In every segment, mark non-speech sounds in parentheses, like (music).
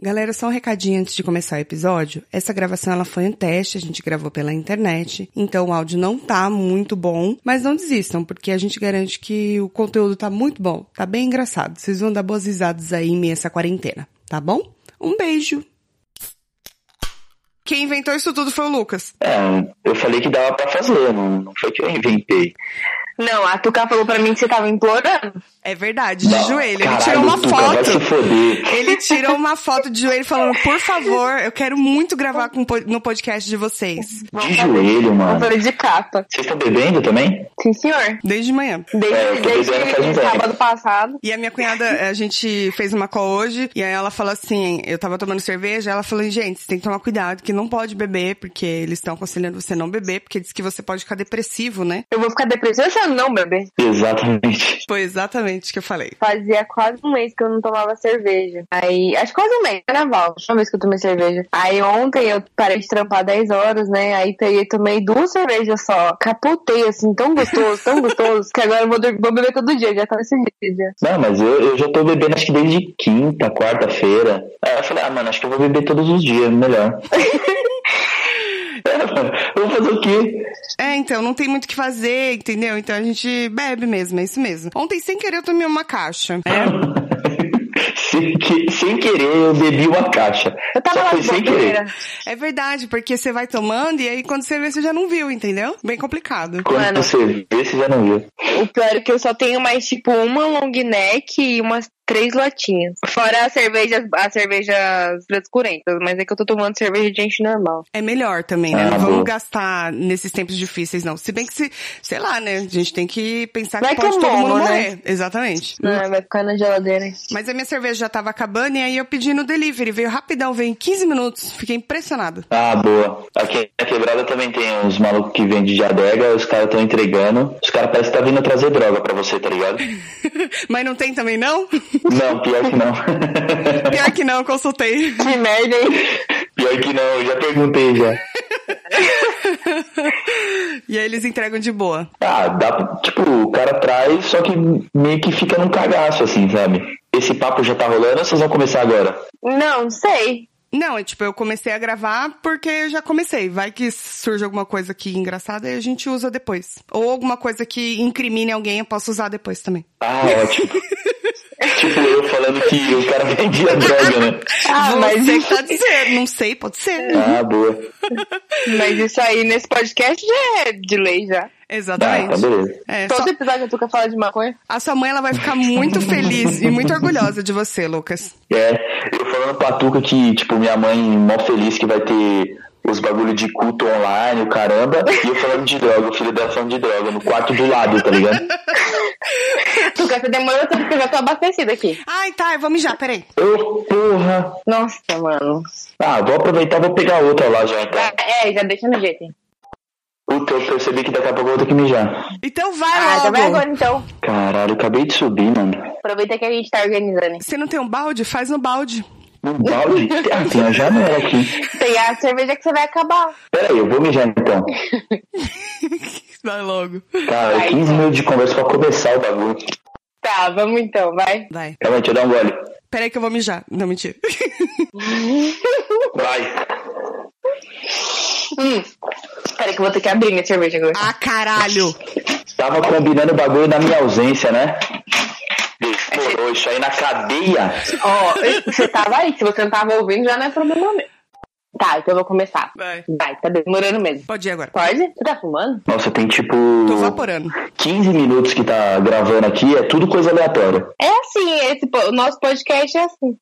Galera, só um recadinho antes de começar o episódio. Essa gravação ela foi um teste, a gente gravou pela internet, então o áudio não tá muito bom, mas não desistam, porque a gente garante que o conteúdo tá muito bom, tá bem engraçado. Vocês vão dar boas risadas aí em meio a essa quarentena, tá bom? Um beijo. Quem inventou isso tudo foi o Lucas. É, eu falei que dava pra fazer, não, não foi que eu inventei. Não, a Tuca falou pra mim que você tava implorando. É verdade, de Não, joelho. Ele caralho, tirou uma Tuca, foto. Vai se foder. Ele tirou uma foto de joelho falando, por favor, eu quero muito gravar com po- no podcast de vocês. De joelho, mano. Autora de capa. Vocês estão bebendo também? Sim, senhor. Desde manhã. Desde, É, eu tô desde bebendo faz um tempo. sábado passado. E a minha cunhada, a gente fez uma call hoje, e aí ela falou assim, eu tava tomando cerveja, ela falou, gente, você tem que tomar cuidado, que não pode beber, porque eles estão aconselhando você não beber, porque diz que você pode ficar depressivo, né? Eu vou ficar depressiva se eu não beber. Exatamente. Foi exatamente o que eu falei. Fazia quase um mês que eu não tomava cerveja. Aí, acho que quase um mês, carnaval, última vez que eu tomei cerveja. Aí ontem eu parei de trampar 10 horas, né? Aí peguei, tomei duas cervejas só. Capotei, assim, tão gostoso, tão gostoso, que agora eu vou, dormir- vou beber todo dia, já tá nesse dia. Não, mas eu, eu já tô bebendo acho que desde quinta, quarta-feira. Aí eu falei, ah, mano, acho que eu vou beber todos os dias, melhor. É, mano, eu vou fazer o quê? (laughs) É, então, não tem muito o que fazer, entendeu? Então a gente bebe mesmo, é isso mesmo. Ontem, sem querer, eu tomei uma caixa. É, Sem, que- sem querer, eu bebi uma caixa. Eu tava Só lá foi de sem bobeira. querer. é verdade, porque você vai tomando e aí quando você vê, você já não viu, entendeu? Bem complicado. Quando Mano. você vê, você já não viu. O pior é que eu só tenho mais, tipo, uma long neck e umas três latinhas. Fora as cervejas, as cervejas frescurentas, mas é que eu tô tomando cerveja de gente normal. É melhor também, né? Ah, não vamos boa. gastar nesses tempos difíceis, não. Se bem que se, sei lá, né? A gente tem que pensar que Vai que pode eu todo mundo morro, né? morrer. Exatamente. Não, Ah, vai ficar na geladeira. Mas a minha cerveja já tava acabando e aí eu pedi no delivery. Veio rapidão, veio em 15 minutos. Fiquei impressionado. (laughs) Ah, boa. Aqui na quebrada também tem uns malucos que vendem de adega, os caras estão entregando. Os caras parecem que tá vindo trazer droga pra você, tá ligado? Mas não tem também, (laughs) não? Não, pior que não. (laughs) Pior que não, eu consultei. Que merda, hein? pior que não, eu já perguntei já. E aí eles entregam de boa. Ah, dá, pra- tipo, o cara traz, só que meio que fica num cagaço, assim, sabe? Esse papo já tá rolando ou vocês vão começar agora? Não, sei. Não, é tipo, eu comecei a gravar porque eu já comecei. Vai que surge alguma coisa aqui engraçada e a gente usa depois. Ou alguma coisa que incrimine alguém, eu posso usar depois também. Ah, ótimo. tipo, eu falando que o cara vendia droga, né? Ah, mas Você isso, que (laughs) tá dizendo. Não sei, pode ser. Ah, boa. mas isso aí nesse podcast já é de lei já. Ah, tá Exatamente. beleza. É, Todo só- episódio tu quer falar de maconha? a sua mãe ela vai ficar muito feliz e (laughs) muito orgulhosa de você, Lucas. É, eu falando pra Tuca que, tipo, minha mãe mó feliz que vai ter os bagulho de culto online, o caramba, e eu falando de droga, o filho dela falando de droga, no quarto do lado, tá ligado? Tu quer que demora tanto que eu já tô abastecida aqui. Ai, tá, eu vou mijar, peraí. Ô, porra! Nossa, mano. Ah, vou aproveitar, vou pegar outra lá já, então. Ah, é, já deixa no jeito, hein? Puta, eu percebi que daqui a pouco eu vou ter que mijar. Então vai Ah, já logo. vai agora então. Caralho, eu acabei de subir, mano. Aproveita que a gente tá organizando. hein? Você não tem um balde? Faz no balde. Um balde? Ah, tem uma janela aqui. Tem a cerveja que você vai acabar. Pera aí, eu vou mijar então. (laughs) Vai logo. Cara, Vai. 15 minutos de conversa pra começar o bagulho. Tá, vamos então, vai. Vai. Calma aí, deixa eu dar um gole. Peraí que eu vou mijar. Não, mentira. Vai. Hum. Peraí que eu vou ter que abrir minha cerveja agora. (laughs) ah, caralho. Tava combinando o bagulho na minha ausência, né? Demorou isso aí na cadeia. Ah, Ó, você tava aí, se você não tava ouvindo, já não é problema meu. Tá, então eu vou começar. Vai. Vai, tá demorando mesmo. Pode ir agora. Pode? Você tá fumando? Nossa, tem tipo Tô vaporando. 15 minutos que tá gravando aqui, é tudo coisa aleatória. É assim, esse, po- o nosso podcast é assim.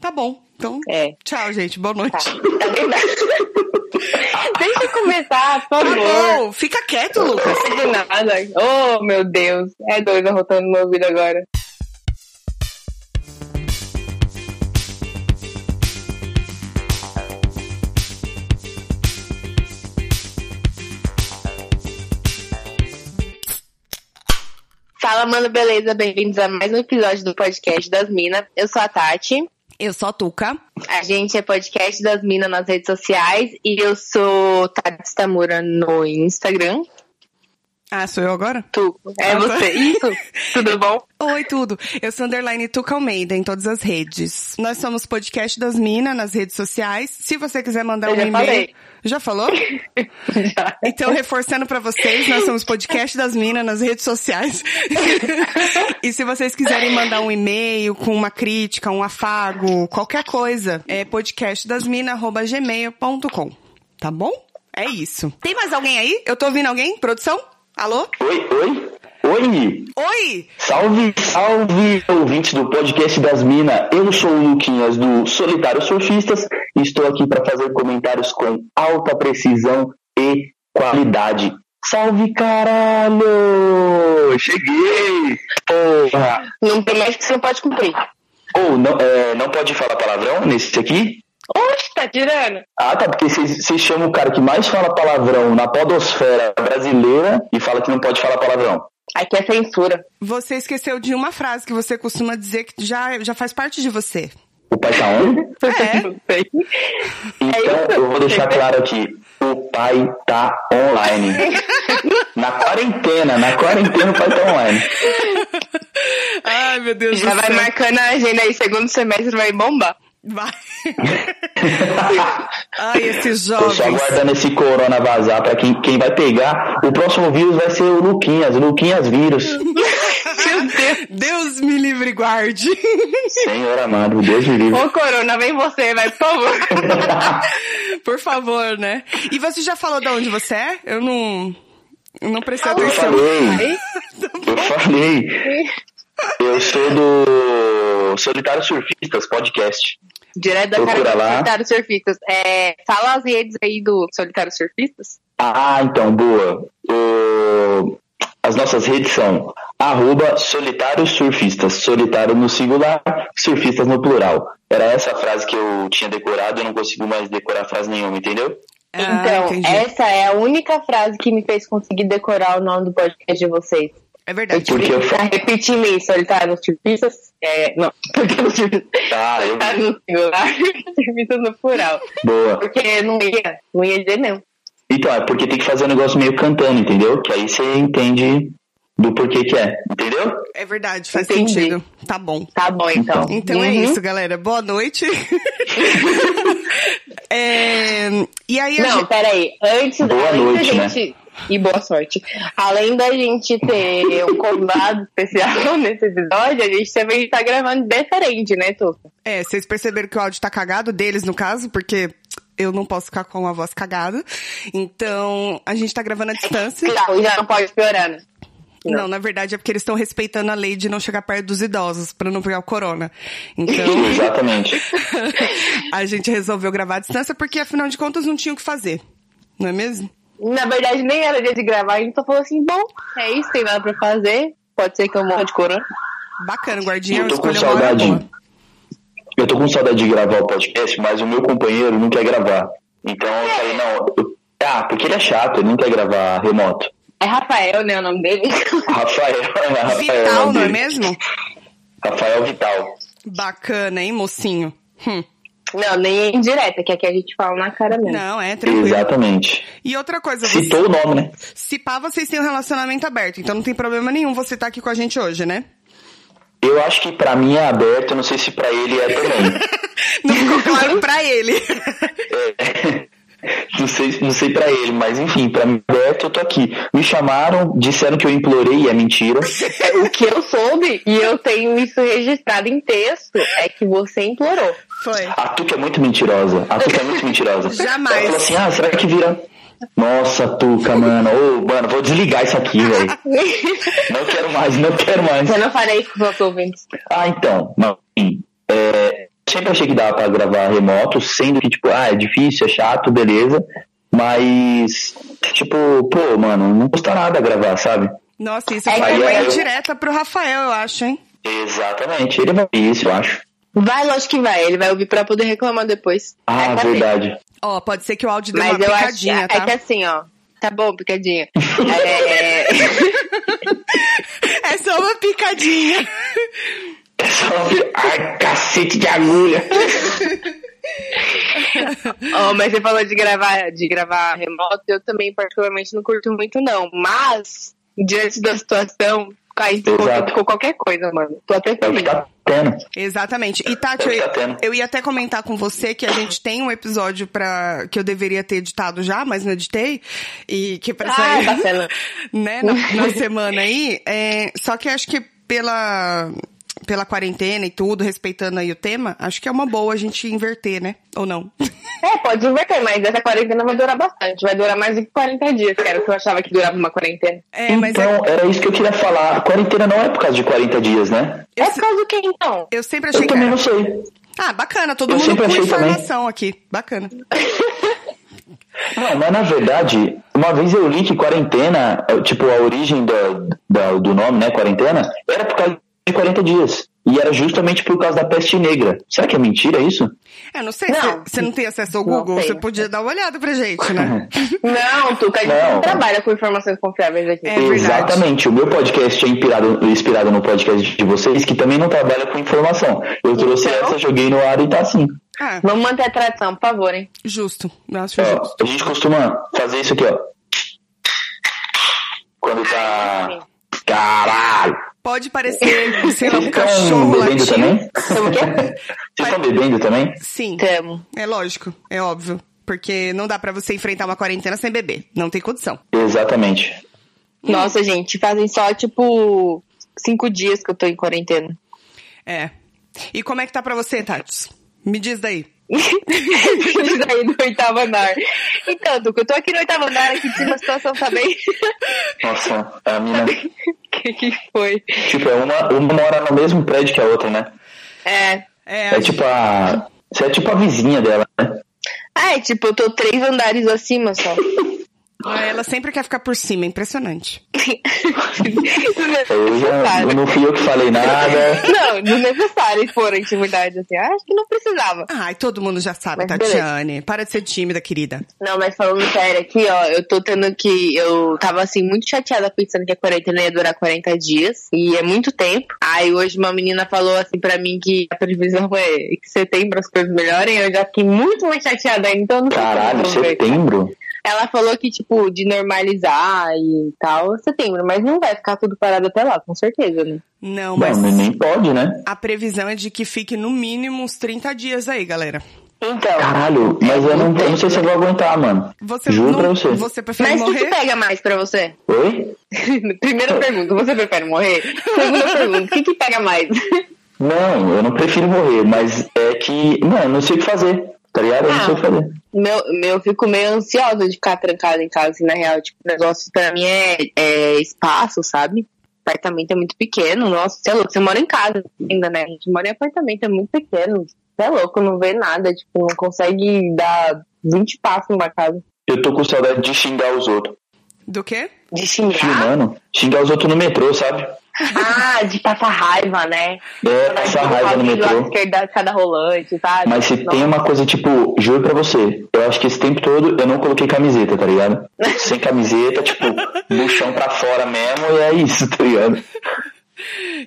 Tá bom. Então, É. tchau, gente. Boa noite. (laughs) Tá, tá bem. Deixa eu começar, por Tá favor. bom. Fica quieto, Lucas. De nada. Oh, meu Deus. É doido arrotando no meu ouvido agora. Fala, mano, beleza? Bem-vindos a mais um episódio do podcast das Minas. Eu sou a Tati. Eu sou a Tuca. A gente é podcast das Minas nas redes sociais e eu sou Tati Tamura no Instagram. Ah, sou eu agora? Tu. É você. Isso. Tudo bom? Oi, tudo. Eu sou Underline Tuca Almeida em todas as redes. Nós somos podcast das Minas nas redes sociais. Se você quiser mandar Eu um já e-mail. falei. Já (laughs) falou? Já. Então, reforçando pra vocês, nós somos podcast das Minas nas redes sociais. (laughs) e se vocês quiserem mandar um e-mail com uma crítica, um afago, qualquer coisa, é podcastdasmina@gmail.com. Tá bom? É isso. Tem mais alguém aí? Eu tô ouvindo alguém? Produção? Alô? Oi, oi, oi! Oi! Salve, salve, ouvintes do podcast das Minas. Eu sou o Luquinhas do Solitário Surfistas e estou aqui para fazer comentários com alta precisão e qualidade. Salve, caralho! Cheguei! Porra! Não promete que você não pode cumprir. Ou não, é, não pode falar palavrão nesse aqui? Oxe, tá tirando? Ah, tá, porque vocês vocês chamam o cara que mais fala palavrão na podosfera brasileira e fala que não pode falar palavrão. Aqui é censura. Você esqueceu de uma frase que você costuma dizer que já, já faz parte de você. O pai tá onde? É. (laughs) Não sei. Então, isso. eu vou deixar claro aqui. O pai tá online. na quarentena, na quarentena o pai tá online. Ai, meu Deus Já vai marcando a agenda aí, segundo semestre vai bombar. Vai. (laughs) Ai, esses Tô só jovens. aguardando esse corona vazar pra quem, quem vai pegar. O próximo vírus vai ser o Luquinhas, Luquinhas vírus. Meu Deus. Deus me livre e guarde. (laughs) Senhor amado, Deus me livre. Ô, Corona, vem você, vai, por favor. Por favor, né? E você já falou de onde você é? Eu não. eu não prestei Ah, Eu atenção. falei, (laughs) Aí, eu falei. Eu sou do Solitário Surfistas Podcast. Direto da Procura cara do lá. Solitário Surfistas. É, fala as redes aí do Solitário Surfistas. Ah, então, boa. O- As nossas redes são arroba solitário surfistas, solitário no singular, surfistas no plural. Era essa a frase que eu tinha decorado, eu não consigo mais decorar frase nenhuma, entendeu? Ah, então, entendi. é... essa é a única frase que me fez conseguir decorar o nome do podcast de vocês. Eu É verdade. tive Porque eu né? que ficar repetindo isso, solitário nos surfistas. É, não, (laughs) porque nos surfistas. Tá, eu... Solitário no (laughs) singular, surfistas no plural. Boa. Porque não ia, não ia dizer não. Então, é porque tem que fazer um negócio meio cantando, entendeu? Que aí você entende do porquê que é, entendeu? É verdade, faz Entendi. sentido. Tá bom. Tá bom, então. Então é Uhum. isso, galera. Boa noite. (laughs) É, E aí a Não, gente... peraí. Antes, Boa além noite, né? da gente. E boa sorte. Além da gente (laughs) ter um convidado especial (laughs) nesse episódio, a gente também tá gravando diferente, né, Tuca? É, vocês perceberam que o áudio tá cagado, deles no caso, porque eu não posso ficar com a voz cagada. Então, a gente tá gravando à distância. Já, já não pode piorar, né? Não, na verdade é porque eles estão respeitando a lei de não chegar perto dos idosos pra não pegar o corona. (laughs) Então, Exatamente. a gente resolveu gravar à distância porque afinal de contas não tinha o que fazer. Não é mesmo? Na verdade, nem era dia de gravar, a gente só falou assim: bom, é isso, tem nada pra fazer. Pode ser que eu morra de corona. Bacana, o Eu guardinha tô com escolheu uma hora saudade. boa. Eu tô com saudade de gravar o podcast, mas o meu companheiro não quer gravar. Então eu falei, não. eu- Ah, porque ele é chato, ele não quer gravar remoto. (laughs) É Rafael, né? O nome dele. Rafael. Rafael Vital, não é dele. mesmo? Rafael Vital. Bacana, hein, mocinho? Hum. não, nem é indireta, que aqui a gente fala na cara mesmo. Não, é tranquilo. Exatamente. E outra coisa, você... Citou o nome, né? Se pá, vocês têm um relacionamento aberto, então não tem problema nenhum você estar aqui com a gente hoje, né? (laughs) Eu acho que pra mim é aberto, não sei se pra ele é também. (laughs) Não ficou claro pra ele. É. (laughs) Não sei, não sei pra ele, mas enfim, pra mim é aberto, eu tô aqui. Me chamaram, disseram que eu implorei, e é mentira. O que eu soube, e eu tenho isso registrado em texto, é que você (laughs) implorou. (laughs) Foi. A Tuca é muito mentirosa. A Tuca é muito mentirosa. (laughs) Jamais. Ela falou assim, ah, será que vira... Nossa, Tuca, mano. Ô, mano, vou desligar isso aqui, velho. Não quero mais, não quero mais. Eu não farei isso com os nossos ouvintes. Ah, então. Mas, enfim, é, sempre achei que dava pra gravar remoto, sendo que, tipo, ah, é difícil, é chato, beleza. Mas, tipo, pô, mano, não custa nada gravar, sabe? Nossa, isso É foi que uma eu- indireta pro Rafael, eu acho, hein? Exatamente. Ele vai ver isso, eu É, acho. Vai, lógico que vai. Ele vai ouvir pra poder reclamar depois. Ah, Vai saber. verdade. Ó, pode ser que o áudio dê Mas uma eu acho picadinha, é tá? que assim, ó. Tá bom, picadinha. (laughs) É, É só uma picadinha. É (laughs) só... Ai, cacete de (laughs) agulha. ó, mas você falou de gravar, de gravar remoto. Eu também, particularmente, não curto muito, não. Mas diante da situação, cair em Exato. desconto com qualquer coisa, mano. Tô até É o feliz. que tá tendo. Exatamente. E Tati, É o que eu, tá tendo. eu ia até comentar com você que a gente tem um episódio para que eu deveria ter editado já, mas não editei e que para Ai, tá sair Marcela. (laughs) né, na, na semana aí. É, só que acho que pela pela quarentena e tudo, respeitando aí o tema, acho que é uma boa a gente inverter, né? Ou não? (laughs) É, pode inverter, mas essa quarentena vai durar bastante. Vai durar mais do que 40 dias, que era o que eu achava que durava uma quarentena. É, mas é- então, era isso que eu queria falar. A quarentena não é por causa de 40 dias, né? É por causa do que então? eu sempre Eu achei que também era. não sei. Ah, bacana, todo Eu mundo sempre com achei também. informação aqui. Bacana. Não, mas na verdade, uma vez eu li que quarentena, eh, tipo, a origem da, da- do nome, né, quarentena, era por causa de 40 dias. E era justamente por causa da peste negra. Será que é mentira isso? É, não sei, Não. você não tem acesso ao Não Google, tenho. você podia dar uma olhada pra gente, (laughs) né? Não, Tuca, a gente Não. não trabalha com informações confiáveis aqui. É verdade. Exatamente. O meu podcast é inspirado, inspirado no podcast de vocês, que também não trabalha com informação. Eu trouxe Então? essa, joguei no ar e tá assim. Ah, Vamos manter a tradição, por favor, hein? justo. Eu acho Tá justo. Ó, a gente costuma fazer isso aqui, ó. Quando tá. Caralho! Pode parecer, sei lá, um Vocês cachorro estão latindo. é? Então, bebendo também? Então, o quê? Vocês estão bebendo também? Sim, Tamo. é lógico, é óbvio. Porque não dá pra você enfrentar uma quarentena sem beber. Não tem condição. Exatamente. Nossa, gente, fazem só, tipo, cinco dias que eu tô em quarentena. (laughs) É. E como é que tá pra você, Tati? Me diz daí. Diz aí do oitavo andar. Então, Tuca, eu tô aqui no oitavo andar, aqui de cima a situação tá bem... (laughs) Nossa, a mina. O que que foi? Tipo, é uma, uma mora no mesmo prédio que a outra, né? É... É, É tipo a. Você é tipo a vizinha dela, né? Ah, é tipo, eu tô três andares acima só. tipo- ela sempre quer ficar por cima, é impressionante. Eu já Desnecessário. não fui eu que falei nada. Não, desnecessário expor a intimidade, assim. Ah, Acho que não precisava. Ai, todo mundo já sabe, Mas beleza. Tatiane. Para de ser tímida, querida. Não, mas falando sério aqui, ó, eu tô tendo que. Eu tava assim, muito chateada pensando que a quarentena ia durar 40 dias. E é muito tempo. Aí hoje uma menina falou assim pra mim que a previsão é que setembro as coisas melhorem. Eu já fiquei muito mais chateada ainda, então eu não sei como eu Caralho, vou ver. setembro? Ela falou que, tipo, de normalizar e tal, setembro, mas não vai ficar tudo parado até lá, com certeza, né? Não, Não, mas mas nem pode, né? a previsão é de que fique no mínimo uns 30 dias aí, galera. Então. Caralho, mas eu não, eu não sei se eu vou aguentar, mano. Você Juro não, pra você. você prefere Mas o que morrer? que pega mais pra você? Oi? (laughs) Primeira pergunta, você prefere morrer? Segunda pergunta, o que que pega mais? Não, eu não prefiro morrer, mas é que. Mano, eu não sei o que fazer. Tá ligado? Eu não sei o que fazer. (laughs) Meu, meu, eu fico meio ansiosa de ficar trancada em casa, assim, na real. Tipo, o negócio pra mim é, é espaço, sabe? Apartamento é muito pequeno, nossa, você é louco. Você mora em casa ainda, né? A gente mora em apartamento, é muito pequeno. Você é louco, não vê nada, tipo, não consegue dar 20 passos numa casa. Eu tô com saudade de xingar os outros. Do quê? De xingar? Filmando, xingar os outros no metrô, sabe? Ah, de passar raiva, né? É, passar raiva no Do lado metrô. esquerdo da escada rolante, sabe? Mas se Nossa. tem uma coisa, tipo, juro pra você, eu acho que esse tempo todo eu não coloquei camiseta, tá ligado? Sem camiseta, tipo, buchão pra fora mesmo, e é isso, tá ligado?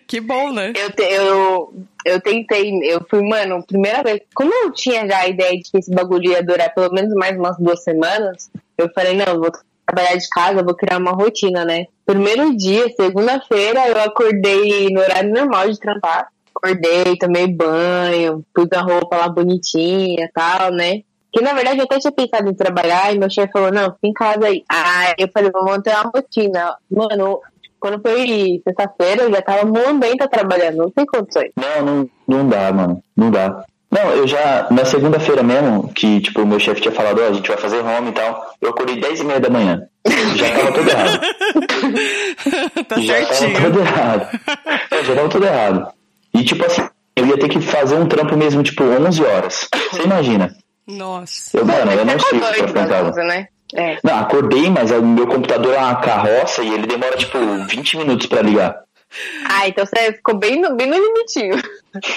Que bom, né? Eu, te- eu, eu tentei, eu fui, mano, primeira vez. Como eu tinha já a ideia de que esse bagulho ia durar pelo menos mais umas duas semanas, eu falei, não, eu vou trabalhar de casa, eu vou criar uma rotina, né? Primeiro dia, segunda-feira, eu acordei no horário normal de trampar. Acordei, tomei banho, pus a roupa lá bonitinha e tal, né? Que na verdade eu até tinha pensado em trabalhar e meu chefe falou, não, fica em casa aí. Ah, eu falei, vou manter uma rotina. Mano, quando foi sexta-feira, eu já tava mondenta trabalhando, não tem condições. Não, não, não dá, mano. Não dá. Não, eu já, na segunda-feira mesmo, que, tipo, o meu chefe tinha falado, ó, a gente vai fazer home e tal, eu acordei 10 e meia da manhã. Já tava tudo errado. (laughs) tá já tava certinho. tudo errado. Eu já tava tudo errado. E, tipo assim, eu ia ter que fazer um trampo mesmo, tipo, 11 horas. Você imagina? Nossa. Eu, mano, eu Você não sei acordou o que eu de então, cantava. bagunça, é né? É. Não, acordei, mas o meu computador é uma carroça e ele demora, tipo, 20 minutos pra (laughs) ligar. Ah, então você ficou bem no, bem no limitinho.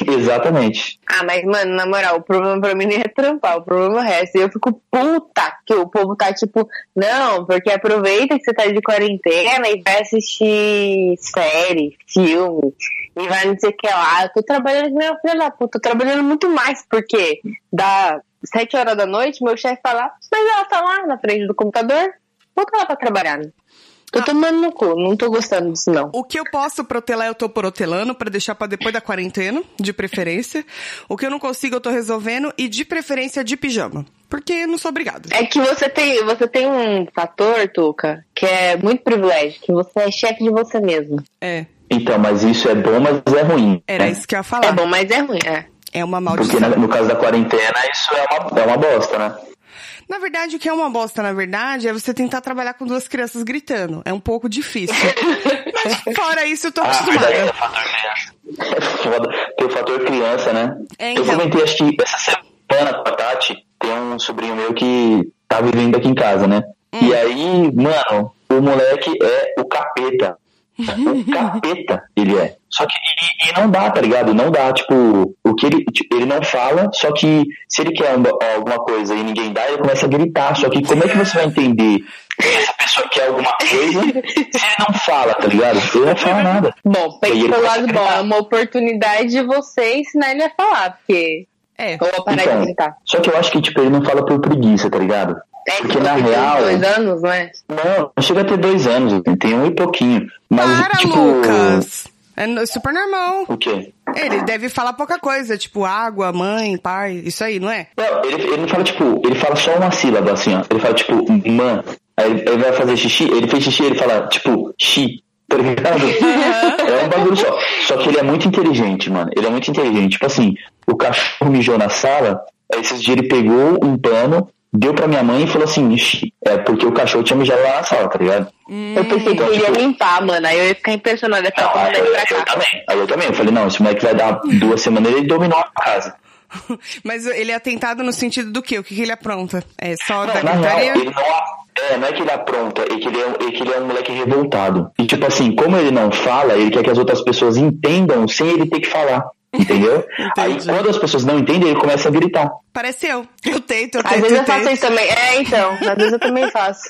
Exatamente. Ah, mas, mano, na moral, o problema pra mim não é trampar, o problema é o resto. E eu fico puta que o povo tá tipo, não, porque aproveita que você tá de quarentena e vai assistir série, filme, e vai não sei o que lá. Eu tô trabalhando, meu filho da puta, tô trabalhando muito mais, porque dá sete horas da noite, meu chefe fala, mas ela tá lá na frente do computador, bota ela pra trabalhar. né?" tá Tô tomando no cu, não tô gostando disso, não. O que eu posso protelar, eu tô protelando pra deixar pra depois da quarentena, de preferência. O que eu não consigo, eu tô resolvendo e de preferência de pijama. Porque eu não sou obrigada. É que você tem, você tem um fator, Tuca, que é muito privilégio, que você é chefe de você mesmo. É, Então, mas isso é bom, mas é ruim. era né? isso que eu ia É falar. bom, mas é ruim, é. É uma Porque maldição. na- no caso da quarentena, isso é uma, é uma bosta, né? Na verdade, o que é uma bosta, na verdade, é você tentar trabalhar com duas crianças gritando. É um pouco (laughs) difícil. Mas fora isso, eu tô Ah, mas aí é acostumada. o fator criança. É foda. Tem o fator criança, né? É, Eu então. comentei, acho que essa semana com a Tati, tem um sobrinho meu que tá vivendo aqui em casa, né? Hum. E aí, mano, o moleque é o capeta. (laughs) O capeta ele é. Só que e, e não dá, tá ligado? Não dá, tipo, o que ele, tipo, ele não fala, só que se ele quer uma- alguma coisa e ninguém dá, ele começa a gritar. Só que como é que você vai entender que essa pessoa quer alguma coisa se ele não fala, tá ligado? Ele não fala nada. Bom, E pensa ele pelo pode lado (laughs) bom, é uma oportunidade de você ensinar ele a falar, porque. É. Ou a parar Então, de gritar. Só que eu acho que, tipo, ele não fala por preguiça, tá ligado? É que Porque você na tem real. dois anos, né? Não, não chega a ter dois anos, ele tem um e pouquinho. Mas, Para, tipo. Lucas! É no- super normal. O quê? Ele deve falar pouca coisa, tipo água, mãe, pai, isso aí, não é? (laughs) Não, ele, ele não fala, tipo, ele fala só uma sílaba, assim, ó. Ele fala, tipo, man. Aí ele, ele vai fazer xixi, ele fez xixi, ele fala, tipo, xi. Tá ligado? É um bagulho só. Só que ele é muito inteligente, mano. Ele é muito inteligente. Tipo assim, o cachorro mijou na sala, aí esses dias ele pegou um pano, deu pra minha mãe e falou assim, xi. É porque o cachorro tinha mijado lá na sala, tá ligado? Eu pensei que Então, ele ia tipo- limpar, mano. Aí eu ia ficar impressionada ia Não, ficar aí falando eu, ele pra eu cá. também. Aí eu também. Eu falei, não, esse moleque vai dar duas semanas ele dominou a casa. Mas ele é atentado no sentido do quê? O que, que ele apronta? É só da Não, na real, gritaria? ele não, é, não é que ele apronta, é que ele é, um- é que ele é um moleque revoltado. E tipo assim, como ele não fala, ele quer que as outras pessoas entendam sem ele ter que falar. (laughs) Entendeu? Aí Entendi. quando as pessoas não entendem, ele começa a gritar. Parece eu. Eu tento, eu Às tento, vezes eu eu faço tento. isso também. É, então. Às vezes eu também (laughs) faço.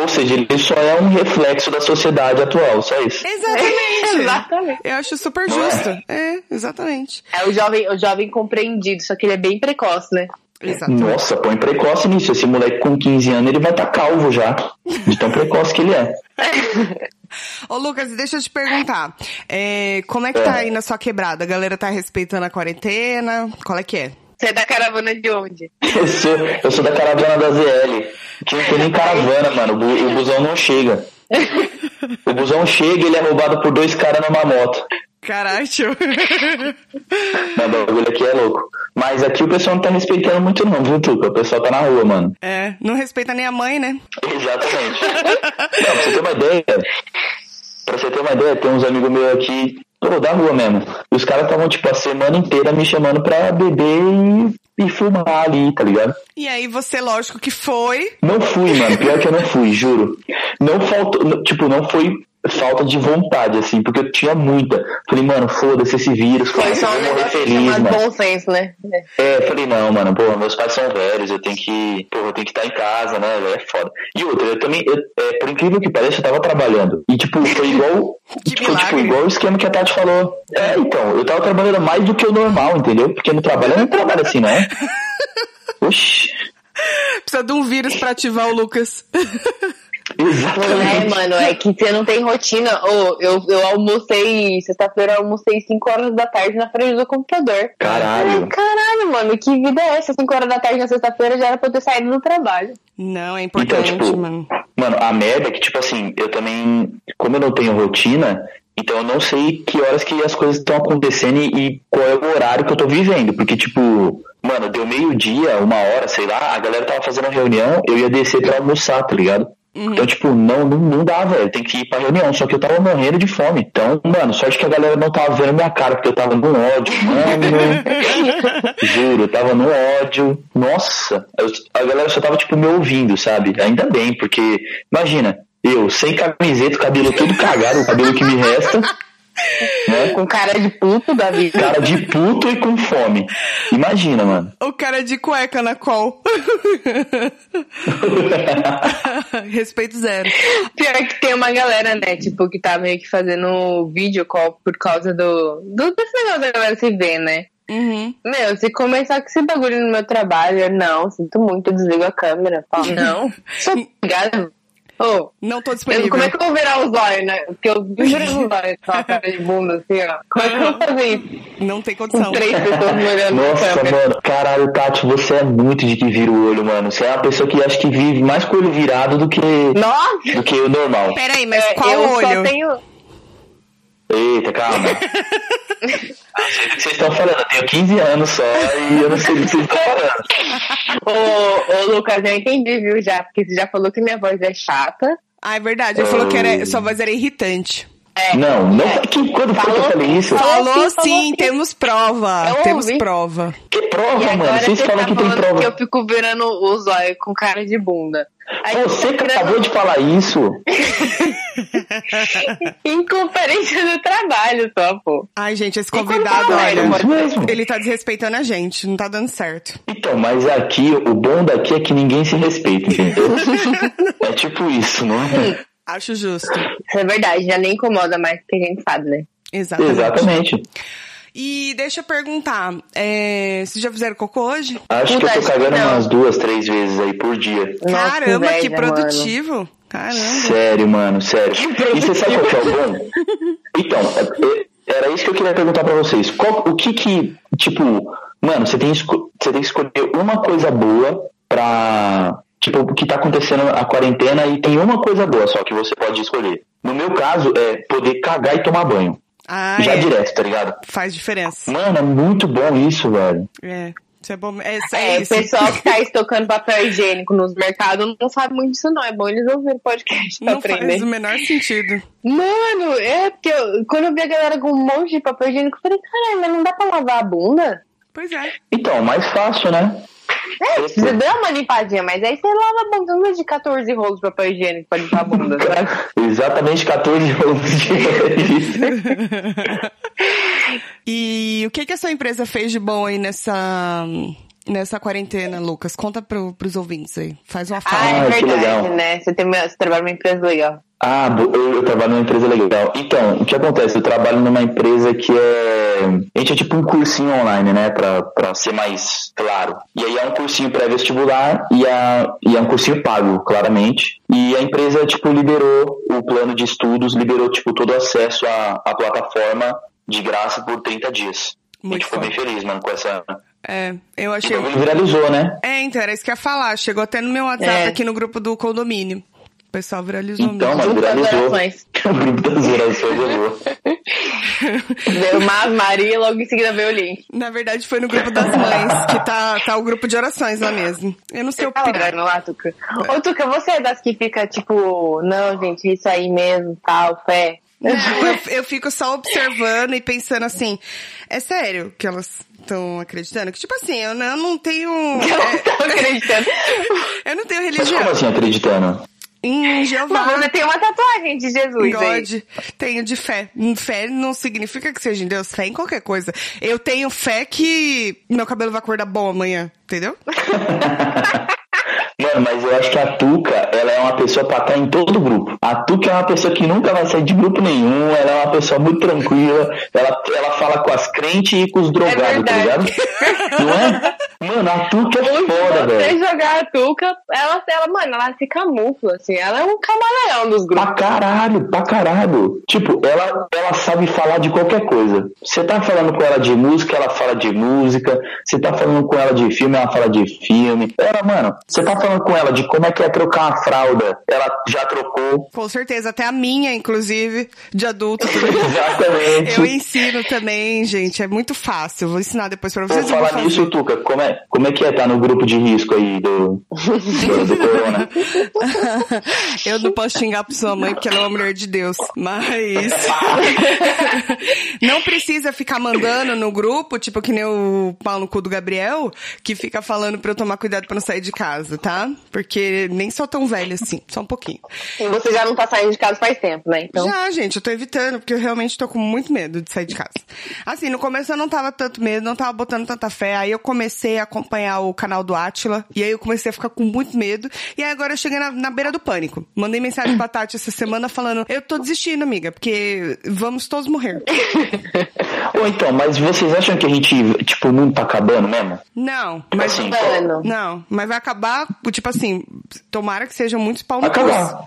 Ou seja, ele só é um reflexo da sociedade atual, só isso. Exatamente. (laughs) Exatamente. Eu acho super Não é? justo. É, exatamente. É o jovem, o jovem compreendido, só que ele é bem precoce, né? Exatamente. Nossa, põe precoce nisso. Esse moleque com 15 anos, ele vai estar calvo já. De tão precoce que ele é. Ô, Lucas, deixa eu te perguntar. é, como é que tá aí na sua quebrada? A galera tá respeitando a quarentena? Qual é que é? Você é da caravana de onde? (laughs) Eu sou, eu sou da caravana da ZL. Que não tem nem caravana, mano. O bu- O busão não chega. O busão chega e ele é roubado por dois caras numa moto. Caralho. Mas o bagulho aqui é louco. Mas aqui o pessoal não tá respeitando muito não, viu, Tuca? O pessoal tá na rua, mano. (laughs) É, não respeita nem a mãe, né? Exatamente. Não, pra você ter uma ideia, pra você ter uma ideia, tem uns amigos meus aqui, pô, da rua mesmo. E os caras estavam, tipo, a semana inteira me chamando pra beber e, e fumar ali, tá ligado? E aí você, lógico que foi. Não fui, mano. Pior que eu não fui, juro. Não faltou. n- Tipo, não foi falta de vontade, assim, porque eu tinha muita. Falei, mano, foda-se esse vírus, Foi cara. só Eu um vou morrer negócio feliz, chamado mano. bom senso, né? É. É, eu falei, não, mano, pô, meus pais são velhos, eu tenho que. Porra, eu tenho que estar em casa, né? velho, É foda. E outra, eu também, eu- é, por incrível que pareça, eu tava trabalhando. E tipo, (laughs) foi igual. Que tipo, tipo, milagre. igual o esquema que a Tati falou. É, então, eu tava trabalhando mais do que o normal, entendeu? Porque no trabalho eu não trabalho assim, (laughs) né? Oxi. Precisa de um vírus pra ativar o Lucas. (laughs) Não é, (laughs) Exatamente. mano, é que você não tem rotina. Ô, eu, eu almocei, sexta-feira eu almocei 5 horas da tarde na frente do computador. Caralho. Ai, Caralho, mano, que vida é essa? 5 horas da tarde na sexta-feira já era pra eu ter saído do trabalho. Não, é Então, importante, tipo, mano. mano, a merda é que, tipo assim, eu também, como eu não tenho rotina, então eu não sei que horas que as coisas estão acontecendo e, e qual é o horário que eu tô vivendo, porque, tipo, mano, deu meio-dia, uma hora, sei lá, a galera tava fazendo reunião, eu ia descer pra almoçar, tá ligado? Então, tipo, não, não, não dá, velho. Tem que ir pra reunião. Só que eu tava morrendo de fome. Então, mano, sorte que a galera não tava vendo minha cara, porque eu tava no ódio, mano. Juro, eu tava no ódio. Nossa, eu- a galera só tava, tipo, me ouvindo, sabe? Ainda bem, porque, imagina, eu sem camiseta, o cabelo todo cagado, o cabelo que me resta, né? Com cara de puto da vida. Cara de puto e com fome. Imagina, mano. O cara é de cueca na call. (laughs) Respeito zero. (laughs) Pior que tem uma galera, né, tipo, que tá meio que fazendo vídeo call por causa do, do desse negócio da galera se ver, né? Uhum. Meu, se começar com esse bagulho (laughs) no meu trabalho, eu não, sinto muito, eu desligo a câmera. Falo, não, sou obrigada. Oh, Não tô eu, disponível. como é que eu vou virar os olhos, né? Porque eu juro que os olhos (laughs) só a cara de bunda, assim, ó. Como é que Ah. eu vou fazer isso? Não tem Com condição. três pessoas me olhando no Nossa, câmera. mano, caralho, Tati, você é muito de que vira o olho, mano. Você é uma pessoa que acho que vive mais com o olho virado do que, Nossa! do que o normal. Peraí, mas É, qual eu olho? só tenho... Eita, calma. Ah, sei do que Vocês estão falando, eu tenho 15 anos só e eu não sei do que vocês estão falando. Ô, ô, Lucas, eu entendi, viu, já. Porque você já falou que minha voz é chata. Ah, é verdade. Ele Oh. falou que era, sua voz era irritante. É. Não, não É. foi que quando foi que eu Falou- falei isso? falou- Falou sim, sim, falou sim. temos prova. Eu temos ouvi. prova. Que E prova, agora mano? Vocês você falam tá que tem falando prova. que eu fico virando os olhos com cara de bunda. Aí Você eu que tô acabou de falar isso, (laughs) Inconferência do trabalho só, pô. Ai, gente, esse E quando convidado, tá olha. velho, é isso mesmo. Ele tá desrespeitando a gente, não tá dando certo. Então, mas aqui, o bom daqui é que ninguém se respeita, entendeu? é tipo isso, não é? Acho justo. Isso é verdade, já nem incomoda mais porque a gente sabe, né? Exatamente. Exatamente. E deixa eu perguntar: é, vocês já fizeram cocô hoje? Acho que eu Puta, tô acho cagando que não. umas duas, três vezes aí por dia. Nossa, Caramba, que inveja, mano. produtivo. Caramba. Sério, mano, sério. E você sabe qual que é o bom? Então, é- é- era isso que eu queria perguntar pra vocês. Qual- o que que, tipo, mano, você tem, esco- você tem que escolher uma coisa boa pra, tipo, o que tá acontecendo a quarentena e tem uma coisa boa só que você pode escolher. No meu caso, é poder cagar e tomar banho. Ah, já é. direto, tá ligado? Faz diferença. Mano, é muito bom isso, velho. É. Isso é bom. É, isso é É, o isso. pessoal que tá estocando papel higiênico nos mercados não sabe muito disso, não. É bom eles ouvirem podcast pra Não aprender. faz um- o menor sentido. Mano, é porque eu- quando eu vi a galera com um monte de papel higiênico, eu falei, caralho, mas não dá pra lavar a bunda? Pois (laughs) é. Então, mais fácil, né? É, você dá uma limpadinha, mas aí você lava a bunda não é de 14 rolos de papel higiênico pra limpar (laughs) a bunda, Ah, sabe? Exatamente 14 anos de (laughs) E o que, que a sua empresa fez de bom aí nessa, nessa quarentena, Lucas? Conta pro, pros ouvintes aí. Faz uma Ah, fala. é Ah, que verdade, legal. né? Você, tem, uma- você trabalha numa empresa legal. Ah, bo- eu, eu trabalho numa empresa legal. Então, o que acontece? Eu trabalho numa empresa que é. A gente é tipo um cursinho online, né? Pra, pra ser mais claro. E aí é um cursinho pré-vestibular e, a- e é um cursinho pago, claramente. E a empresa, tipo, liberou o plano de estudos, liberou, tipo, todo o acesso à, à plataforma de graça por 30 dias. a Muito gente ficou foda. bem feliz, mano, com essa. É, eu O achei. bagulho viralizou, né? É, então, era isso que eu ia falar. Chegou até no meu WhatsApp É. aqui no grupo do condomínio. O pessoal viralizou mesmo. Então, mas Grupo das viralizou. orações. (laughs) O grupo das orações (laughs) levou. Veio uma Maria e logo em seguida veio o link. Na verdade, foi no grupo das mães, que tá, tá o grupo de orações lá mesmo. Eu não sei o Tá (laughs) pior. olhando lá, Tuca? Ô, Tuca, você é das que fica tipo, não, gente, isso aí mesmo, tal, fé. Não, (laughs) eu, eu fico só observando e pensando assim, é sério que elas estão acreditando? Que tipo assim, eu não, eu não tenho. (laughs) é, Eu não tô acreditando. (laughs) eu não tenho Mas como religião. assim acreditando? Em Jeová. Mas você tem uma tatuagem de Jesus aí. God, tenho de fé. Fé não significa que seja em Deus, fé em qualquer coisa. Eu tenho fé que meu cabelo vai acordar bom amanhã, entendeu? Mano, mas eu acho que a Tuca, ela é uma pessoa pra estar em todo grupo. A Tuca é uma pessoa que nunca vai sair de grupo nenhum, ela é uma pessoa muito tranquila, ela, ela fala com as crentes e com os drogados, tá ligado? verdade. Não é? Mano, a Tuca é Se foda, você velho. jogar a Tuca, ela, ela, mano, ela se camufla, assim. Ela é um camaleão dos grupos. Pra caralho, pra caralho. Tipo, ela, ela sabe falar de qualquer coisa. Você tá falando com ela de música, ela fala de música. Você tá falando com ela de filme, ela fala de filme. Ela, mano, você tá falando com ela de como é que é trocar a fralda. Ela já trocou. Com certeza, até a minha, inclusive, de adulto. Exatamente. Eu ensino também, gente, é muito fácil. Vou ensinar depois pra Vou vocês. eu vou falar fazer. nisso, Tuca, como é, como é que é tá no grupo de risco aí do, do, do (laughs) corona? (laughs) Eu não posso xingar pra sua mãe, porque ela é uma mulher de Deus. Mas. (laughs) não precisa ficar mandando no grupo, tipo que nem o pau no cu do Gabriel, que fica falando pra eu tomar cuidado pra não sair de casa, tá? Porque nem sou tão velha assim, só um pouquinho. E você já não tá saindo de casa faz tempo, né? Então. Já, gente, eu tô evitando, porque eu realmente tô com muito medo de sair de casa. Assim, no começo eu não tava tanto medo, não tava botando tanta fé. Aí eu comecei a acompanhar o canal do Átila, e aí eu comecei a ficar com muito medo. E aí agora eu cheguei na, na beira do pânico. Mandei mensagem pra Tati essa semana falando, eu tô desistindo, amiga, porque vamos todos morrer. Ou então, mas vocês acham que a gente, tipo, o mundo tá acabando mesmo? Não, mas... tá Assim, Mano. Não, mas vai acabar, tipo assim, tomara que sejam muitos palmas. Acabar.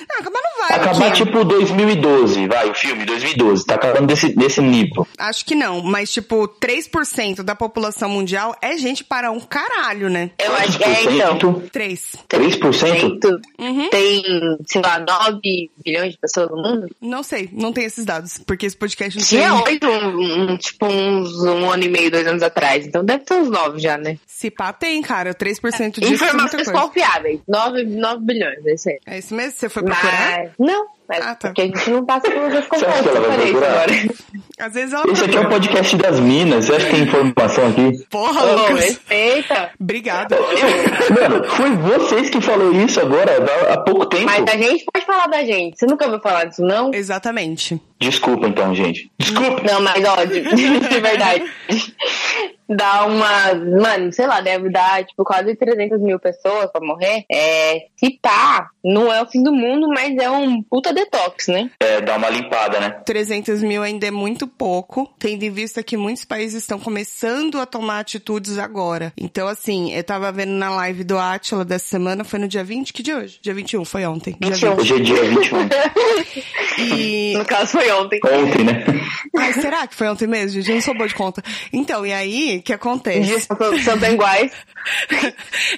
Não, acabar não vai, Acabar Luquinha. tipo 2012, vai, o filme, 2012. Tá acabando desse, desse nível. Acho que não, mas tipo, 3% da população mundial é gente para um caralho, né? Eu acho que é, então. 3. 3%? Uhum. Tem, sei lá, 9 bilhões de pessoas no mundo? Não sei, não tem esses dados, porque esse podcast não Tinha tem. 8, um, um, tipo, uns um ano e meio, dois anos atrás. Então deve ter uns 9 já, né? Se pá, tem, cara. 3% disso é muita Informações coisa. confiáveis. 9, 9 bilhões, é isso aí. É isso mesmo? Você foi procurar? Mas, não, mas Ah, tá. porque a gente não passa por essas Você acha conversas. que ela Eu vai falei isso procurar? agora. Às vezes ela Esse aqui é um procura. o podcast das minas. Você acha que tem informação (laughs) aqui? Porra, Ô, Lucas. respeita. Obrigada. Mano, foi vocês que falou isso agora, há pouco tempo. Mas a gente pode falar da gente. Você nunca ouviu falar disso, não? Exatamente. Desculpa então, gente. Desculpa. Não, mas ó, de, (laughs) de verdade. Dá uma. Mano, sei lá, deve dar tipo quase 300 mil pessoas pra morrer. É, se pá, não é o fim do mundo, mas é um puta detox, né? É, dá uma limpada, né? 300 mil ainda é muito pouco, tendo em vista que muitos países estão começando a tomar atitudes agora. Então, assim, eu tava vendo na live do Átila dessa semana, foi no dia 20, que dia é hoje? Dia 21, foi ontem. Dia 21. 20. Hoje é dia 21. E No caso foi ontem. Ontem, né? Ai, será que foi ontem mesmo, gente? Eu não sou boa de conta. Então, e aí, o que acontece? Dias são tão iguais.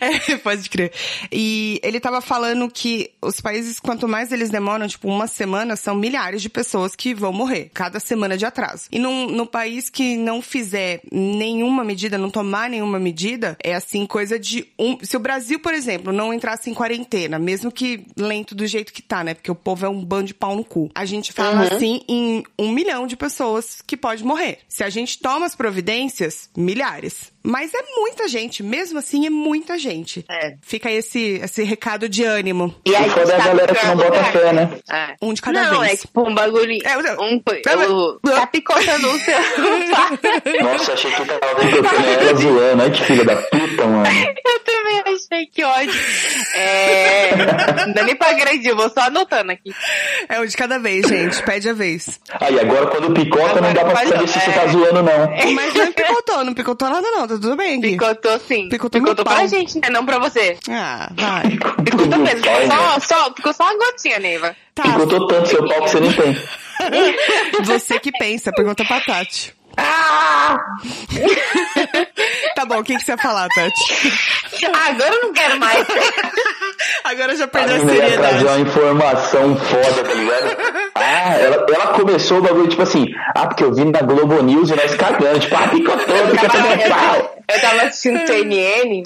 (laughs) é, pode crer. E ele tava falando que os países, quanto mais eles demoram, tipo, uma semana, são milhares de pessoas que vão morrer, cada semana de atraso. E num, num país que não fizer nenhuma medida, não tomar nenhuma medida, é assim, coisa de um. Se o Brasil, por exemplo, não entrasse em quarentena, mesmo que lento do jeito que tá, né? Porque o povo é um bando de pau no cu. A gente fala Uhum. assim em um milhão de pessoas que pode morrer. Se a gente toma as providências, milhares. Mas é muita gente, mesmo assim é muita gente. É. Fica aí esse, esse recado de ânimo. E O aí, tá foda é a sabe galera o que não pior bota lugar? fé, né? É. Um de cada não, vez. é tipo um bagulho. É, eu- um, foi- Pera- eu- tá picotando o seu. (laughs) Nossa, achei que tava tocando ela zoando. Ai, que filha da puta, mano. (laughs) Eu também achei que ódio. É, não dá nem pra agredir, eu vou só anotando aqui. É um de cada vez, gente. Pede a (laughs) vez. Aí, agora quando picota, não dá pra Agora saber não, se você é. tá zoando, não. Mas não (laughs) picotou, não picotou nada, não. Tá tudo bem, Gui. Picotou sim. Picotou meu pau. assim. pra gente, né? Não pra você. Ah, vai. Picotou Meu mesmo. pai, Ficou só, mano. só, ficou só uma gotinha, Neiva. Tá. Picotou tanto seu pau que você nem tem. Você que pensa, pergunta pra Tati. Ah! Tá bom, o que, que você ia falar, Tati? (laughs) Agora (laughs) eu não quero mais. Agora já A perdeu a menina ia né? trazer seriedade. uma informação foda, tá ligado? Ah, ela, ela começou o bagulho, tipo assim, ah, porque eu vim da Globo News e nós cagando, tipo, ah, picotou, picotou né? meu pau. Eu tava (laughs) assistindo CNN.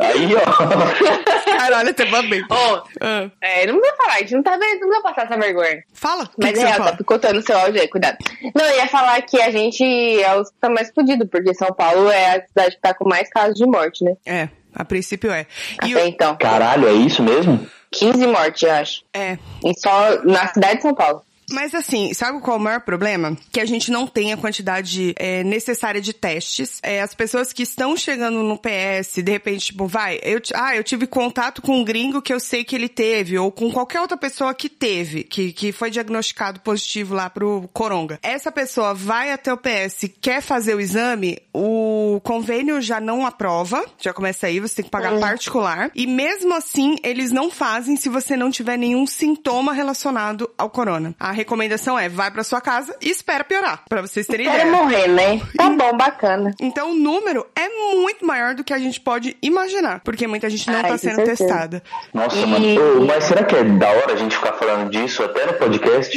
Aí, ó, Caralho, até babei. Ô, Ah, é, não precisa falar, a gente não tá vendo, não precisa passar essa vergonha. fala. O que, Mas que você é ia real, tá falar? picotando o seu áudio aí, cuidado. Não, eu ia falar que a gente é os que tá mais fudido, porque São Paulo é a cidade que tá com mais casos de morte, né? É, a princípio é. E Até o... então. caralho, é isso mesmo? 15 mortes, eu acho. É. E só na cidade de São Paulo. Mas assim, sabe qual é o maior problema? Que a gente não tem a quantidade é, necessária de testes. É, as pessoas que estão chegando no PS, de repente, tipo, vai, eu, ti- ah, eu tive contato com um gringo que eu sei que ele teve, ou com qualquer outra pessoa que teve, que, que foi diagnosticado positivo lá pro coronga. Essa pessoa vai até o PS, quer fazer o exame, o convênio já não aprova, já começa aí, você tem que É. pagar particular. E mesmo assim, eles não fazem se você não tiver nenhum sintoma relacionado ao corona. A recomendação é, vai pra sua casa e espera piorar, pra vocês terem Quero ideia. morrer, né? Tá bom, bacana. Então o número é muito maior do que a gente pode imaginar, porque muita gente não Ai, tá com sendo Ah, é certeza. testada. (laughs) Nossa, E- mano, Ô, mas será que é da hora a gente ficar falando disso até no (laughs) podcast?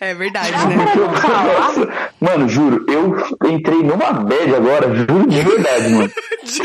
é verdade, Não, né? cara. não Né? falar? Nossa, mano, juro, eu entrei numa bad agora, juro de verdade, mano.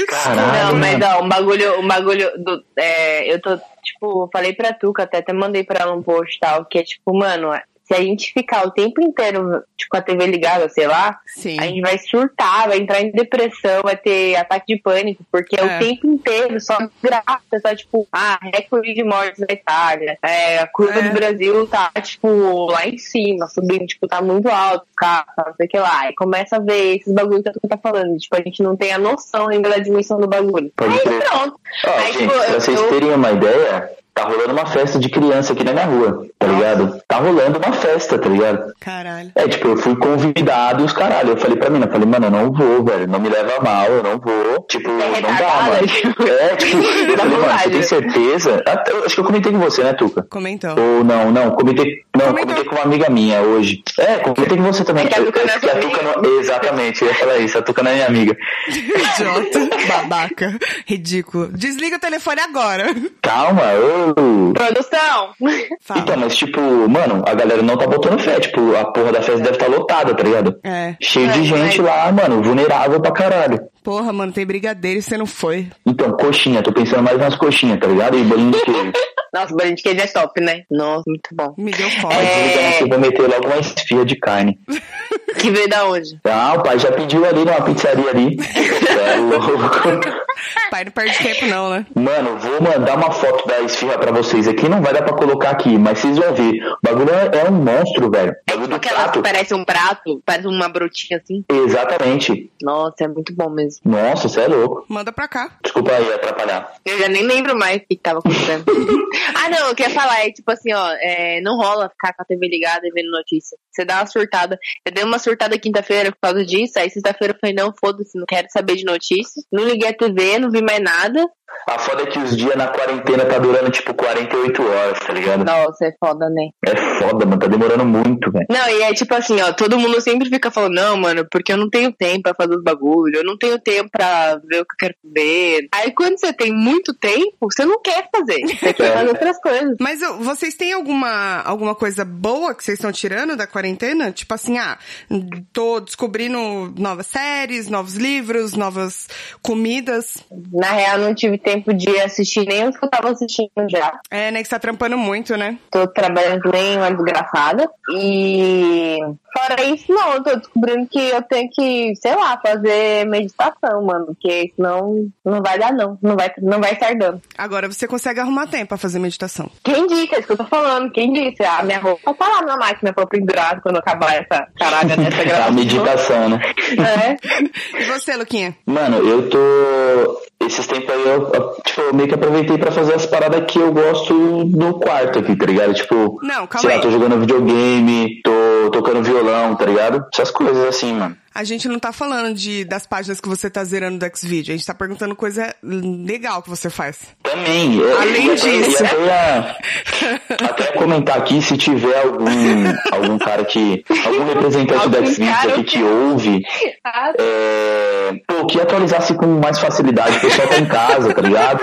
Caralho, Não, mas mano. ó, um bagulho, um bagulho do. é, eu tô, tipo, falei pra Tuca, até, até mandei pra ela um post e tal, que é tipo, mano, se a gente ficar o tempo inteiro, tipo, com a TV ligada, sei lá, Sim. a gente vai surtar, vai entrar em depressão, vai ter ataque de pânico, porque é, É. o tempo inteiro só graça, só tipo, ah, recorde de mortes na Itália, é, a curva É. do Brasil tá, tipo, lá em cima, subindo, tipo, tá muito alto, cara, não sei o que lá. E começa a ver esses bagulhos que a Tuca tá falando, tipo, a gente não tem a noção ainda da dimensão do bagulho. Pode Aí crer. pronto. Ó, Aí, gente, tipo, pra eu- vocês eu- terem uma ideia, tá rolando uma festa de criança aqui na minha rua. tá ligado? Tá rolando uma festa, tá ligado? Caralho. É, tipo, eu fui convidado e os caralho. Eu falei pra mina, eu falei, mano, eu não vou, velho. Não me leva mal, eu não vou. Tipo, É não dá, retardada, mano. É, (laughs) tipo, eu Dá falei, mano, você vontade. tem certeza? Até- Acho que eu comentei com você, né, Tuca? Comentou. Ou não, não, comentei, não, Comentou. comentei com uma amiga minha hoje. É, comentei com você também. É que a Tuca não é Que a sua Tuca não- Exatamente, eu ia falar isso, a Tuca não é minha amiga. Idiota. (laughs) Babaca. Ridículo. Desliga o telefone agora. Calma, eu. Produção! (laughs) Fala. Então, mas tipo, mano, a galera não tá botando fé. Tipo, a porra da festa deve estar lotada, tá ligado? É. Cheio É, de gente mas- lá, mano, vulnerável pra caralho. Porra, mano, tem brigadeiro e você não foi. Então, coxinha, tô pensando mais nas coxinhas, tá ligado? E bolinho de (laughs) queijo. Nossa, o bolinho de queijo é top, né? Nossa, muito bom. Me deu fome. Mas um digamos É. que eu vou meter logo uma esfirra de carne. Que veio da onde? Ah, o pai já pediu ali numa pizzaria (laughs) ali. é louco. Pai, não perde tempo não, né? Mano, vou mandar uma foto da esfirra pra vocês aqui. Não vai dar pra colocar aqui, mas vocês vão ver. O bagulho é, é um monstro, velho. O bagulho do Aquela prato. que parece um prato, parece uma brotinha assim. Exatamente. Nossa, é muito bom mesmo. Nossa, você é louco. Manda pra cá. Desculpa aí atrapalhar. Eu já nem lembro mais o que que (laughs) tava acontecendo. ah, não, eu queria falar, é tipo assim, ó, é, não rola ficar com a TV ligada e vendo notícia. Você dá uma surtada. Eu dei uma surtada quinta-feira por causa disso, aí sexta-feira eu falei, não, foda-se, não quero saber de notícia. Não liguei a TV, não vi mais nada. A foda é que os dias na quarentena tá durando tipo 48 horas, tá ligado? Nossa, é foda, né? É foda, mano. Tá demorando muito, velho. Não, e é tipo assim, ó, todo mundo sempre fica falando, não, mano, porque eu não tenho tempo pra fazer os bagulho, eu não tenho tempo pra ver o que eu quero ver. Aí quando você tem muito tempo, você não quer fazer. Você quer É. fazer outras coisas. Mas eu- vocês têm alguma, alguma coisa boa que vocês estão tirando da quarentena? Tipo assim, ah, tô descobrindo novas séries, novos livros, novas comidas. Na real, não tive tempo de assistir nem os que eu tava assistindo já. É, né, que você tá trampando muito, né? Tô trabalhando que nem uma desgraçada. E fora isso, não, eu tô descobrindo que eu tenho que, sei lá, fazer meditação, mano. Porque senão não vai dar, não. Não vai, não vai estar dando. Agora você consegue arrumar tempo pra fazer meditação. Quem disse? É isso que eu tô falando. Quem disse? A minha roupa tá lá na máquina pra eu pendurar quando acabar essa caralho (laughs) dessa A gravação. Tá meditação, né? É. E você, Luquinha? Mano, eu tô. Esses tempos aí eu, tipo, eu meio que aproveitei pra fazer as paradas que eu gosto no quarto aqui, tá ligado? Tipo, Não, calma sei aí. lá, tô jogando videogame, tô tocando violão, tá ligado? Essas coisas assim, mano. A gente não tá falando de, das páginas que você tá zerando do Xvideo. A gente tá perguntando coisa legal que você (laughs) faz. Também. é, eu- Além eu- eu- disso. Eu ia até comentar aqui se tiver algum, algum cara que. Algum representante do Algum Xvideos cara aqui que ouve. Ah, É, pô, que atualizasse com mais facilidade. O pessoal tá em casa, tá ligado?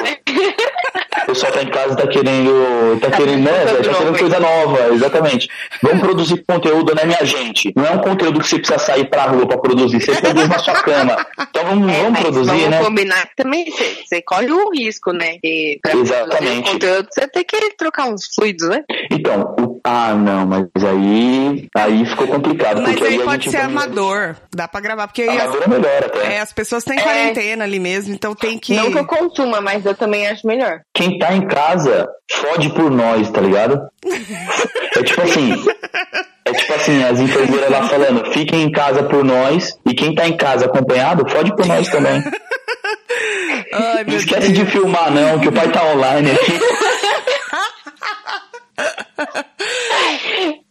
O pessoal tá em casa tá querendo. Tá querendo, né, velho? precisando de Tá novo, querendo coisa nova, exatamente. Vamos produzir conteúdo, né, minha gente? Não é um conteúdo que você precisa sair pra rua pra produzir, você produz na sua cama. Então vamos, é, vamos mas produzir, vamos né? combinar que também você você corre um risco, né? E pra produzir Exatamente. Conteúdo, você tem que trocar uns fluidos, né? Então, o- ah, não, mas aí. Aí ficou complicado. Mas porque aí aí a pode gente ser vai- amador. Dá pra gravar, porque aí as, Amador é melhor até. é, as pessoas estão em quarentena ali mesmo, então tem que... Não que eu consuma, mas eu também acho melhor. quem tá em casa fode por nós, tá ligado? É tipo assim. É tipo assim, as enfermeiras lá falando, fiquem em casa por nós, e quem tá em casa acompanhado, fode por nós também. Ai, Não meu (laughs) esquece de Deus. filmar não, que o pai tá online aqui.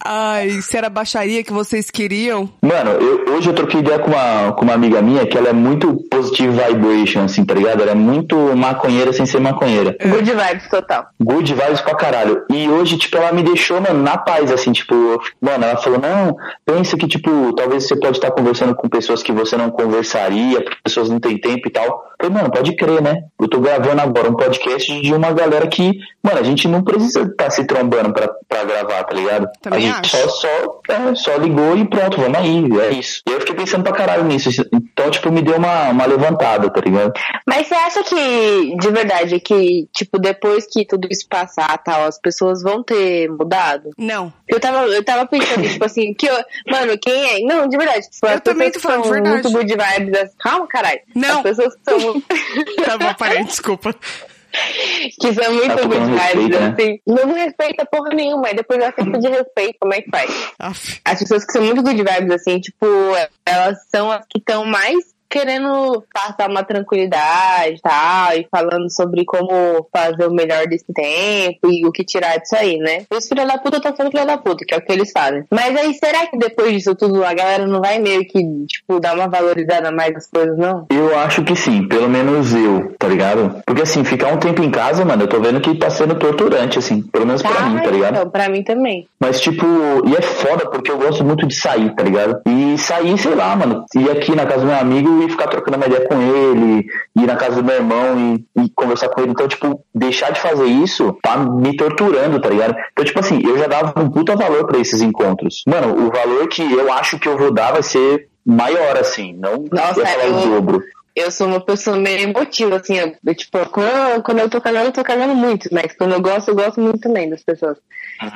Ai, se era baixaria que vocês queriam? Mano, eu- hoje eu troquei ideia com uma, com uma amiga minha que ela é muito positive vibration, assim, tá ligado? Ela é muito maconheira sem ser maconheira. Good vibes total. Good vibes pra caralho. E hoje, tipo, ela me deixou, mano, na paz, assim, tipo, eu fico- mano, ela falou, não, pensa que, tipo, talvez você pode estar conversando com pessoas que você não conversaria, porque pessoas não têm tempo e tal. Eu falei, mano, pode crer, né? Eu tô gravando agora um podcast de uma galera que, mano, a gente não precisa estar se trombando pra, pra gravar, tá ligado? Também a gente acho. só, só, é, só ligou e pronto, vamos aí, é isso. E eu fiquei pensando pra caralho nisso. Então, tipo, me deu uma, uma levantada, tá ligado? Mas você acha que, de verdade, que, tipo, depois que tudo isso passar tal, as pessoas vão ter mudado? Não. Eu tava, eu tava (coughs) pensando, tipo assim, que eu, mano, quem é? Não, de verdade. Tipo, as Eu também pessoas tô falando que são de verdade. muito good vibes. as- Calma, caralho. Não. As pessoas que (laughs) são muito, Tá bom, parei, desculpa. (laughs) que são muito Tá good faltando vibes, respeito, né? assim. Não me respeita porra nenhuma, aí depois da falta de respeito, como é que faz? Aff. As pessoas que são muito good vibes, assim, tipo, elas são as que estão mais querendo passar uma tranquilidade e tal, e falando sobre como fazer o melhor desse tempo e o que tirar disso aí, né? Os filhos da puta estão sendo filha da puta, que é o que eles fazem. Mas aí, será que depois disso tudo a galera não vai meio que, tipo, dar uma valorizada mais nas coisas, não? Eu acho que sim, pelo menos eu, tá ligado? Porque assim, ficar um tempo em casa, mano, eu tô vendo que tá sendo torturante, assim, pelo menos pra mim, tá ligado? então, pra mim também. Mas, tipo, e é foda porque eu gosto muito de sair, tá ligado? E sair, sei lá, mano, ir aqui na casa do meu amigo e ficar trocando uma ideia com ele, ir na casa do meu irmão e, e conversar com ele. Então, tipo, deixar de fazer isso tá me torturando, tá ligado? Então, tipo assim, eu já dava um puta valor pra esses encontros. Mano, o valor que eu acho que eu vou dar vai ser maior, assim, não Nossa, ia falar eu- o dobro. eu sou uma pessoa meio emotiva, assim, eu- eu, tipo, quando, quando eu tô cagando, eu tô cagando muito, mas quando eu gosto, eu gosto muito também das pessoas.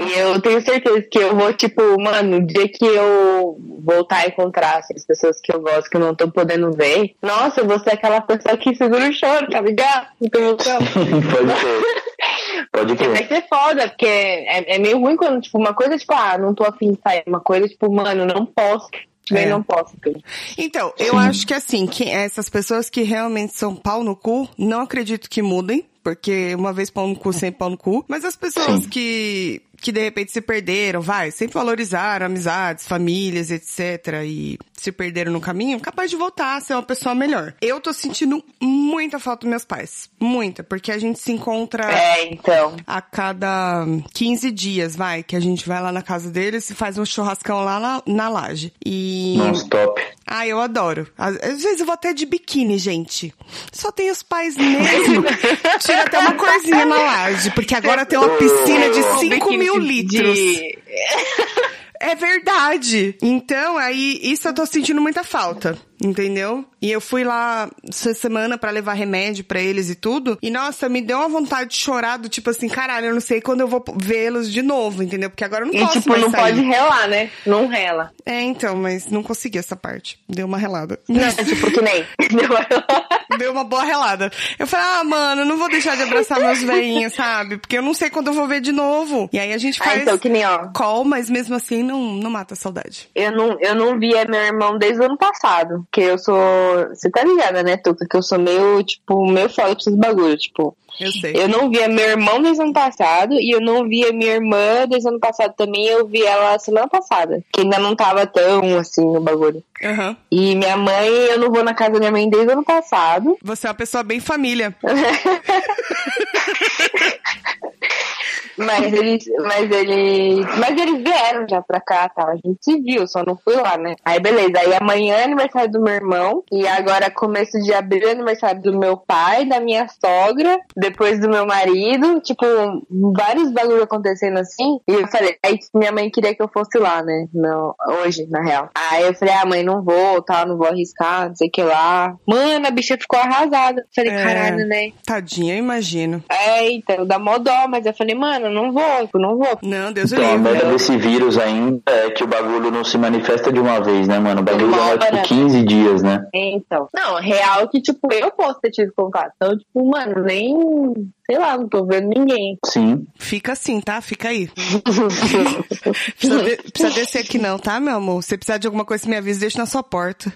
E eu tenho certeza que eu vou, tipo, mano, o dia que eu voltar a encontrar assim, as pessoas que eu gosto, que eu não tô podendo ver, nossa, eu vou ser aquela pessoa que segura o choro, tá ligado? Não tem noção. (laughs) Pode ser. Pode Porque vai crer. ser foda, porque é, é meio ruim quando, tipo, uma coisa, tipo, ah, não tô afim de sair, uma coisa, tipo, mano, não posso, bem, É. não posso. Então, eu acho que assim, que essas pessoas que realmente são pau no cu, não acredito que mudem, porque uma vez pau no cu, sempre pau no cu. Mas as pessoas Sim. que, que de repente se perderam, vai, sempre valorizaram amizades, famílias, etc. E se perderam no caminho, capaz de voltar a ser uma pessoa melhor. Eu tô sentindo muita falta dos meus pais. Muita, porque a gente se encontra É, então. a cada 15 dias, vai, que a gente vai lá na casa deles e faz um churrascão lá na, na laje. E. Nossa, top. Ah, eu adoro. Às às vezes eu vou até de biquíni, gente. Só tem os pais (laughs) mesmo. Tira até uma corzinha na laje, porque agora tem uma piscina (laughs) de O 5 Um biquíni mil de- litros. de- É verdade. Então, aí, isso eu tô sentindo muita falta, entendeu? E eu fui lá essa semana pra levar remédio pra eles e tudo. E nossa, me deu uma vontade de chorar do tipo assim, caralho, eu não sei quando eu vou vê-los de novo, entendeu? Porque agora eu não E, posso tipo, mais não sair. pode relar, né? Não rela. É, então, mas não consegui essa parte. Deu uma relada. Não, tipo, que nem. (laughs) Ah, Não rela. Deu uma boa relada. Eu falei, ah, mano, eu não vou deixar de abraçar meus veinhos, sabe? Porque eu não sei quando eu vou ver de novo. E aí a gente Ah, faz então, que nem, ó. call, mas mesmo assim não, não mata a saudade. Eu não, eu não via meu irmão desde o ano passado. Que eu sou. Você tá ligada, né, Tuca? Que eu sou meio, tipo, meio foda com esses bagulhos. Tipo, Eu sei. eu não via meu irmão desde o ano passado. E eu não via minha irmã desde o ano passado também. Eu vi ela semana passada. Que ainda não tava tão assim no bagulho. Aham. E minha mãe, eu não vou na casa da minha mãe desde o ano passado. Você é uma pessoa bem família. Mas eles, mas eles, mas eles vieram já pra cá, tá? A gente se viu, só não fui lá, né? Aí beleza, aí amanhã é aniversário do meu irmão, e agora começo de abril é aniversário do meu pai, da minha sogra, depois do meu marido, tipo, vários bagulhos acontecendo assim. E eu falei, aí tipo, minha mãe queria que eu fosse lá, né? Não, hoje, na real. Aí eu falei, ah, mãe, não vou, tá? Não vou arriscar, não sei o que lá. Mano, a bicha ficou arrasada. Falei, É. caralho, né? Tadinha, eu imagino. É, então, dá mó dó, mas eu falei, mano, não vou, tipo, não vou. Não, Deus o Então, a merda livre. né? desse vírus ainda é que o bagulho não se manifesta de uma vez, né, mano? O bagulho já vai Demora. tipo 15 dias, né? Então. Não, real que, tipo, eu posso ter tido contato. Então, tipo, mano, nem. Sei lá, não tô vendo ninguém. Sim. Fica assim, tá? Fica (laughs) aí. precisa, de- precisa descer aqui não, tá, meu amor? Se precisar de alguma coisa, você me avisa, deixa na sua porta.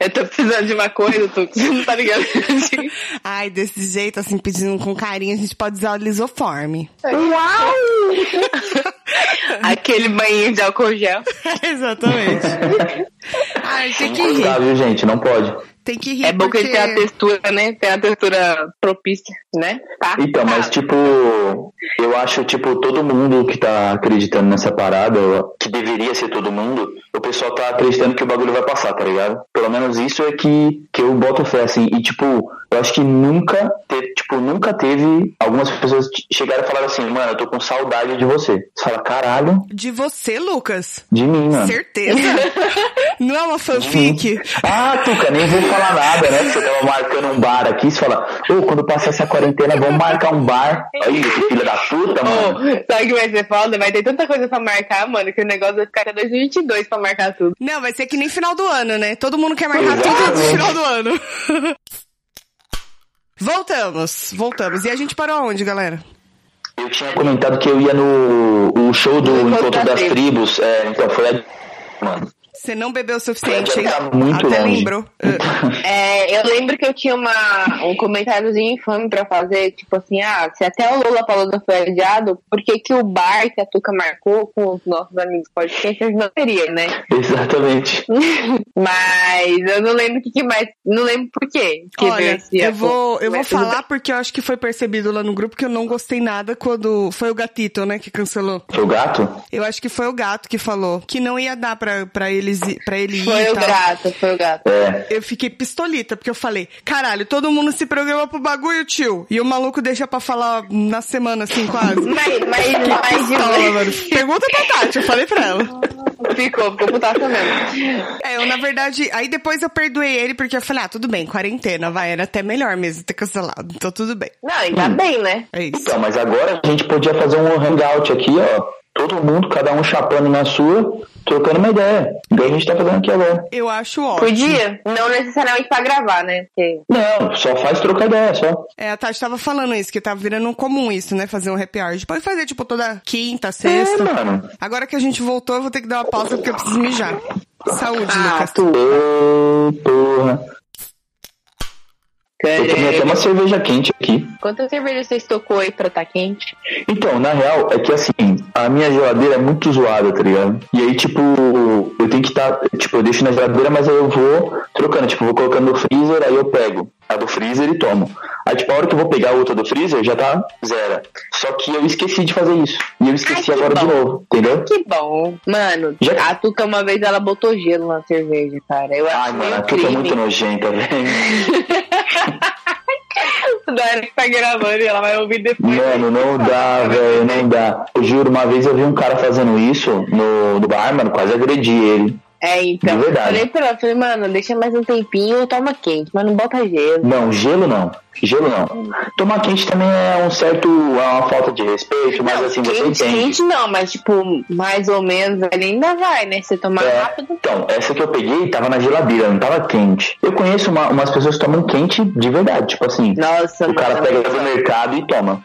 eu tô precisando de uma coisa, tu você não (laughs) tá ligado? Ai, desse jeito, assim, pedindo com carinho, a gente pode usar o lisoforme. (laughs) Uau! (laughs) Aquele banho de álcool gel. (laughs) Exatamente. Ai, tem É que Tá, rir. viu, gente? Não pode. Tem que rir É bom que porque... ele tem a textura, né? Tem a textura propícia, né? Tá. Então, mas tipo, eu acho, tipo, todo mundo que tá acreditando nessa parada, eu- que deveria ser todo mundo, o pessoal tá acreditando que o bagulho vai passar, tá ligado? Pelo menos isso é que, que eu boto fé, assim. E tipo, eu acho que nunca, te- tipo, nunca teve algumas pessoas t- chegaram e falaram assim, mano, eu tô com saudade de você. Você fala, caralho, De você, Lucas. de mim, mano. (laughs) Certeza. Não é uma fanfic? Ah, Tuca, nem vou falar nada, né? Você tava marcando um bar aqui, você fala, ô, quando passar essa quarentena, vamos marcar um bar. Aí, que filha da puta, Ô, mano. sabe o que vai ser foda? Vai ter tanta coisa pra marcar, mano, que o negócio vai ficar até 2022 pra marcar tudo. Não, vai ser que nem final do ano, né? Todo mundo quer marcar tudo no Exatamente. final do ano. (laughs) Voltamos, voltamos. E a gente parou aonde, galera? Eu tinha comentado que eu ia no o show do No Encontro das Tribos. Tribos. É, então, foi a... Mano, Você não bebeu o suficiente, hein? Tá muito Até longe. lembrou. Ah, É, eu lembro que eu tinha uma, um comentáriozinho infame pra fazer, tipo assim, ah, se até o Lula falou do foi adiado, por que, que o bar que a Tuca marcou com os nossos amigos podcasters não teria, né? (laughs) Exatamente. Mas eu não lembro o que, que mais. Não lembro por quê. que Ah, Olha, veio esse- eu vou, eu vou mas tudo falar porque eu acho que foi percebido lá no grupo que eu não gostei nada quando foi o gatito, né, que cancelou. Foi o gato? Eu acho que foi o gato que falou que não ia dar pra, pra, eles, ir- pra tá? ele ir Foi e o tal. gato, foi o gato. É. Eu fiquei pistolita, porque eu falei, caralho, todo mundo se programa pro bagulho, tio. E o maluco deixa pra falar na semana, assim, quase. (laughs) Mas, mas, mas Pistola, de mano. (laughs) Pergunta pra Tati, eu falei pra ela. ficou, ficou putaça mesmo. É, eu, na verdade, aí depois eu perdoei ele, porque eu falei, ah, tudo bem, quarentena, vai, era até melhor mesmo ter cancelado, então tudo bem. Não, ainda bem, né? É isso. Então, mas agora a gente podia fazer um hangout aqui, ó. Todo mundo, cada um chapando na sua, trocando uma ideia. Igual a gente tá fazendo aqui agora. Eu acho ótimo. Podia, não necessariamente pra gravar, né? Porque Não, só faz trocar ideia, só. É, a Tati tava falando isso, que tá virando um comum isso, né? Fazer um happy hour. A gente pode fazer, tipo, toda quinta, É, sexta. mano. Agora que a gente voltou, eu vou ter que dar uma pausa porque eu preciso mijar. Saúde, Ah, Lucas. Ô, porra. É, Eu tomei até uma cerveja quente aqui. Quantas cervejas você estocou aí pra tá quente? Então, na real, é que assim, a minha geladeira é muito zoada, tá ligado? E aí, tipo, eu tenho que estar. tipo, eu deixo na geladeira, mas aí eu vou trocando. Tipo, eu vou colocando no freezer, aí eu pego a do freezer e tomo. Aí, tipo, a hora que eu vou pegar a outra do freezer, já tá zero. Só que eu esqueci de fazer isso. E eu esqueci Ai, que agora de bom. novo, entendeu? Que bom. Mano, Já- a Tuca uma vez ela botou gelo na cerveja, cara. Eu Ai, acho mano, meio a Tuca é muito (laughs) crime. nojenta, velho. Da hora que tá gravando e ela vai ouvir depois. Mano, não dá, velho, não dá. Eu juro, uma vez eu vi um cara fazendo isso no, no bar, mano, quase agredi ele. É, então. De verdade. Falei pra ela, falei, mano, deixa mais um tempinho, toma quente, mas não bota gelo. Não, gelo não. Gelo não. Tomar quente também é um certo. É uma falta de respeito, mas assim você quente, entende. quente não, mas tipo, mais ou menos, ele ainda vai, né? Se você tomar É, rápido, então, essa que eu peguei tava na geladeira, não tava quente. Eu conheço uma- umas pessoas que tomam quente de verdade, tipo assim. nossa, o cara mano. pega do mercado e toma.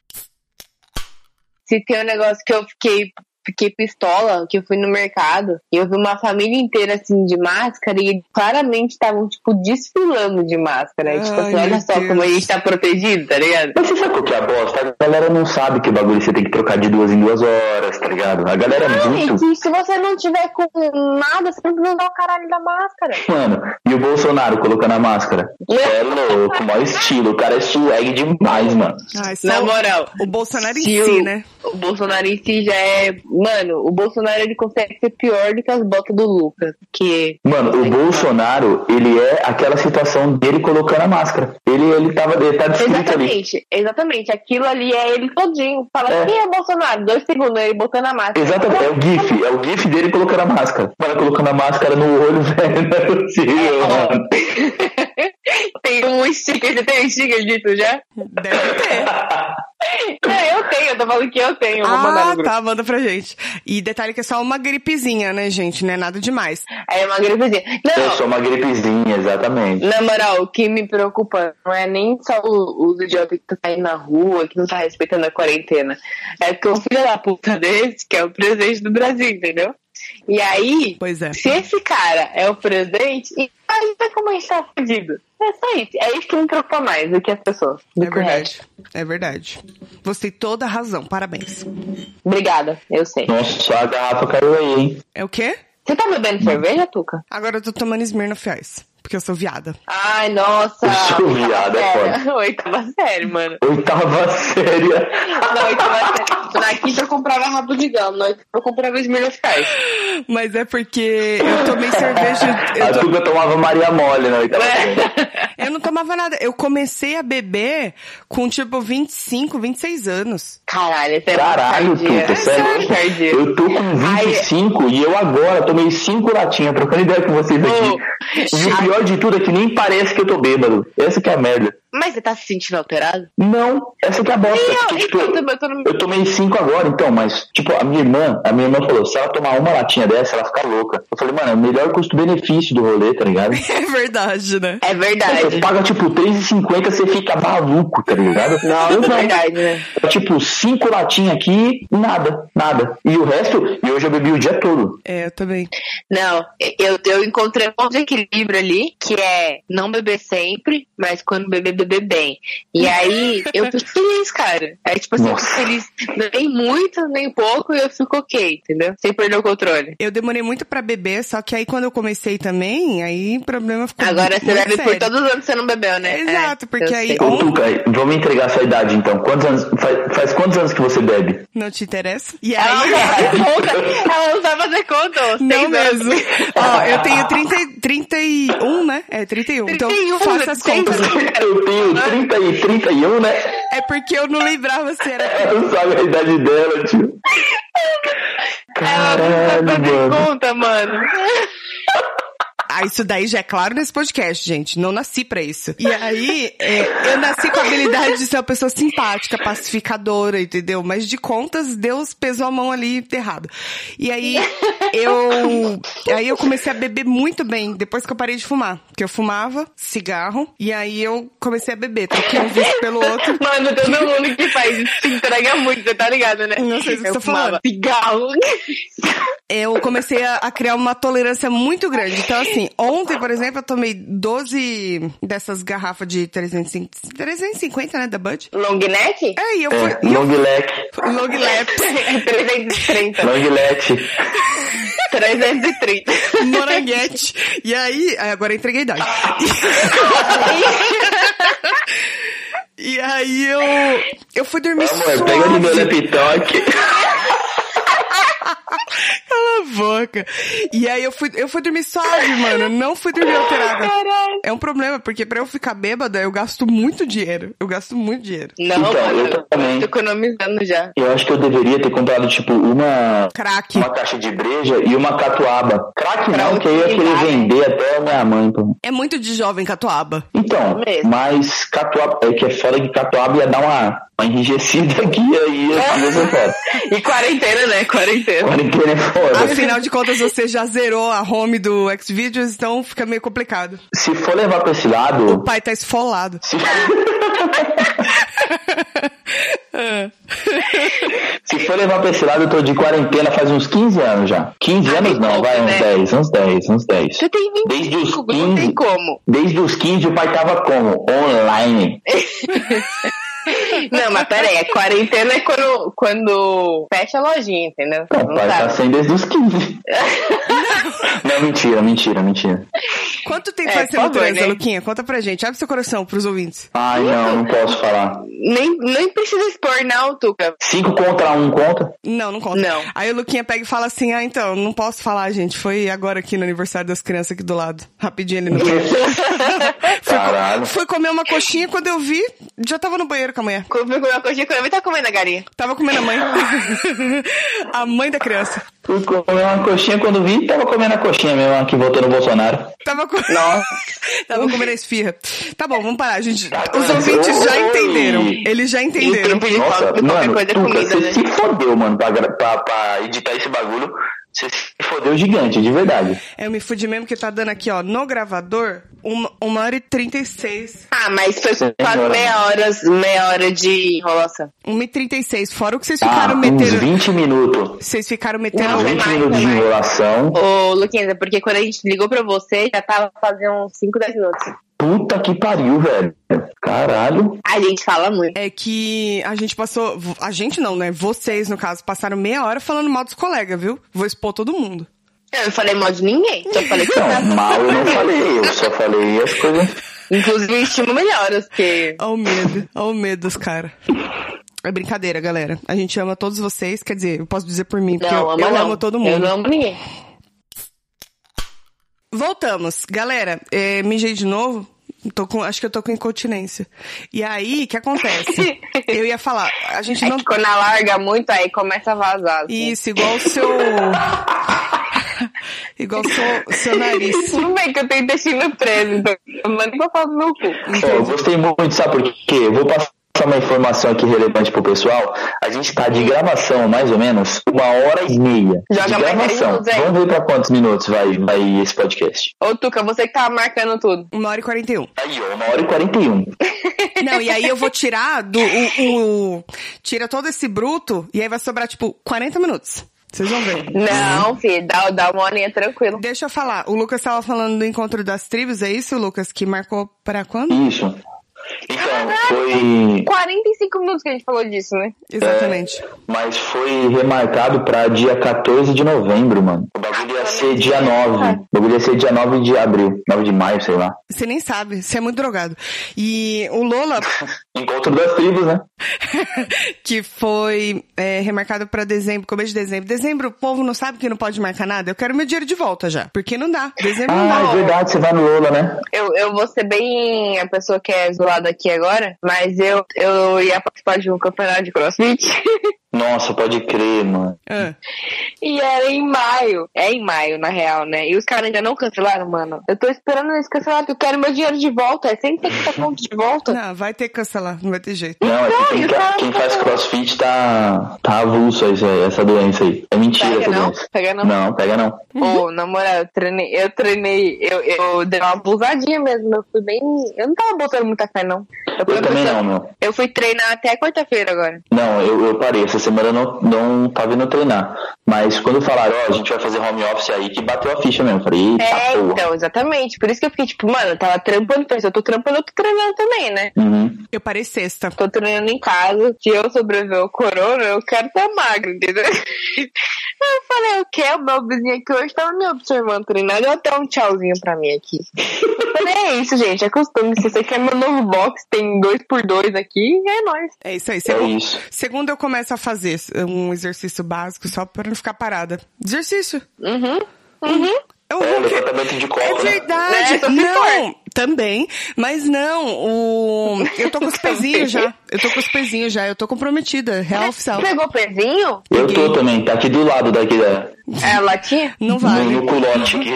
Se tem um negócio que eu fiquei, fiquei pistola, que eu fui no mercado e eu vi uma família inteira assim de máscara e claramente estavam, tipo, desfilando de máscara. Ai, tipo assim, meu olha só Deus. como a gente tá protegido, tá ligado? Mas você sabe qual que é a bosta? A galera não sabe que o bagulho você tem que trocar de duas em duas horas, tá ligado? A galera é Ai, muito. que se você não tiver com nada, você não precisa usar o caralho da máscara. Mano, e o Bolsonaro colocando a máscara? (laughs) É louco, maior estilo. O cara é swag demais, mano. Ai, só Na o- moral, o Bolsonaro em Se si, o- né? O Bolsonaro em si já é. Mano, o Bolsonaro ele consegue ser pior do que as botas do Lucas. Que. Mano, o Bolsonaro, ele é aquela situação dele colocando a máscara. Ele, ele, tava, ele tá descrito ali. Exatamente, exatamente. Aquilo ali é ele todinho. Fala, É. quem é Bolsonaro? Dois segundos ele botando a máscara. Exatamente, é o GIF, é o GIF dele colocando a máscara. O cara colocando a máscara no olho, (laughs) velho, não é possível, mano. né? (laughs) tem um sticker, você tem um sticker disso já? Deve ter. Não, eu tenho, eu tô falando que eu tenho. (laughs) Eu vou mandar no Ah, grupo. tá, manda pra gente. E detalhe que é só uma gripezinha, né, gente? Não é nada demais. Aí é uma gripezinha. Eu Não, sou uma gripezinha, exatamente. Na moral, o que me preocupa não é nem só o, os idiotas que estão saindo na rua, que não tá respeitando a quarentena. É que o filho da puta desse, que é o presidente do Brasil, entendeu? E aí, Pois é. se esse cara é o presidente, imagina como a gente tá fudido. É só isso. É isso que me preocupa mais do que as pessoas. do É que o resto. verdade. É verdade. Você tem toda a razão. Parabéns. Obrigada, eu sei. Nossa, a garrafa caiu aí, hein? É o quê? Você tá bebendo cerveja, Tuca? Agora eu tô tomando Smirnoff Ice, porque eu sou viada. Ai, nossa. Eu sou Oitava viado, é série. (laughs) Oitava série, mano. Oitava (laughs) séria. Na oitava série. né? Na quinta eu comprava Rabudigão, na oitava eu comprava Smirnoff Ice. Mas é porque eu tomei cerveja. A Eu, to- Tuca tomava Maria Mole na oitava série. eu não tomava nada. Eu comecei a beber com tipo 25, 26 anos. (laughs) Caralho, você é Caralho, muito tardia. é Tuca, Muito tardia. sério? Eu tô com 25 e eu agora tomei 5 latinhas, trocando ideia com vocês aqui. Ô, E o pior de tudo é que nem parece que eu tô bêbado. Essa que é a merda. Mas você tá se sentindo alterado? Não, essa que é a bosta. Sim, eu- porque, tipo, eu também- eu também- eu tomei cinco agora, então, mas, tipo, a minha irmã, a minha irmã falou, se ela tomar uma latinha dessa, ela fica louca. Eu falei, mano, é o melhor custo-benefício do rolê, tá ligado? É verdade, né? É Você verdade. paga, tipo, 3,50, você fica maluco, tá ligado? Não, é verdade, né? É, Tipo, cinco latinhas aqui, nada, nada. E o resto, e hoje eu bebi o dia todo. É, eu também. Não, eu, eu encontrei um ponto de equilíbrio ali, que é não beber sempre, mas quando beber, beber bem. E aí, eu fico feliz, cara. É tipo assim, eu fico Nossa. feliz nem muito, nem pouco, e eu fico ok, entendeu? Sem perder o controle. Eu demorei muito pra beber, só que aí quando eu comecei também, aí o problema ficou Agora você muito bebe por sério. todos os anos que você não bebeu, né? Exato, porque eu aí- sei. Ô, Tuca, vamos entregar a sua idade, então. Quantos anos, faz, faz quantos anos que você (laughs) bebe? Não te interessa? E Ela aí... Ah, não sabe fazer conta. Ela não sabe fazer conta. ó, (laughs) seis Não anos. (laughs) mesmo. Ó, eu tenho 30, 31, né? É, 31. então, 31, faça as tem- contas. Eu tenho 30 e 31, né? É porque eu não lembrava se era... Ela não sabe a idade dela, tio. Ela não sabe Caralho, fazer mano. conta, mano. Ah, isso daí já é claro nesse podcast, gente. Não nasci pra isso. E aí, é, eu nasci com a habilidade de ser uma pessoa simpática, pacificadora, entendeu? Mas de contas, Deus pesou a mão ali errado. E aí, eu... Aí eu comecei a beber muito bem, depois que eu parei de fumar. Porque eu fumava cigarro, e aí eu comecei a beber. Troquei um vício pelo outro. Mano, todo mundo que faz isso se entrega muito, você tá ligado, né? Não sei do que eu você tá falando. fumava cigarro. eu comecei a, a criar uma tolerância muito grande. Então, assim, ontem, por exemplo, eu tomei 12 dessas garrafas de 350, 350 né, da Bud. Long neck? É, e eu fui... É, long leque, Long lapse, 330. long leque. 330. (laughs) moranguete. E aí, aí agora eu entreguei a idade. E aí eu, eu fui dormir Amor, suave. pega de meu né, laptop. Cala a boca. E aí eu fui, eu fui dormir suave, mano. Não fui dormir alterada. Caralho. É um problema, porque pra eu ficar bêbada, eu gasto muito dinheiro. Eu gasto muito dinheiro. Não, Então, mano, eu também. tô economizando já. Eu acho que eu deveria ter comprado, tipo, uma, Crack. uma caixa de breja e uma catuaba. Crack não, Crack, que eu ia querer crack. vender até a minha mãe. pô. É muito de jovem catuaba. Então, É Mesmo. mas catuaba, é que é foda que catuaba ia dar uma, uma enrijecida (laughs) aqui aí, assim, ia ser foda. E quarentena, né? Quarentena. Quarentena é Ah, foda. Afinal de contas, você já zerou a home do Xvideos, então fica meio complicado. Se for levar pra esse O lado, pai tá esfolado. se, Ah. (laughs) se for levar pra esse lado, eu tô de quarentena faz uns 15 anos já. 15 anos não, vai, uns né? 10, uns 10, uns 10. Você tem Desde os 25, não 15. tem como. Desde os 15 o pai tava como? Online. Não, mas peraí, a quarentena é quando, quando fecha a lojinha, entendeu? Não, o Não pai tá sabe. sem desde os (laughs) 15. Não, mentira, mentira, mentira. (laughs) Quanto tempo É, faz que você por não favor, transa, né? Luquinha? Conta pra gente. Abre seu coração pros ouvintes. Ai, não, não posso falar. Nem, nem precisa expor, não, Tuca. 5 contra 1 um (laughs) conta? Não, não conta. Não. Aí o Luquinha pega e fala assim, ah, então, não posso falar, gente. Foi agora aqui no aniversário das crianças aqui do lado. Rapidinho ele no banheiro. Fui co- (laughs) Caralho. Fui comer uma coxinha, quando eu vi, já tava no banheiro com a mulher. Comi uma coxinha quando eu vi, tá comendo a galinha. Tava comendo a mãe. (laughs) a mãe da criança. Fui comer uma coxinha quando vi, tava comendo a coxinha mesmo aqui voltando o Bolsonaro. Tava com... (laughs) Tava comendo a esfirra. Tá bom, vamos parar, gente. Os Oi. ouvintes já entenderam. Eles já Em entenderam. tempo de Nossa, falta, qualquer mano, coisa é Tuca, comida, você né? se fodeu, mano, pra, gra- pra, pra editar esse bagulho. Você se fodeu gigante, de verdade. Eu me fudi mesmo que tá dando aqui, ó, no gravador, uma, uma hora e trinta e seis. Ah, mas foi quase Senhora. meia hora, meia hora de enrolação. Uma e trinta e seis. Fora o que Tá, vocês Ah, ficaram uns metendo... 20 minutos. Vocês ficaram metendo... Não, Uns é 20 mais, minutos é de mais. enrolação. Ô, Luquinha, porque quando a gente ligou pra você, já tava fazendo uns 5, 10 minutos. Puta que pariu, velho. Caralho. A gente fala muito. É que a gente passou... A gente não, né? Vocês, no caso, passaram meia hora falando mal dos colegas, viu? Vou expor todo mundo. Eu não falei mal de ninguém, só falei que Não, tá... mal eu não falei, eu só falei as coisas. Inclusive, estimo melhoras, porque... Ó o medo, ó o medo dos caras. É brincadeira, galera. A gente ama todos vocês, quer dizer, eu posso dizer por mim, porque Não, eu, ama eu não. amo todo mundo. Eu não amo ninguém. Voltamos. Galera, é, mijei de novo. Tô com, acho que eu tô com incontinência. E aí, o que (laughs) acontece? eu ia falar, a gente É não. que quando (laughs) alarga muito, aí começa a vazar. assim. Isso, igual o seu. (laughs) Igual seu, seu nariz. Tudo bem que eu tenho intestino preso, então manda pra falar do meu cu. Ó, É, eu gostei muito, sabe por quê? Eu vou passar uma informação aqui relevante pro pessoal. A gente tá de gravação, mais ou menos, uma hora e meia. Joga de mais dez gravação. minutos aí. Vamos ver pra quantos minutos vai, vai esse podcast. Ô, Tuca, você que tá marcando tudo. Uma hora e quarenta e um. Aí, ó, uma hora e quarenta e um. Não, e aí eu vou tirar do. O, o- tira todo esse bruto e aí vai sobrar, tipo, 40 minutos. Vocês vão ver. Uhum. Não, filho, dá, dá uma horinha tranquilo. Deixa eu falar. O Lucas tava falando do encontro das tribos, é isso, Lucas? Que marcou pra quando? Isso. Então, foi. 45 minutos que a gente falou disso, né? Exatamente. Mas foi remarcado pra dia 14 de novembro, mano. O bagulho ia ser dia 9. O bagulho ia ser dia 9 de abril. 9 de maio, sei lá. Você nem sabe, você é muito drogado. E o (laughs) Lola, Encontro das tribos, né? que foi é, remarcado pra dezembro, começo de dezembro. Dezembro, o povo não sabe que não pode marcar nada. Eu quero meu dinheiro de volta já. Porque não dá. Dezembro não Ah, dá. é verdade, você vai no Lola, né? Eu, eu vou ser bem a pessoa que é zoada aqui agora, mas eu, eu ia participar de um campeonato de crossfit. (laughs) Nossa, pode crer, mano. Ah. e era em maio. É em maio, na real, né? E os caras ainda não cancelaram, mano. Eu tô esperando eles cancelar, porque eu quero meu dinheiro de volta. É 170 conto de volta. Não, vai ter que cancelar, não vai ter jeito. Não, é que Não, quem, Então, e o ca- cara- quem faz crossfit tá, tá avulso aí, essa, essa doença aí. É mentira Pega essa não, doença. pega não. Não, pega não. Ô, na moral, eu treinei, eu treinei, eu, eu dei uma blusadinha mesmo, eu fui bem. Eu não tava botando muita fé, não. Eu, fui- Eu também não, meu. Eu fui treinar até quarta-feira agora. Não, eu, eu parei. Essa semana eu não, não tava indo treinar. Mas quando falaram, ó, a gente vai fazer home office aí, que bateu a ficha mesmo. Eu falei, eita É, porra. então, exatamente. Por isso que eu fiquei, tipo, mano, eu tava trampando, pensei, eu tô trampando, eu tô treinando também, né? Uhum. Eu parei sexta. Tô treinando em casa, se eu sobreviver ao corona, eu quero tá magro, entendeu? Eu falei, o quê? O meu vizinho aqui hoje tava me observando treinar, deu até um tchauzinho pra mim aqui. Eu falei, é isso, gente, é costume. Se você quer meu novo box, tem dois por dois aqui, é nóis. É isso aí. É Segu- isso. Segunda eu começo a fazer um exercício básico só pra não ficar parada. Exercício. Uhum, uhum. É o É, Hulk. levantamento de É copo, né? verdade. É, só se não, também. Mas não, o... eu tô com os pezinhos já. Eu tô com os pezinhos já. Eu tô comprometida. Real oficial. Pegou pezinho? Eu tô também, tá aqui do lado daqui da, É, latinha? Não no, vale, no culote aqui.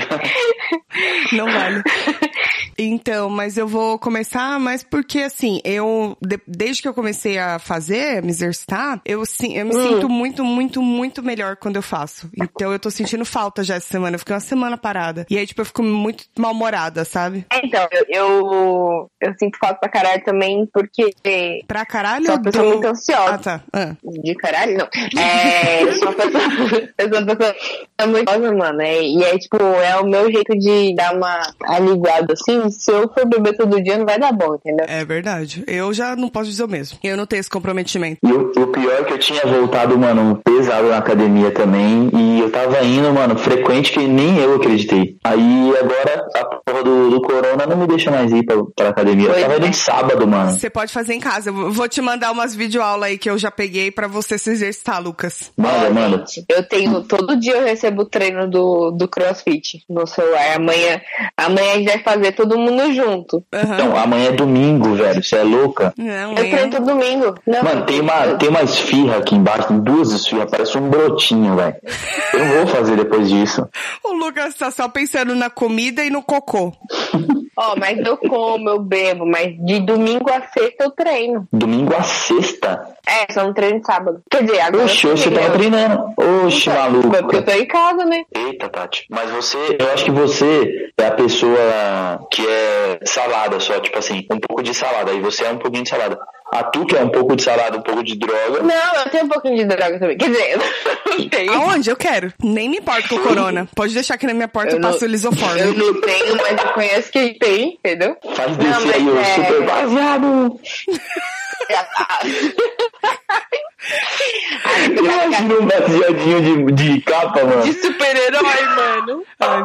(laughs) não vale. Então, mas eu vou começar, mas porque assim, eu de- desde que eu comecei a fazer, me exercitar, eu, sim, eu me Hum. sinto muito, muito, muito melhor quando eu faço. Então eu tô sentindo falta já essa semana. Eu fiquei uma semana parada. E aí, tipo, eu fico muito mal-humorada, sabe? É, Então, eu, eu, eu sinto falta pra caralho também, porque Pra caralho, Sou uma eu pessoa dou- muito ansiosa. Ah, tá. Ah. De caralho, não. É, eu sou uma pessoa, (laughs) eu sou uma pessoa é muito ansiosa, mano. É, e é tipo, é o meu jeito de dar uma aliviada assim. Se eu for beber todo dia, não vai dar bom, entendeu? É verdade. Eu já não posso dizer o mesmo. Eu não tenho esse comprometimento. E o, o pior é que eu tinha voltado, mano, pesado na academia também. E eu tava indo, mano, frequente que nem eu acreditei. Aí agora a porra do, do corona não me deixa mais ir pra, pra academia. Eu Pois tava indo é. em sábado, mano. Você pode fazer em casa. Eu vou te mandar umas videoaulas aí que eu já peguei pra você se exercitar, Lucas. Manda, Ó, manda. gente, Eu tenho, todo dia eu recebo o treino do, do CrossFit no celular. Amanhã, amanhã a gente vai fazer todo mundo junto. Aham. Então, amanhã é domingo, velho. Você é louca? Não, Eu treino é. todo domingo. Não, Mano, tem uma, tem uma esfirra aqui embaixo, tem duas esfirras, parece um brotinho, velho. Eu não vou fazer depois disso. O Lucas tá só pensando na comida e no cocô. ó, mas eu como, eu bebo, mas de domingo a sexta eu treino. Domingo a sexta? É, só não treino de sábado. Quer dizer, agora. Oxe, eu hoje você tá treino. treinando. Oxe, maluco. Mas porque eu tô em casa, né? Eita, Tati. Mas você, eu acho que você é a pessoa que é salada só, tipo assim, um pouco de salada. E você é um pouquinho de salada. A tu que é um pouco de salada, um pouco de droga. Não, eu tenho um pouquinho de droga também. Quer dizer, (laughs) eu não tenho. Aonde? é Eu quero. Nem me importo com o corona. Pode deixar aqui na minha porta, eu, Eu não- passo o Eu lisoforme. não tenho, mas eu conheço quem tem, entendeu? Faz Não, descer aí mas o é- super baseado. Imagina um baseadinho de, de capa, De mano. super-herói, mano. Ai,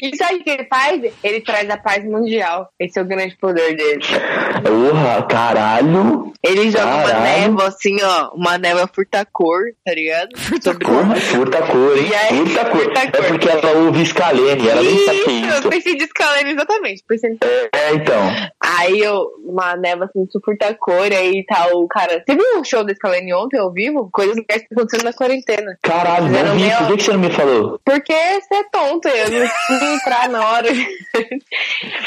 E sabe o que ele faz? Ele traz a paz mundial. Esse é o grande poder dele. Porra, caralho. Ele joga uma Caralho. névoa, assim, ó. Uma névoa furta-cor, tá ligado? Sobre Porra, furta a cor, hein? E aí, Furta a cor. furta a É cor. porque ela ouve Scalene, ela nem sabe o que é Isso, eu isso. pensei de escalene exatamente. Pensei... É, então. Aí eu, uma neva assim, suporta cor, aí tá o cara. Teve um show da Scalene ontem ao vivo? Coisas legais que aconteceram na quarentena. Caralho, Fizeram não vi. meia- Por que que você não me falou? Porque você é tonto, eu não fui entrar (laughs) na hora.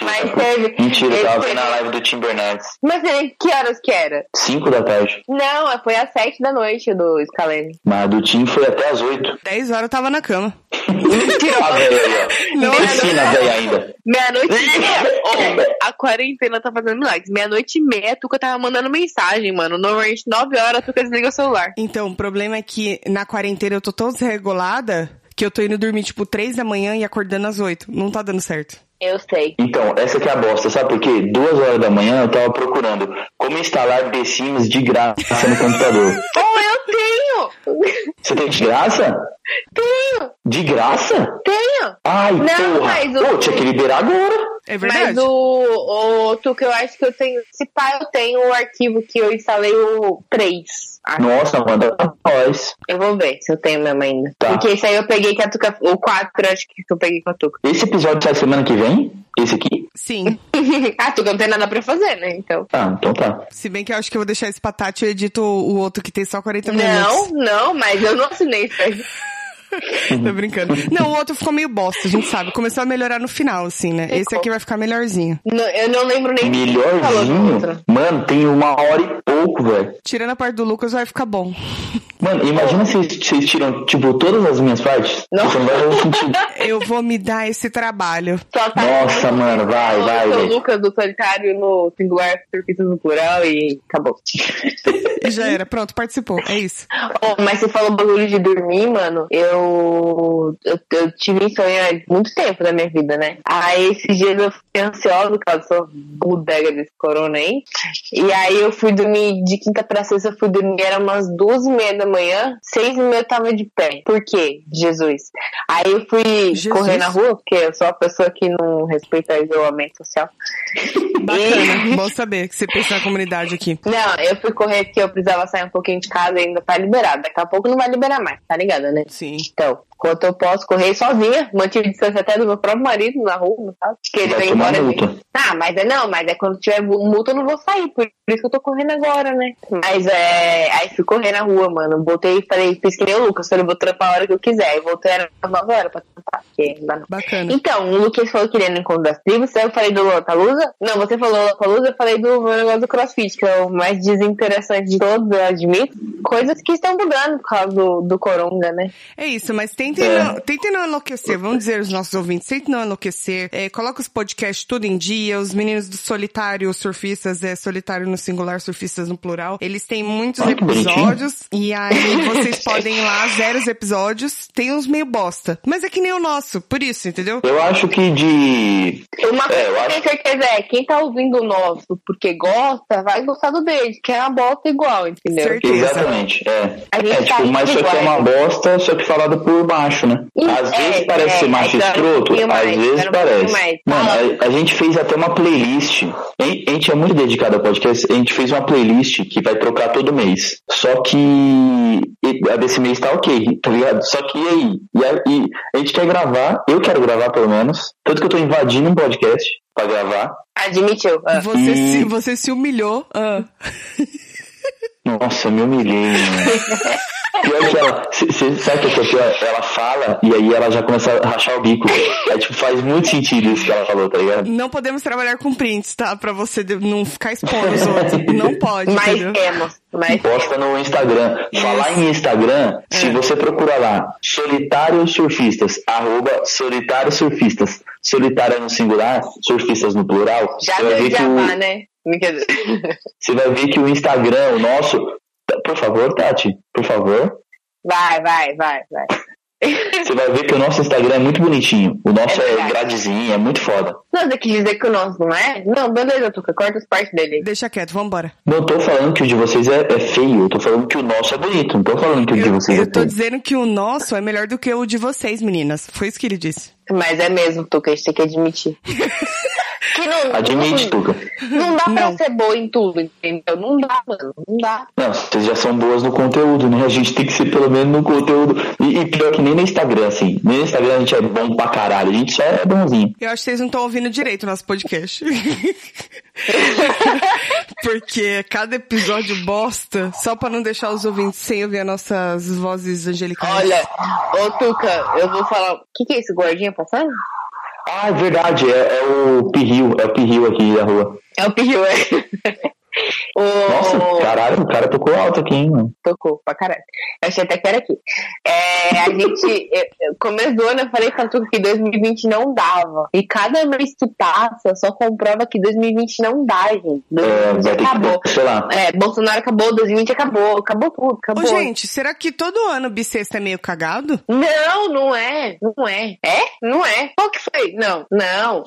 Mas teve. Mentira, eu teve- tava vendo a live do Tim Bernardes. Mas né, que horas que era? 5 da tarde. Não, foi às sete da noite do Scalene. Mas a do Tim foi até as 8. 10 horas eu tava na cama. A velha (laughs) aí, ó. Não, Ensina a velha ainda. Meia-noite (laughs) e meia. Ô, a quarentena tá fazendo milagres. Meia-noite e meia, a Tuca tava mandando mensagem, mano. Normalmente, nove horas, a Tuca desliga o celular. Então, o problema é que na quarentena eu tô tão desregulada que eu tô indo dormir tipo 3 da manhã e acordando às 8. Não tá dando certo. Eu sei. Então, essa que é a bosta, sabe por quê? Duas horas da manhã eu tava procurando como instalar The Sims de graça no computador. Ô, eu Oh, tenho! Você tem de graça? (laughs) Tenho! De graça? Tenho! Ai, Não, porra! mas o- Pô, tinha que liberar agora. É verdade. Mas o, o Tuca, eu acho que eu tenho. Se pá, eu tenho o arquivo que eu instalei o 3. Nossa, manda pra nós. Eu vou ver se eu tenho mesmo ainda. Tá. Porque esse aí eu peguei que a Tuca. O 4, eu acho que eu peguei com a Tuca. (laughs) Esse episódio sai semana que vem? Esse aqui? Sim. a Ah, Tuca não tem nada pra fazer, né? Então. Ah, então tá. Se bem que eu acho que eu vou deixar esse patate e eu edito o outro que tem só 40 Não, minutos. não, mas eu não assinei isso aí. (laughs) Tô brincando. Não, o outro ficou meio bosta, a gente sabe. Começou a melhorar no final, assim, né? Esse aqui vai ficar melhorzinho. Não, eu não lembro nem quem falou do outro. Melhorzinho? Mano, tem uma hora e pouco, velho. Tirando a parte do Lucas, vai ficar bom. Mano, imagina se vocês vocês tiram, tipo, todas as minhas partes. Não. Isso não vai fazer sentido. (laughs) Eu vou me dar esse trabalho. Só tá Nossa, mano, vai, o vai, seu velho. Lucas do solitário no singular, surfistas no plural e acabou. E já era. Pronto, participou. É isso. Oh, mas você falou bagulho de dormir, mano. Eu, eu, eu tive insônia há muito tempo da minha vida, né? Aí esses dias eu fiquei ansiosa por causa dessa bodega desse corona aí. E aí eu fui dormir de quinta pra sexta, eu fui dormir, era umas duas e meia da manhã, seis e meia eu tava de pé. Por quê? Jesus. Aí eu fui Jesus. correr na rua, porque eu sou uma pessoa que não respeita o isolamento social. E- Bacana. Bom saber que você pensa na comunidade aqui. não, eu fui correr porque eu precisava sair um pouquinho de casa e ainda tá liberado. Daqui a pouco não vai liberar mais, tá ligado, né? Sim. Então, enquanto eu posso correr sozinha, mantive distância até do meu próprio marido na rua, sabe? Que ele Vai vem tomar embora. multa. assim. Ah, mas é não, mas é quando tiver multa eu não vou sair, por isso que eu tô correndo agora, né? Mas é. Aí fui correr na rua, mano. Botei e falei, fiz que nem o Lucas, falei, vou trampar a hora que eu quiser. E voltei era às 9 horas pra trampar, porque não dá não. Bacana. Então, o Lucas falou que ele ia no encontro das tribos, aí eu falei do Lotalusa. Não, você falou Lotalusa, eu falei do meu negócio do crossfit, que é o mais desinteressante de todos, eu admito. Coisas que estão mudando por causa do, do Coronga, né? É isso, mas tentem, É. não, tentem não enlouquecer. Vamos dizer os nossos ouvintes, tentem não enlouquecer. É, coloca os podcasts tudo em dia. Os meninos do Solitário Surfistas, é solitário no singular, surfistas no plural. Eles têm muitos Ah, que episódios. E (laughs) aí vocês podem ir lá, zeros episódios. Tem uns meio bosta. Mas é que nem o nosso, por isso, entendeu? Eu acho que de. Uma coisa É, eu que eu acho- tenho certeza é, quem tá ouvindo o nosso porque gosta, vai gostar do dele, que é uma bosta igual, entendeu? Certo. Certeza. Exatamente, é. A gente É, tá tipo, mas isso aqui é igual. uma bosta, só que falado por baixo, né? Hum, Às é, vezes parece é, ser macho é, quero um escroto, pouquinho às mais, vezes quero um pouquinho parece. mais. Mano, a, a gente fez até uma playlist. hein? A gente é muito dedicado ao podcast, a gente fez uma playlist que vai trocar todo mês. Só que e- a desse mês tá ok, tá ligado? Só que e aí? E a, e a gente quer gravar, eu quero gravar pelo menos. Tanto que eu tô invadindo um podcast pra gravar. Admitiu. Ah. Você, Hum. se, você se humilhou. Ah. Nossa, eu me humilhei, (laughs) mano. Pior que ela, cê- cê- sabe o que é pior? Ela fala e aí ela já começa a rachar o bico. É tipo, faz muito sentido isso que ela falou, tá ligado? Não podemos trabalhar com prints, tá? Pra você de- não ficar expondo os (laughs) outros. Não pode, Mas é. entendeu? temos, mas Posta no Instagram. Falar em Instagram, É. se você procurar lá, solitário surfistas, arroba solitário surfistas, solitário no singular, surfistas no plural, já você vai deu ver que jabá, o, né? Brincadeira. (laughs) você vai ver que o Instagram, o nosso. Por favor, Tati, por favor. Vai, vai, vai, vai. (laughs) Você vai ver que o nosso Instagram é muito bonitinho. O nosso É é, verdade. gradezinho, é muito foda. Não, você quis dizer que o nosso não é? Não, beleza, Tuca, corta as partes dele. Deixa quieto, vambora. Não tô falando que o de vocês é, é feio, eu tô falando que o nosso é bonito, não tô falando que o de Eu, vocês eu é tô feio. dizendo que o nosso é melhor do que o de vocês, meninas. Foi isso que ele disse. Mas é mesmo, Tuca, a gente tem que admitir. (laughs) que não, Admite, Tuca. Não dá Não. pra ser boa em tudo, entendeu? Não dá, mano, não dá. Não, vocês já são boas no conteúdo, né? A gente tem que ser pelo menos no conteúdo. E, e pior que nem no Instagram, assim. Nem no Instagram a gente é bom pra caralho, a gente só é bonzinho. Eu acho que vocês não estão ouvindo direito o nosso podcast. (laughs) Porque cada episódio bosta, só pra não deixar os ouvintes sem ouvir as nossas vozes angelicais. Olha, ô Tuca, eu vou falar. O que, que é isso, gordinho passando? Ah, é verdade, é, é o Pirril, é o Pirril aqui da rua. É o Pirril, é. Ô, (laughs) Nossa, caralho, o cara tocou alto aqui, hein, mano. Tocou pra caralho. Eu achei até que era aqui. É, a gente, (laughs) eu- eu- começo do ano eu falei pra tu que 2020 não dava. E cada mês que passa só comprova que 2020 não dá, gente. 2020 É, vai ter acabou. que, sei lá. É, Bolsonaro acabou, 2020 acabou, acabou tudo, acabou. Ô, gente, será que todo ano bissexto é meio cagado? Não, não é, não é. É? Não é. Qual que foi? Não, não.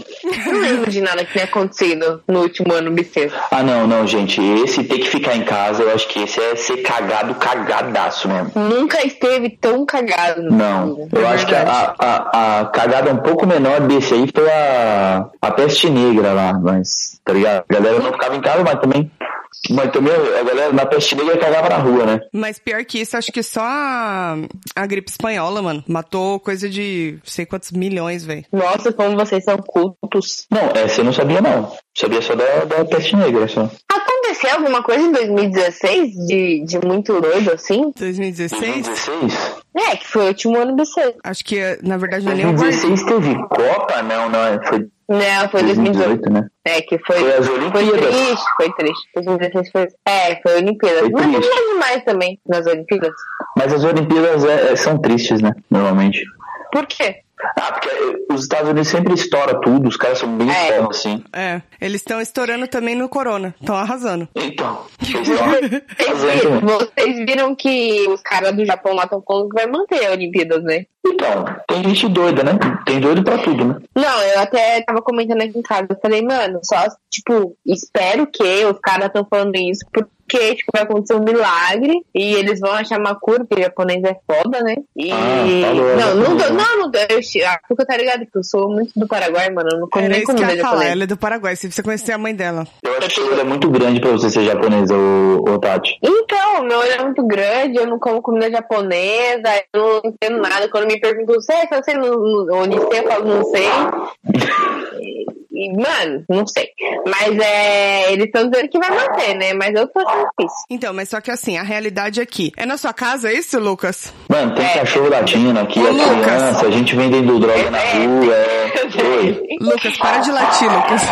Não lembro de nada que tenha acontecido no último ano bissexto. Ah, não, não, gente, esse ter que ficar em casa, eu acho que esse é ser cagado, cagadaço mesmo. Nunca esteve tão cagado. na Não, vida. eu acho que a, a, a cagada um pouco menor desse aí foi a, a peste negra lá, mas, tá ligado? A galera não ficava em casa, mas também. Mas também a galera na peste negra cagava na rua, né? Mas pior que isso, acho que só a, a gripe espanhola, mano, matou coisa de sei quantos milhões, velho. Nossa, como vocês são cultos. Não, essa eu não sabia, não. Sabia só da, da peste negra, só. Aconteceu alguma coisa em 2016 de, de muito doido, assim? 2016? 2016? É, que foi o último ano do seu. Acho que, na verdade, não é nem o guarda. 2016 teve Copa? Não, não, é- foi Não, foi 2018. 2018, né? É, que foi. Foi as Foi Olimpíadas. triste, foi triste. 2016 foi. É, foi Olimpíadas. Foi Mas não triste. é demais também nas Olimpíadas. Mas as Olimpíadas é- é- são tristes, né? Normalmente. Por quê? Ah, porque eh, os Estados Unidos sempre estoura tudo, os caras são bem É. é. assim. É, eles estão estourando também no corona, estão arrasando. Então, Tipo, eles estão Vocês fazendo. viram, vocês viram que os caras do Japão lá estão falando que vai manter a Olimpíadas, né? Então, tem gente doida, né? Tem doido pra tudo, né? Não, eu até tava comentando aqui em casa. Eu falei, mano, só, tipo, espero que os caras estão falando isso porque, tipo, vai acontecer um milagre e eles vão achar uma cura, porque o japonês é foda, né? E. Ah, falou, não, japonês. não, não, não, não, eu, eu, a Cuca tá ligado que eu sou muito do Paraguai, mano. Eu não como Era nem isso que eu comida ia falar, japonesa. ela é do Paraguai, você precisa conhecer a mãe dela. Eu acho que o olho é muito grande pra você ser japonesa, ô, ô Tati. Então, meu olho é muito grande, eu não como comida japonesa, eu não entendo nada. Quando me perguntam, você é você não, não, onde você, eu falo, não sei. E- E, mano, não sei. Mas é, eles estão dizendo que vai manter, né? Mas eu tô achando difícil. Então, mas só que assim, a realidade aqui. É na sua casa isso, Lucas? Mano, tem cachorro latino aqui, É. Ô, é Lucas. criança, a gente vendendo droga na (laughs) rua, é. Oi. Lucas, para de latir, Lucas.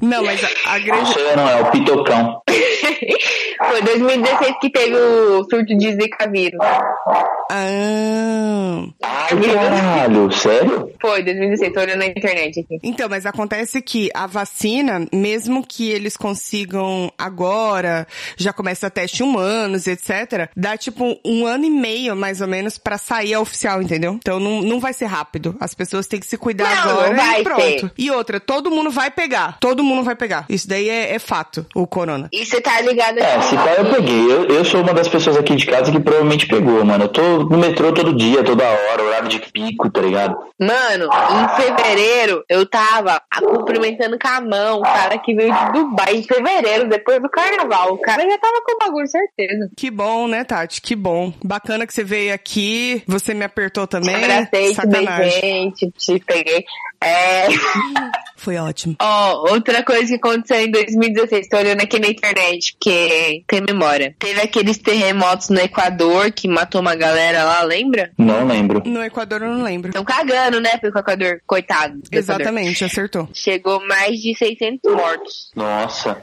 Não, mas a, a Não grande. sou eu não, é o Pitocão. (laughs) Foi 2016 que teve o surto de Zika vírus. Ah. Ai, caralho, sério? Foi 2016, tô olhando na internet aqui. Então, mas acontece que a vacina, mesmo que eles consigam agora, já começa teste um humanos, etc., dá tipo um ano e meio, mais ou menos, pra sair a oficial, entendeu? Então não, não vai ser rápido. As pessoas têm que se cuidar Não, agora não vai e pronto. ter. E outra, todo mundo vai pegar. Todo mundo vai pegar. Isso daí é, é fato, o corona. E você tá ligado É, se pá, eu peguei. Eu, eu sou uma das pessoas aqui de casa que provavelmente pegou, mano. Eu tô no metrô todo dia, toda hora, horário de pico, tá ligado? Mano, em fevereiro eu tava a- cumprimentando com a mão o cara que veio de Dubai em fevereiro, depois do carnaval. O cara já tava com o bagulho, certeza. Que bom, né, Tati? Que bom. Bacana que você veio aqui. Você me apertou Te também. abracei, te beijei, te, te peguei. É, (laughs) Foi ótimo. ó, outra coisa que aconteceu em 2016, tô olhando aqui na internet, porque tem memória. Teve aqueles terremotos no Equador que matou uma galera lá, lembra? Não lembro. No Equador eu não lembro. Tão cagando, né, pro Equador, coitado. do Equador. Exatamente, acertou. Chegou mais de 600 mortos. Nossa.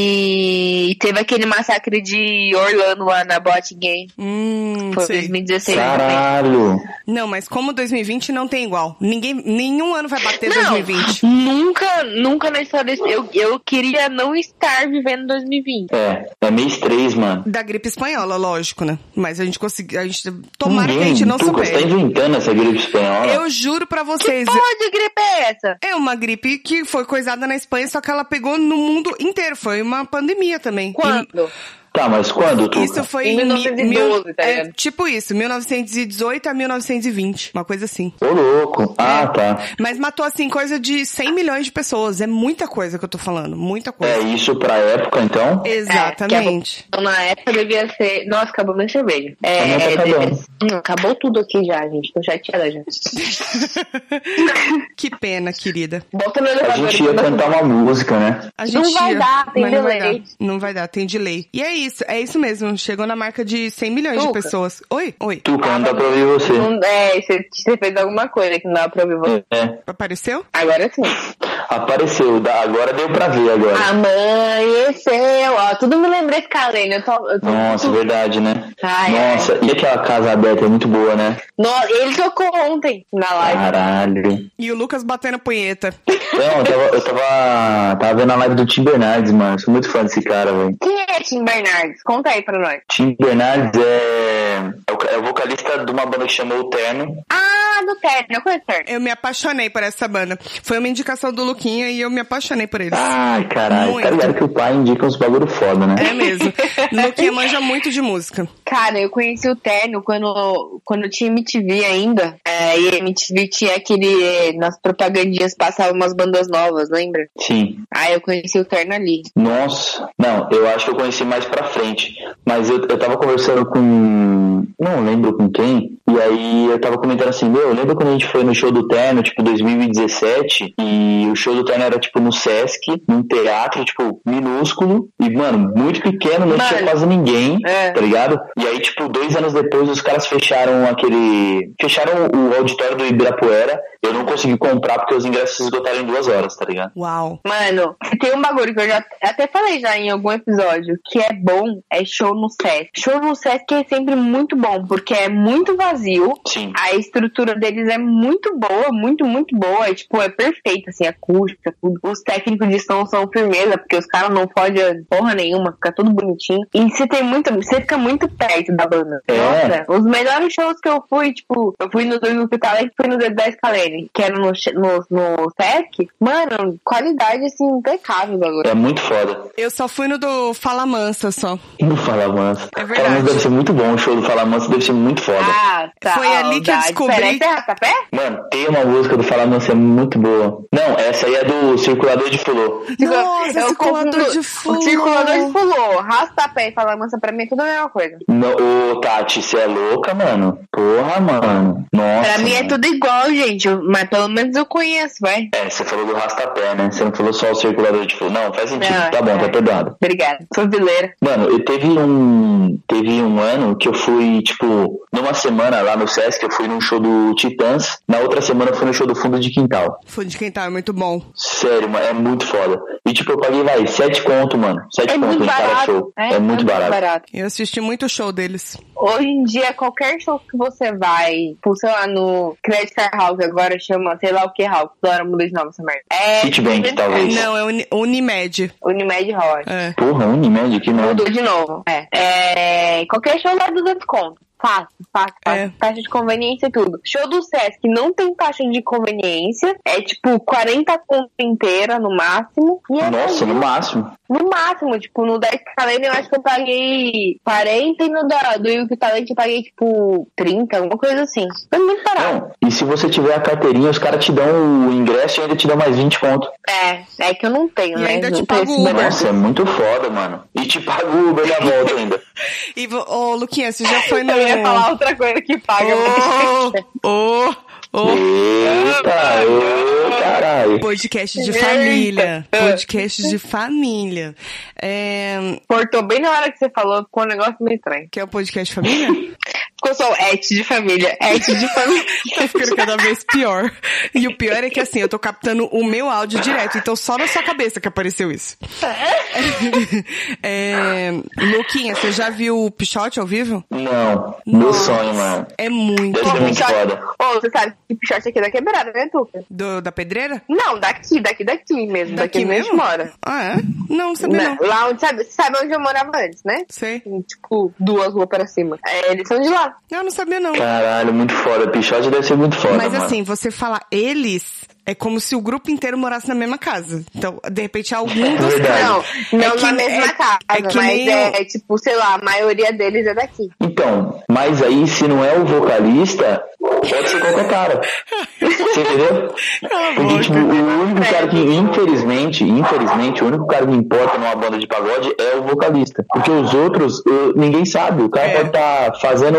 E teve aquele massacre de Orlando lá na Bot Game. Hum, Foi sei. 2016 também. Caralho. Não, mas como 2020 não tem igual. Ninguém, nenhum ano vai bater Não, 2020. nunca, nunca na história desse- eu, eu queria não estar vivendo 2020. É, é mês 3, mano. Da gripe espanhola, lógico, né? Mas a gente conseguiu. A gente, tomara que a Ninguém. gente não Tuca, Você tá supere. inventando essa gripe espanhola? Eu juro pra Que vocês. porra de gripe é essa? É uma gripe que foi coisada na Espanha, só que ela pegou no mundo inteiro. Foi uma pandemia também. Quando? Tá, mas quando, Tuca? Isso foi Em mi- 1912, tá é, ligado? Tipo isso, 1918 a 1920, uma coisa assim. Ô, louco. É. Ah, tá. Mas matou, assim, coisa de 100 milhões de pessoas. É muita coisa que eu tô falando, muita É coisa. isso pra época, então? Exatamente. Então, na época devia ser. Nossa, acabou minha cerveja. É, Também tá é, devia- acabando. Não, acabou tudo aqui já, gente. Tô chateada já. (laughs) Que pena, querida. Bota no A elevador. gente ia cantar uma música, né? A Não gente vai ia, dar, tem mas não vai delay. dar. Não vai dar, tem delay. E é isso, é isso mesmo. Chegou na marca de 100 milhões de Tuca. pessoas. Oi, oi. Tuca, não dá pra ouvir você. Não- É, você, você fez alguma coisa que não dava pra ouvir você. É. Apareceu? Agora sim. Apareceu. Dá- Agora deu pra ver Ah. agora. Amanheceu. é Ó, tudo me lembrei ficar lendo. né? Eu tô, eu tô- Nossa, verdade, né? Ah, Ai, é. Nossa, e aquela casa aberta é muito boa, né? No- ele tocou ontem na live. Ah. Caralho. E o Lucas batendo punheta. Não, eu tava, eu tava, tava vendo a live do Tim Bernardes, mano. Sou muito fã desse cara, velho. Quem é Tim Bernardes? Conta aí pra nós. Tim Bernardes é, é, o, ca- é o vocalista de uma banda que chamou o Terno. Ah, do Terno. Eu conheço o Terno. Eu me apaixonei por essa banda. Foi uma indicação do Luquinha e eu me apaixonei por Ah. eles. Ai, caralho. Tá Muito. ligado que o pai indica uns bagulho foda, né? É (laughs) mesmo. Luquinha manja muito de música. Cara, eu conheci o Terno quando, quando tinha MTV ainda. É, e MTV tinha aquele. é, Nas propagandinhas passavam umas bandas novas, lembra? Sim. Ah, eu conheci o Terno ali. Nossa. Não, eu acho que eu conheci mais pra frente. Mas eu, eu tava conversando com. Não lembro com quem. E aí eu tava comentando assim: Meu, lembra quando a gente foi no show do Terno, tipo 2017? E o show do Terno era, tipo, no Sesc, num teatro, tipo, minúsculo. E, mano, muito pequeno, não tinha Mano. quase ninguém. É. Tá ligado? E aí, tipo, dois anos depois, os caras fecharam aquele. Fecharam o auditório do Ibirapuera. Eu não consegui comprar porque os ingressos se esgotaram em duas horas, tá ligado? Uau. Mano, tem um bagulho que eu já até falei já em algum episódio, que é bom, é show no Sesc. Show no Sesc é sempre muito bom, porque é muito vazio, Sim. a estrutura deles é muito boa, muito, muito boa, é, tipo, é perfeita, assim, acústica, tudo. Os técnicos de som são firmeza, porque os caras não fogem porra nenhuma, fica tudo bonitinho. E você tem muito, você fica muito perto da banda. É. Nossa, os melhores shows que eu fui, tipo, eu fui no do Hospital e fui no D10 Calene, que era no, che- no, no SEC. Mano, qualidade, assim, impecável agora. É muito foda. Eu só fui no do Fala Mansa só. No Falamansa. É verdade. Falamansa deve ser muito bom, o show do Falamansa deve ser muito foda. Ah, tá. Foi ali que eu descobri- Peraí, você tá pé? Mano, tem uma música do Falamansa muito boa. Não, essa aí é do Circulador de Fulô. Nossa, Tipo, Eu circulador confundo- de fogo. O circulador de fulô, rastapé e falamansa pra mim é tudo a mesma coisa. No- Ô, Tati, você é louca, mano? Porra, mano. Nossa. Pra mim é mano. tudo igual, gente. Mas pelo menos eu conheço, vai. É, você falou do Rastapé, né? Você não falou só o Circulador de Fulô. Não, faz sentido. Não, tá bom, é. tá perdoado. Obrigada. Sou vileira. Mano, eu teve um. Teve um ano que eu fui, tipo, numa semana lá no Sesc, eu fui num show do Titãs, na outra semana eu fui no show do fundo de quintal. Fundo de quintal é muito bom. Sério, mano, é muito foda. E tipo, eu paguei, vai, 7 conto, mano. 7 É conto muito de cada show. barato. né? É, muito barato. Eu assisti muito o show deles. Hoje em dia, qualquer show que você vai, por, sei lá, no Credit Card House, agora chama, sei lá o que House, agora muda de nome essa merda. É. Citibank, talvez. Não, é Uni- Unimed. Unimed Hall. É. Porra, um Unimed, que merda. Mudou de novo. É. É, Qualquer show lá 200 conto. Fácil, fácil, fácil. É. Taxa de conveniência e tudo. Show do Sesc não tem taxa de conveniência. É tipo 40 conto inteira no máximo. E é Nossa, né? no máximo. No máximo, tipo, no da Escalene eu acho que eu paguei 40 e no da, do Yuki Talent eu paguei, tipo, 30, alguma coisa assim. Foi muito barato. Não, e se você tiver a carteirinha, os caras te dão o ingresso e ainda te dão mais 20 conto. É, é que eu não tenho, E né? ainda não te tenho pago esse Uber. benefício. Nossa, é muito foda, mano. E te paga o Uber da volta ainda. E, vo- ô, Luquinha, você já foi Oh. no... Eu ia falar outra coisa que paga. Ô, mas- (laughs) ô, ô. Eita, ô, caralho. Podcast de Eita. família. Podcast de família. É... Cortou bem na hora que você falou, ficou um negócio meio estranho. Que é o podcast de família? Ficou só o et de família, et (laughs) de família. (laughs) tá ficando cada vez pior. E o pior é que assim, eu tô captando o meu áudio direto, então só na sua cabeça que apareceu (laughs) isso. É, Luquinha, você já viu o Pichote ao vivo? Não, meu Nossa, sonho, mano. É muito Deve ser bom. muito foda. Ô, você sabe que pichote aqui é da quebrada, né, Tuca? Do- da pedreira? Não, daqui, daqui, daqui mesmo. Daqui Daqui, onde a gente mesmo? mora. Ah, é? Não, não sabia Não, não. lá onde, sabe, sabe onde eu morava antes, né? Sei. tipo, duas ruas pra cima. É, eles são de lá. Eu não sabia não. Caralho, muito foda. Pichote deve ser muito foda, Mas mano. assim, você fala eles, É como se o grupo inteiro morasse na mesma casa. Então, de repente, algum dos Verdade. três. Não, não É que- na mesma é- casa, é que mas nem é, tipo, sei lá, a maioria deles é daqui. Então, mas aí se não é o vocalista, pode ser qualquer cara. Você entendeu? Porque, tipo, o único cara que, infelizmente, infelizmente, o único cara que importa numa banda de pagode é o vocalista. Porque os outros, eu- ninguém sabe. O cara É. pode estar fazendo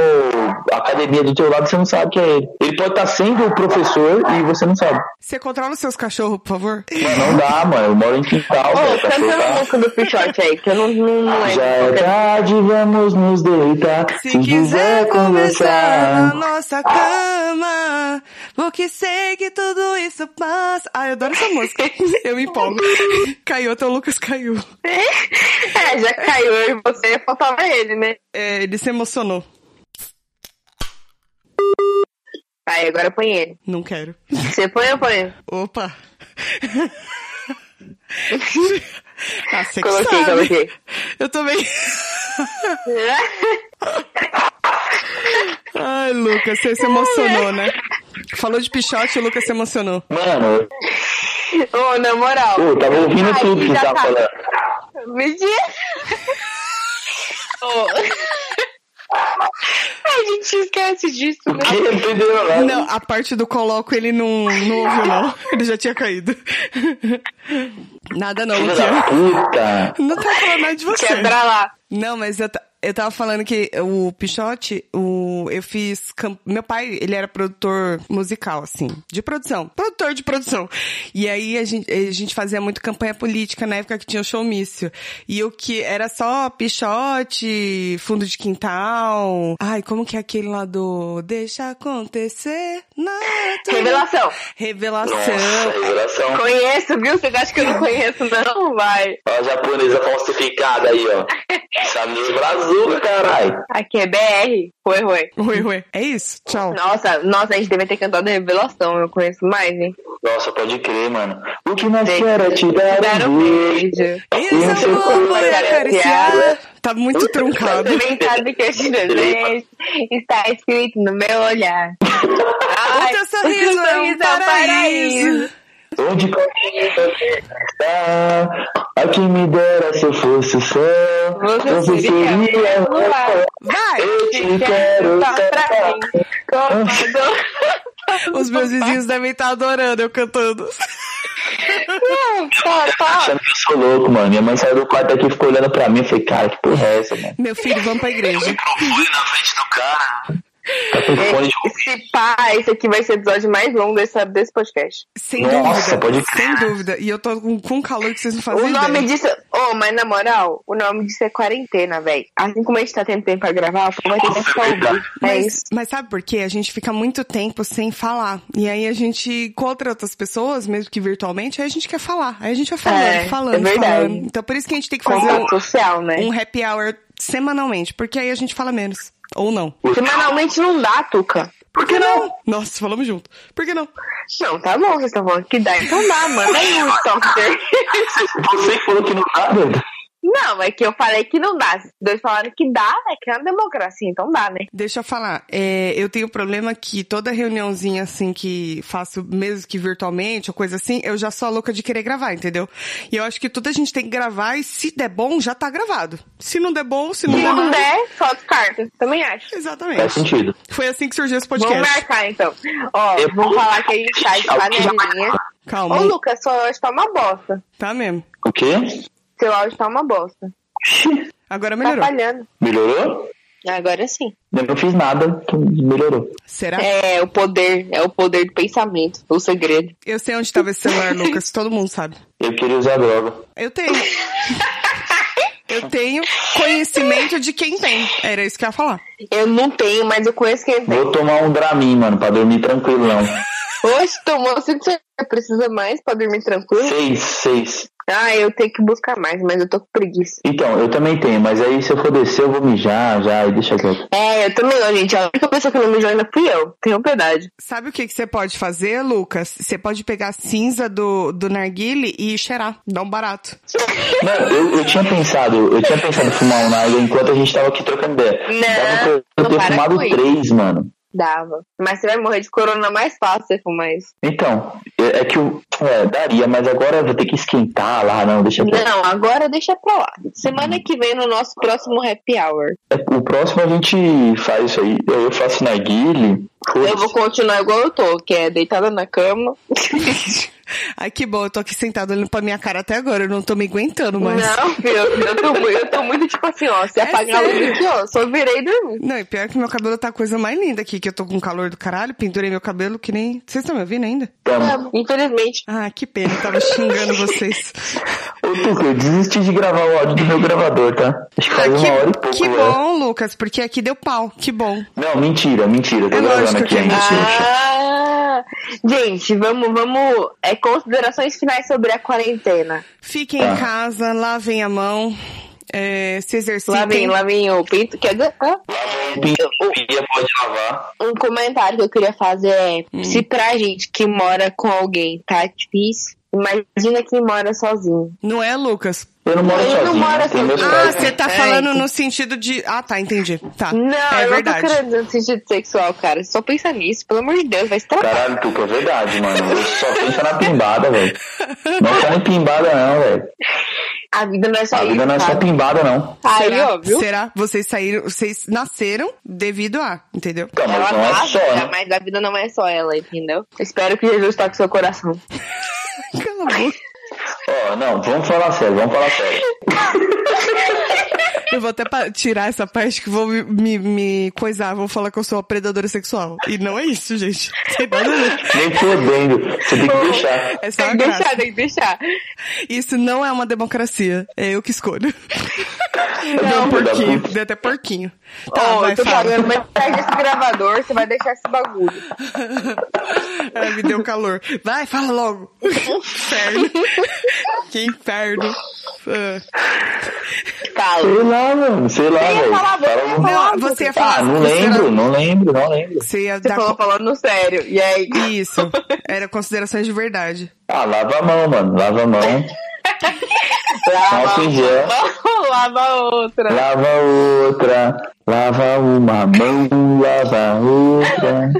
academia do teu lado e você não sabe quem é ele. Ele pode estar sendo o professor e você não sabe. Você controla os seus cachorros, por favor? Mas não dá, mano. Eu moro em quintal, Ô, velho. canta cachorro a tá- música do Pichote aí, que eu não, não, não lembro. Já é tarde, vamos nos deitar. Se, quiser conversar na nossa cama, porque sei que tudo isso passa. Ai, eu adoro essa música. Eu me empolgo. (laughs) Caiu, até o Lucas caiu. (laughs) É, já caiu eu e você, faltava ele, né? É, ele se emocionou. Aí, agora põe ele. Não quero. Você põe ou É põe? (laughs) Opa! ah, você que Coloquei, sabe. coloquei. (laughs) Eu também. Ai, Lucas, você se emocionou, né? Falou de pichote, o Lucas se emocionou. Mano, Ô, na moral. eu tava ouvindo Aí tudo que já você tava tá. falando. Mentira! (laughs) A gente esquece disso, né? Que? Não entendeu nada. Não, a parte do coloco ele não, não ouviu, não. Ele já tinha caído. Nada não, Filha da Luquinha. puta. Não tá falando nada de você. Quebra lá. Não, mas eu, ta- eu tava falando que o Pichote, o, eu fiz. cam- Meu pai, ele era produtor musical, assim, de produção. Produtor de produção. E aí a gente, a gente fazia muito campanha política na época que tinha o showmício. E o que era só Pichote, fundo de quintal. Ai, como que é aquele lá do. Deixa acontecer natural. Revelação. Nossa, Revelação. revelação. Conheço, viu? Você acha que eu não conheço, não? Vai. Ó, a japonesa falsificada aí, (laughs) ó. Sabe dos brazuca, caralho. Aqui é BR. Foi, foi. Ui, ui. É isso? Tchau. Nossa, nossa, a gente deve ter cantado Revelação. Eu conheço mais, hein? Nossa, pode crer, mano. O que nós Tem- quer é te dar Deram um um beijo. beijo. Eu Isso sei é como bom, vai acariciar. Tá (laughs) muito truncado. Também sabe que eu te desejo. Está escrito no meu olhar. O Ai, teu sorriso é um paraíso. Onde qualquer você está. A quem me dera se eu fosse o céu. Você Você seria um seria o luar. Vai! Eu te quero Tá pra tanto. mim. Ah. Comando. Os meus vizinhos devem estar adorando eu cantando. Não, tá, tá. (laughs) Achando que eu sou louco, mano. Minha mãe saiu do quarto aqui e ficou olhando pra mim. Eu falei, cara, que porra é essa, mano? Meu filho, vamos pra igreja. Olha na frente do cara. Tá com fone de Se pá, É, esse aqui vai ser o episódio mais longo desse, desse podcast. Sem Nossa, dúvida. pode crer. Sem dúvida. E eu tô com, com calor que vocês não fazem O nome ideia. disso. Ô, mas na moral, o nome disso é quarentena, velho. Assim como a gente tá tendo tempo pra gravar, vai ter tempo pra ouvir. É Mas, isso. mas sabe por quê? A gente fica muito tempo sem falar. E aí a gente encontra outras pessoas, mesmo que virtualmente, aí a gente quer falar. Aí a gente vai falando, É, é falando, verdade. falando. Então por isso que a gente tem que fazer Contato um, social, né? um happy hour semanalmente, porque aí a gente fala menos. Ou não. Semanalmente não dá, Tuca. Por que não? Nossa, falamos junto. Por que não? Não, tá bom, vocês estão falando que dá. Então dá, manda aí um software. (laughs) Você que falou que não dá, doido. não, é que eu falei que não dá. Os dois falaram que dá, é que é uma democracia, então dá, né? Deixa eu falar, é, eu tenho problema que toda reuniãozinha assim que faço, mesmo que virtualmente ou coisa assim, eu já sou a louca de querer gravar, entendeu? E eu acho que tudo a gente tem que gravar e se der bom, já tá gravado. Se não der bom, se não Se der não nada- der, só descarta. Também acho. Faz Exatamente. sentido. Foi assim que surgiu esse Vamos podcast. marcar, então. Ó, Eu- vamos falar que a gente tá de panelinha. Ô, Calma, Lucas, seu áudio tá uma bosta. tá mesmo. O quê? Seu áudio tá uma bosta. Agora Tá melhorou. falhando. Melhorou? Agora sim. Eu não fiz nada, então melhorou. Será? É o poder, é o poder do pensamento, o segredo. Eu sei onde tava esse celular, Lucas, todo mundo sabe. Eu queria usar droga. Eu (laughs) tenho. eu tenho conhecimento de quem tem. Era isso que eu ia falar. Eu não tenho, mas eu conheço quem tem. Vou tomar um Dramin, mano, pra dormir tranquilo, (laughs) não. Hoje tomou cinco você precisa mais pra dormir tranquilo. seis, seis. Ah, eu tenho que buscar mais, mas eu tô com preguiça. Então, eu também tenho, mas aí se eu for descer, eu vou mijar já e deixa quieto. É, eu também não, gente. A única pessoa que não me ainda fui eu. Tenho piedade. Sabe o que que você pode fazer, Lucas? Você pode pegar a cinza do, do narguile e cheirar. Dá um barato. Mano, eu, eu tinha pensado, eu tinha pensado em fumar um nada enquanto a gente tava aqui trocando ideia. Não, Dava pra eu não ter para fumado com isso. três, mano. Dava. Mas você vai morrer de corona mais fácil se fumar isso. Então, é, é que eu é, daria, mas agora eu vou ter que esquentar lá, não, deixa pra... Não, agora deixa pra lá. Semana que vem, no nosso próximo happy hour, É, O próximo a gente faz isso aí. Eu, eu faço na guile. eu vou continuar igual eu tô, que é deitada na cama. Ai, que bom, eu tô aqui sentado olhando pra minha cara até agora, eu não tô me aguentando mais. Não, filho, eu tô, mu- eu tô muito tipo assim, ó. Se É apagar a luz sério? aqui, ó, só virei e dormi. Não, e pior que meu cabelo tá a coisa mais linda aqui, que eu tô com calor do caralho, pendurei meu cabelo que nem... Vocês estão me ouvindo ainda? Então, Infelizmente. Ah, que pena, eu tava xingando vocês. Ô, Tuca, eu desisti de gravar o áudio do meu gravador, tá? Acho que Ah, faz uma hora e que, pouco. que né? bom, Lucas, porque aqui deu pau, que bom. Não, mentira, mentira. Eu tô É gravando lógico aqui que é ainda. mentira. poxa. Ah! Gente, vamos, vamos. É considerações finais sobre a quarentena. Fiquem Tá. em casa, lavem a mão, é, se exercitem. Lá vem, lá vem o pinto. Quer dizer, hã? Ah. Pia- Pia pode lavar. um comentário que eu queria fazer é: Hum. se pra gente que mora com alguém tá difícil, imagina quem mora sozinho. Não é, Lucas? Eu não moro Eu não sozinho. moro né? Tem meus sozinho. Ah, pais. você tá É, falando então. no sentido de... Ah, tá, entendi. Tá, Não, é eu verdade. não tô querendo no sentido sexual, cara. Só pensa nisso, pelo amor de Deus, vai se tratar. Caralho, Tuca, é verdade, mano. Eu só pensa na pimbada, velho. Não tá nem pimbada, não, velho. A vida não é só A vida isso, não é só sabe? pimbada, não. Aí, será, ó, viu? será? Vocês saíram, vocês nasceram devido a, entendeu? (laughs) Tá, mas Ela não é tá, só, cara, né? mas a vida não é só ela, entendeu? Espero que Jesus toque seu coração. Cala a boca. Ó, não, vamos falar sério, vamos falar sério. Eu vou até pa- tirar essa parte que vou me, me, me coisar, vou falar que eu sou uma predadora sexual. E não é isso, gente. Tem nada a (laughs) ver. Nem fodendo. Você tem que deixar. É só Tem uma que deixar, graça. tem que deixar. Isso não é uma democracia. É eu que escolho. Não, Não, filho da porquinho. puta. Deu até porquinho. Tá, Ó, vai, eu tô fala. pagando, mas pega esse gravador, você vai deixar esse bagulho. Ai, me deu calor. Vai, fala logo. Que inferno. (laughs) Que inferno. Ah. Fala. Sei lá, mano. Sei lá, Eu ia velho. falar, eu ia Fala um- falar. Não, você ia falar. Ah, não você era- lembro, não lembro, não lembro. Você ia Você dar. falou falando sério. E aí? Isso. Era considerações de verdade. Ah, lava a mão, mano. Lava a mão. Lava "Ah, Álcool em gel. uma, lava outra. Lava outra. Lava uma mão, lava outra.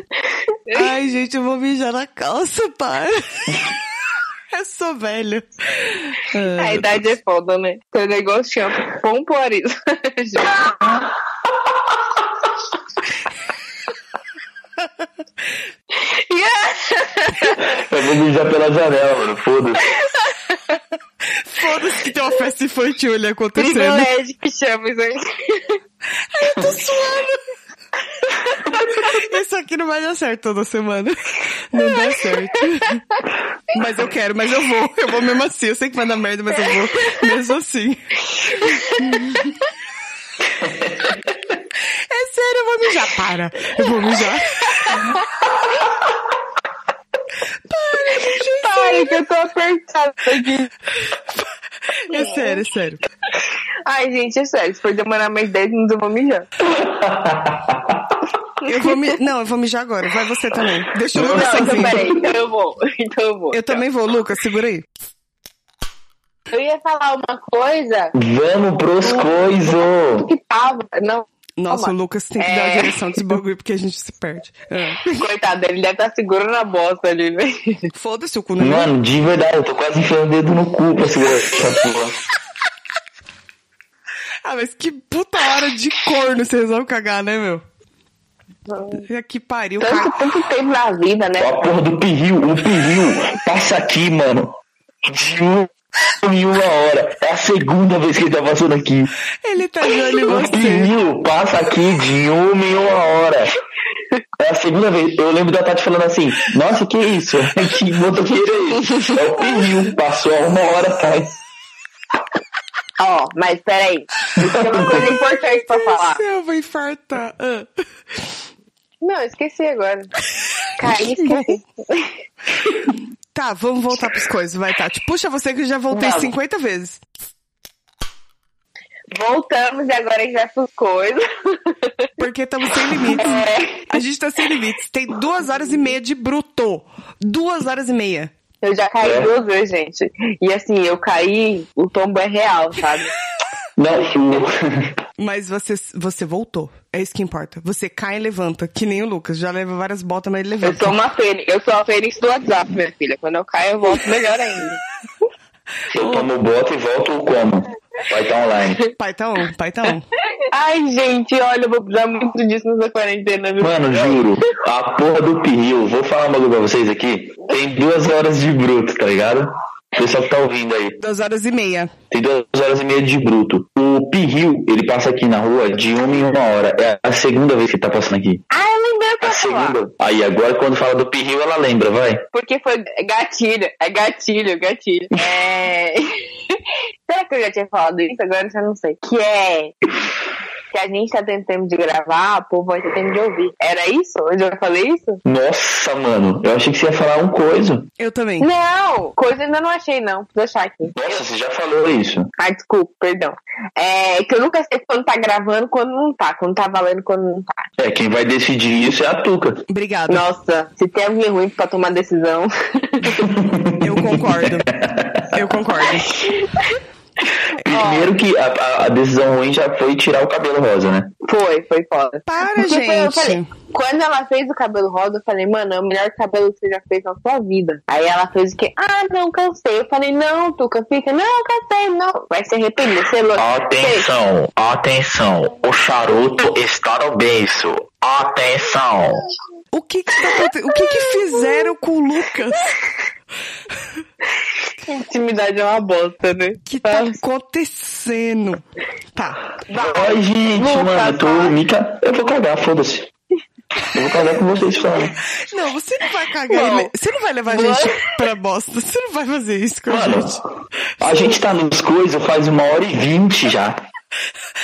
Ai, gente, eu vou mijar na calça, para. (laughs) Eu sou velho. Ah, A idade é foda, né? Seu negócio chama pompoarismo. Eu vou mijar pela janela, mano. Foda-se. Foda-se que tem uma festa infantil ali acontecendo. Privilégio que chama isso aí. Tô suando. (laughs) Isso aqui não vai dar certo toda semana. Não dá certo. Mas eu quero, mas eu vou. Eu vou mesmo assim. Eu sei que vai dar merda, mas eu vou mesmo assim. É sério, eu vou mijar. Para. Eu vou mijar. Para que eu tô apertada aqui. É sério, é sério. Ai, gente, é sério. Se for demorar mais 10 minutos, eu vou mijar. Eu vou mi... Não, eu vou mijar agora. Vai você também. Deixa eu Não, ver Não, então sozinho. peraí. Então eu vou. Então eu vou. Eu também vou, Lucas. Segura aí. Eu ia falar uma coisa Vamos pros coisos. que tava... Não, Nossa, Calma. o Lucas tem que dar a É. direção desse bagulho porque a gente se perde. É. coitado, ele deve estar segurando a bosta ali, né? Foda-se o cu, é? né? Mano, de verdade, eu tô quase enfiando o dedo no cu pra segurar essa porra. Ah, mas que puta hora de corno você resolve cagar, né, meu? É Que pariu, cara. Tanto, tanto tempo na vida, né? Ó, a porra do pirril, o pirril. Passa aqui, mano. De um em uma hora. É a segunda vez que ele tá passando aqui. Ele tá olhando em O você. pirril passa aqui de uma em uma hora. É a segunda vez. Eu lembro da Tati falando assim: Nossa, que isso? (laughs) Que motoqueiro é esse? É o pirril. Passou há uma hora atrás. Ó, mas peraí. Tem uma coisa importante (laughs) pra Meu Deus falar. do céu, Eu vou infartar. Ah. Não, esqueci agora. Caí, esqueci. Tá, vamos voltar pras coisas, vai, Tati. Puxa você que eu já voltei Vamos. 50 vezes. Voltamos e agora a gente vai pros coisas. Porque estamos sem limites. É, A gente tá sem limites. Tem duas horas e meia de bruto. Duas horas e meia. eu já caí É. duas vezes, gente. E assim, eu caí, o tombo é real, sabe? Não, o, Mas você, você voltou. É isso que importa. Você cai e levanta, que nem o Lucas. Já leva várias botas, mas ele Eu levanta. sou uma fênix, eu sou a fênix do WhatsApp, minha filha. Quando eu caio, eu volto melhor ainda. Eu tomo bota e volto como? Vai estar online. Pai tá on, pai tá (laughs) on. Ai, gente, olha, eu vou precisar muito disso nessa quarentena, viu? Mano, juro, a porra do Pirril, vou falar um bagulho pra vocês aqui. Tem duas horas de bruto, tá ligado? O pessoal que tá ouvindo aí. Duas horas e meia. Tem duas horas e meia de bruto. O Pirril, ele passa aqui na rua de uma em uma hora. É a segunda vez que tá passando aqui. Ah, eu lembrei o que eu A ia falar. segunda. Aí agora quando fala do Pirril, ela lembra, vai. Porque foi gatilho, é gatilho, gatilho. É... (laughs) Será que eu já tinha falado isso? Agora eu já não sei. Que é que a gente tá tendo tempo de gravar, o povo vai ter tempo de ouvir. Era isso? Eu já falei isso? Nossa, mano, eu achei que você ia falar um coisa. Eu também. Não! Coisa eu ainda não achei, não. Vou deixar aqui. Nossa, você já falou isso. Ah, desculpa, perdão. É que eu nunca sei quando tá gravando, quando não tá. Quando tá valendo, quando não tá. É, quem vai decidir isso é a Tuca. Obrigada. Nossa, se tem alguém ruim pra tomar decisão. (laughs) Eu concordo. Eu concordo. Primeiro que a, a- a decisão ruim já foi tirar o cabelo rosa, né? Foi, foi foda. Para, Porque foi- eu gente. falei- quando ela fez o cabelo rosa, eu falei, mano, é o melhor cabelo que você já fez na sua vida. Aí ela fez o quê? Ah, não, cansei. Eu falei, não, Tuca, fica. Não, cansei, não. Vai se arrepender, você é louco. Você- Atenção, atenção, o charuto está no beiço. Atenção. O que que, tá aconte- o que que fizeram com o Lucas? Intimidade é uma bosta, né? O que tá acontecendo? Tá. Ai, gente, Lucas, mano, eu tô. vai. Mica, eu vou cagar, foda-se. Eu vou cagar com vocês falando. Não, você não vai cagar. Não. ele- Você não vai levar a Não. gente pra bosta. Você não vai fazer isso com a Mano, gente. a gente tá nos coisas faz uma hora e vinte já.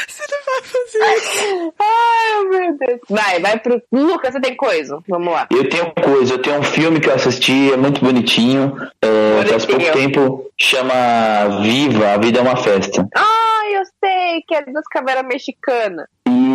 Você não vai fazer isso. Ai, meu Deus. Vai, vai pro. Lucas, você tem coisa? Vamos lá. Eu tenho coisa, eu tenho um filme que eu assisti, é muito bonitinho. É, faz pouco Bonitinho. tempo, chama Viva, a Vida é uma Festa. Ai, eu sei que é das caveiras mexicanas.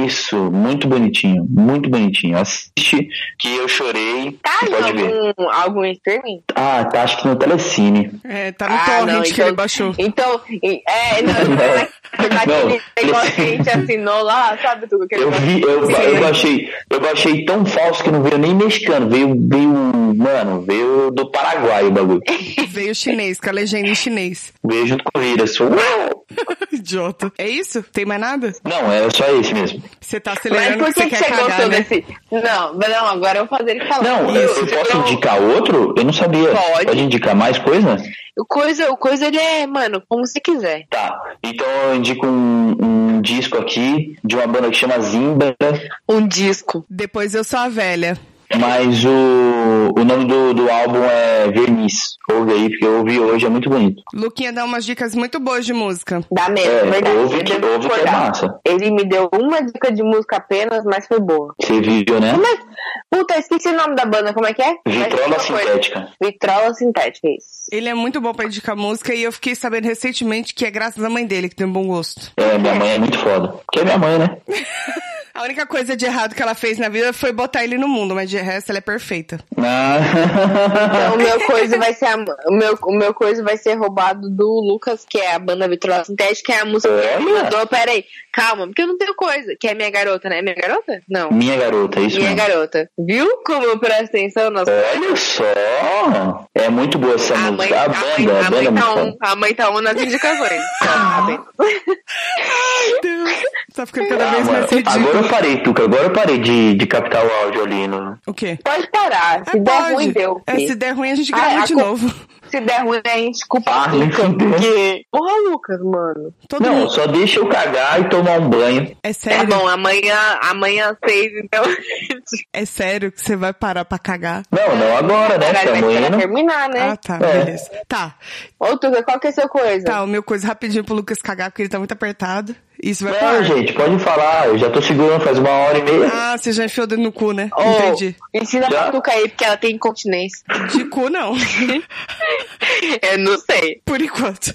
Isso, muito bonitinho, muito bonitinho. Assiste que eu chorei. Tá você em pode ver. algum, algum streaming? Ah, tá, acho que no Telecine. É, tá no torrent que ele baixou. Ah, Então, e- (laughs) é, não, Não. naquele Não. negócio que (laughs) a gente assinou lá, sabe tudo que Eu vi, eu, ba- eu baixei, eu baixei tão falso que não veio nem mexicano, veio, veio, mano, veio do Paraguai o bagulho. Veio chinês, com a legenda em chinês. (laughs) Veio junto com o Vírus. Uau! Idiota. É isso? Tem mais nada? Não, era só esse mesmo. Você tá Mas acelerando por que, você que quer você cagar, gostou né? desse? Não, mas não, agora eu vou fazer ele falar. Não, eu, eu posso indicar outro? Eu não sabia. Ah, então Pode. indicar mais coisa? O coisa, o coisa ele é, mano, como você quiser. Tá, então eu indico um, um disco aqui de uma banda que chama Zimbra, Um disco. Depois eu sou a velha. mas o, o nome do, do álbum é Verniz. Ouve aí, porque eu ouvi hoje, é muito bonito. Luquinha dá umas dicas muito boas de música. Dá mesmo, É, verdade. ouve eu que, devo ouve que é concordar. massa. Ele me deu uma dica de música apenas, mas foi boa. Você viu, né? Mas, puta, eu esqueci o nome da banda, como é que é? Vitrola Mas foi uma coisa. sintética. Vitrola sintética, isso. Ele é muito bom pra indicar música e eu fiquei sabendo recentemente que é graças à mãe dele que tem um bom gosto. É, minha mãe é muito foda. Porque é minha mãe, né? A única coisa de errado que ela fez na vida foi botar ele no mundo, mas de resto ela é perfeita. Ah. Então, o meu coisa vai ser a- o meu, o meu coisa vai ser roubado do Lucas, que é a banda Vitrola Sintética, que é a música que ele Olha. mandou. Pera aí, calma, porque eu não tenho coisa. Que é minha garota, né? Minha garota? (laughs) Não. Minha garota, é isso Minha mesmo. garota. Viu como eu presto atenção nas Olha só! É muito boa essa A mãe, música. a É, a banda, mãe, a banda a é mãe muito tá foda. on, a mãe tá on (laughs) nas indicações. Tá sabe? Meu Deus. Tá ficando cada Ah, vez mano, assim, mais ridículo. agora eu parei, Tuca. Agora eu parei de, de captar o áudio ali. No... O quê? Pode parar. Se Ah, der pode. ruim, deu. É, se der ruim, a gente Ah, grava a de cu- novo. Se der ruim, a gente culpa Ah, o Lucas. meu Deus. Porque... Porra, Lucas, mano. Todo Não, mundo. só deixa eu cagar e tomar um banho. É Tá sério? bom, amanhã, amanhã às seis, então. (laughs) é sério que você vai parar pra cagar? Não, não Ah, agora, né? Caralho, Porque vai amanhã esperar não. terminar, né? Ah, tá. É. Beleza. Tá. Ô, Tuca, qual que é a sua coisa? Tá, o meu coisa rapidinho pro Lucas cagar, porque ele tá muito apertado. Isso vai Não, parar. gente, pode falar. Eu já tô segurando faz uma hora e meia. Ah, você já enfiou o dedo no cu, né? Ô, Entendi. Ensina Já? pra Tuca aí, porque ela tem incontinência. (laughs) De cu, não. (laughs) Eu não sei. Por enquanto.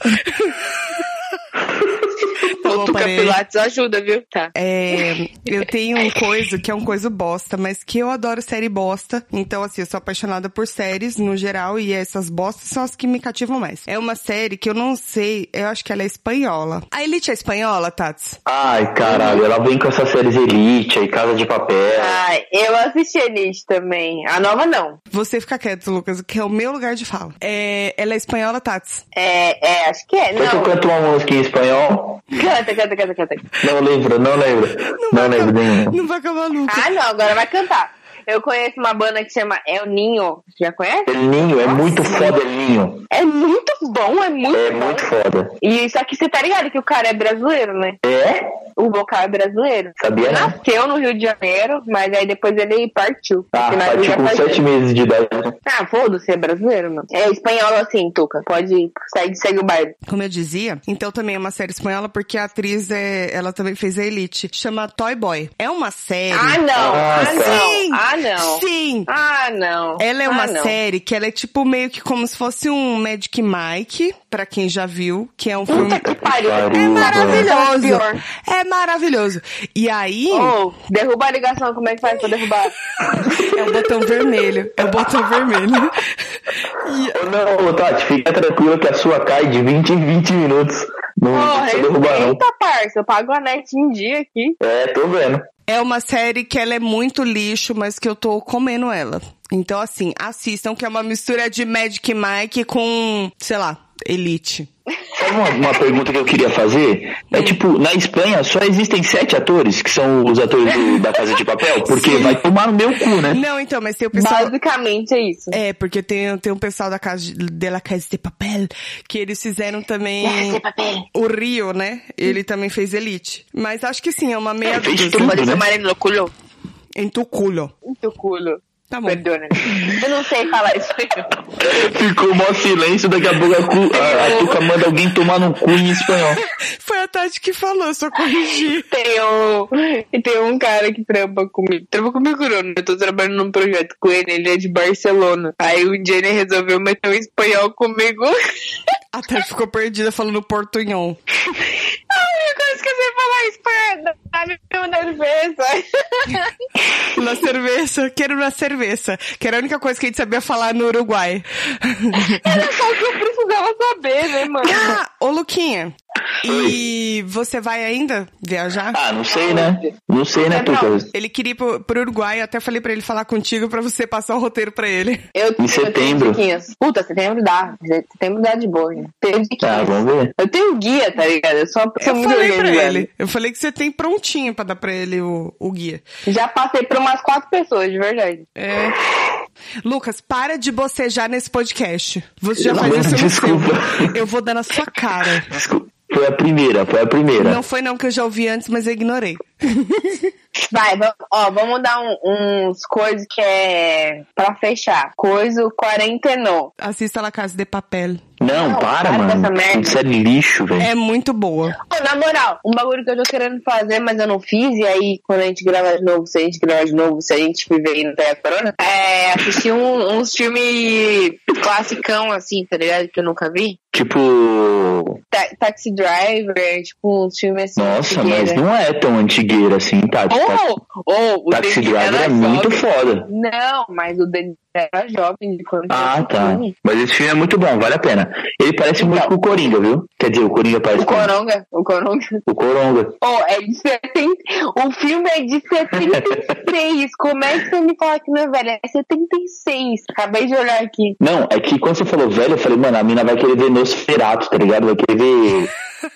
Então, Ô, Tuca parei. Pilates ajuda, viu? Tá. É, eu tenho um coisa que é um coisa bosta, mas que eu adoro série bosta. Então, assim, eu sou apaixonada por séries no geral e essas bostas são as que me cativam mais. É uma série que eu não sei, eu acho que ela é espanhola. A Elite é espanhola, Tats? Ah. Ai, caralho, ela vem com essas séries Elite aí, Casa de Papel. Ai, eu assisti Elite também. A nova não. Você fica quieto, Lucas, que é o meu lugar de fala. É, ela é espanhola, Tats? É, é, acho que é. Quer que eu Não, canto uma música em espanhol? canta, canta, canta, canta. Não lembro, não lembro. Não, vai lembro acabar, nenhum. não vai acabar nunca. Ah, não, agora vai cantar. Eu conheço uma banda que chama El Ninho. Já conhece? Elinho, é muito foda, Elinho. É muito bom, é muito É bom. muito foda. E só que você tá ligado que o cara é brasileiro, né? É? O vocal é brasileiro. Sabia não. Nasceu no Rio de Janeiro, mas aí depois ele partiu. Ah, tá Finalizou tipo a com carreira. sete meses de idade. né? Ah, foda-se, é brasileiro, mano. É espanhol assim, Tuca. Pode sair, segue o baile. Como eu dizia, então também é uma série espanhola porque a atriz é, ela também fez a Elite. Chama Toy Boy. É uma série. Ah, não. Ah, Ah, tá. Sim! não. Ah, não. Sim! Ah, não. Ela é uma ah, não. série que ela é tipo meio que como se fosse um Magic Mike, pra quem já viu, que é um (laughs) filme Puta que pariu. Pariu, é mano. maravilhoso. Pior. É maravilhoso. E aí Ô, derruba a ligação, como é que faz pra derrubar? é o botão vermelho, é o botão vermelho. (laughs) E- Ô, Não, ô, Tati, fica tranquila que a sua cai de 20 em 20 minutos. Não Porra, precisa derrubar, não. eita, parça. Eu pago a net em dia aqui. É, tô vendo. É uma série que ela é muito lixo, mas que eu tô comendo ela. Então assim, assistam que é uma mistura de Magic Mike com, sei lá, Elite. Sabe uma, uma pergunta que eu queria fazer? É tipo, na Espanha só existem sete atores, que são os atores do- da Casa de Papel, porque Sim. vai tomar no meu cu, né? Não, então, mas tem o pessoal Basicamente é isso. É, porque tem, tem um pessoal da casa de, de la Casa de Papel que eles fizeram também o Rio, né? Ele também fez Elite. Mas acho que sim, é uma meia fez dúzia. tudo. Pode né? chamar ele no culo. Em tu culo. Muito culo. Tá bom. Perdona. Eu não sei falar (laughs) espanhol. Ficou o maior silêncio, daqui a pouco a, cu- a- a Tuca manda alguém tomar no cu em espanhol. Foi a Tati que falou, só corrigi. Tem um, e tem um cara que trampa comigo. Trampa comigo, não. né? Eu tô trabalhando num projeto com ele, ele é de Barcelona. Aí o Jenny resolveu meter um espanhol comigo. (laughs) A Tati ficou perdida falando portunhão. Ai, agora esqueci de falar espanhol. Tá me mandando (laughs) cerveja. La cerveja, quero uma cerveja. Que era a única coisa que a gente sabia falar no Uruguai. Era só o que eu precisava saber, né, mano? ah, ô Luquinha. E você vai ainda viajar? Ah, não sei, né? Não sei, né, Tuca? Ele queria ir pro, pro Uruguai, eu até falei pra ele falar contigo pra você passar o roteiro pra ele. Eu, eu tenho setembro. diquinhas. Puta, setembro dá. Setembro dá de boa. né? Tenho diquinhas. Ah, vamos ver. Eu tenho guia, tá ligado? Eu sou uma pessoa Eu muito falei pra organizada. ele. Eu falei que você tem prontinho pra dar pra ele o, o guia. Já passei por umas quatro pessoas, de verdade. É. Lucas, para de bocejar nesse podcast. Você já Eu faz não, isso no desculpa. seu. Eu vou dar na sua cara. Desculpa. Foi a primeira, foi a primeira. Não foi não que eu já ouvi antes, mas eu ignorei. Vai, vamos, ó, vamos dar um- uns coisas que é pra fechar. Coisa quarentenou. Assista La Casa de Papel. Não, Não, para, para com essa mano. merda. Isso é lixo, velho. É muito boa. Pô, na moral, um bagulho que eu tô querendo fazer, mas eu não fiz, e aí quando a gente gravar de novo, se a gente gravar de novo, se a gente viver aí no Terra Corona, é assistir um, uns filmes classicão, assim, tá ligado? Que eu nunca vi. Tipo. Ta- Taxi Driver, tipo, uns filmes assim. Nossa, antigueira. mas não é tão antigueira assim, Tati. Ou, ou, o Taxi Dennis Driver era é muito jovem. foda. Não, mas o Denis era jovem de quando Ah, fez o tá. filme. Mas esse filme é muito bom, vale a pena. Ele parece muito com o Coringa, viu? Quer dizer, o Coringa parece Então. O com Coronga, o Coronga. o Coronga. Oh, é de 70. O filme é de 73. Como é que você me fala que não é velho? É 76. Acabei de olhar aqui. Não, é que quando você falou velho, eu falei, mano, a mina vai querer ver Nosferatu, tá ligado? Vai querer ver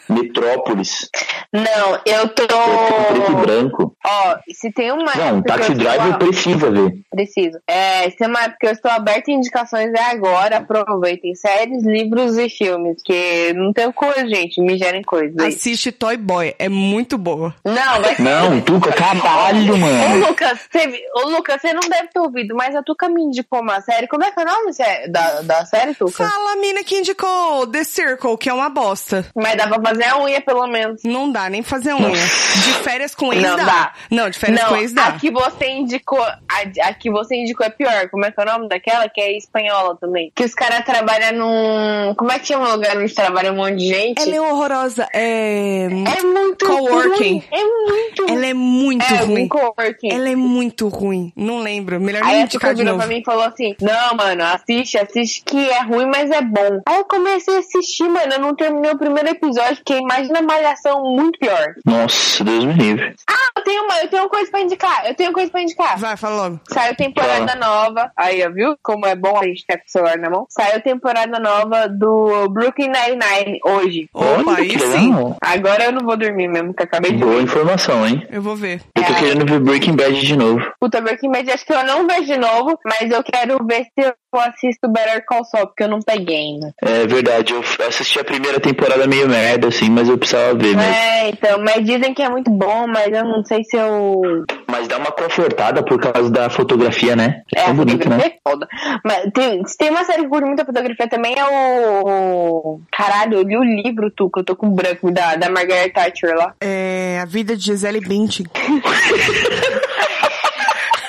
(laughs) Metrópolis. Não, eu tô. Vai ser preto e branco. Ó, se tem uma. Não, um época que Taxi eu Driver é estou- precisa ver. Preciso. É, se tem uma época que eu estou aberta a indicações é agora. Aproveitem séries, livros e filmes. Que não tem coisa, gente. Me gerem coisas. aí. Assiste Toy Boy. É muito boa. Não, vai Não, um Tuca, caralho, mano. Ô Lucas, você, ô, Lucas, você não deve ter ouvido, mas a Tuca me indicou uma série. Como é que é o nome sé- da, da série, Tuca? Fala, a mina que indicou The Circle, que é uma bosta. Mas dá pra fazer a unha, pelo menos. Não dá nem fazer unha. De férias com ex Não dá. dá. Não, de férias não, com ex dá. a que você indicou, a, a que você indicou é pior. Como é que é o nome daquela? Que é espanhola também. Que os caras trabalham num. Como é que chama o lugar onde trabalha um monte de gente? Ela é horrorosa. É. É muito Coworking. ruim. É muito Ela é muito É, ruim. um coworking. Ela é muito ruim. Não lembro. Melhor Aí nem essa indicar de virou pra novo. mim e falou assim: Não, mano, assiste, assiste que é ruim, mas é bom. Aí eu comecei a assistir, mano. Eu não terminei o primeiro episódio, porque imagina a malhação muito pior. Nossa, Deus me livre. Ah, eu tenho uma, eu tenho uma coisa pra indicar, eu tenho coisa pra indicar. Vai, fala logo. Saiu temporada Tá. nova. Aí, ó, viu? Como é bom a gente ter com o celular na mão. Saiu temporada nova do Brooklyn Nine-Nine hoje. Oh. Opa, Olha, aí que sim. legal. Agora eu não vou dormir mesmo, que eu acabei de Boa informação, hein? Eu vou ver. Eu tô É. querendo ver Breaking Bad de novo. Puta, Breaking Bad, acho que eu não vejo de novo, mas eu quero ver se eu assisto Better Call Saul, porque eu não peguei ainda. É verdade, eu f- assisti a primeira temporada meio merda, assim, mas eu precisava ver né? mesmo. É, então, mas dizem que é muito bom, mas eu não sei se eu... Mas dá uma confortada por causa da fotografia, né? É, a tão bonito, fotografia né? é foda. Mas tem, se tem uma série que curte muita fotografia também é o... o- Caralho, eu li o livro, tu, que eu tô com branco, da, da Margaret Thatcher lá. É, a vida de Gisele Bündchen.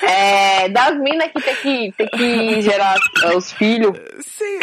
É, das minas que tem que, tem que gerar os filhos. Sim,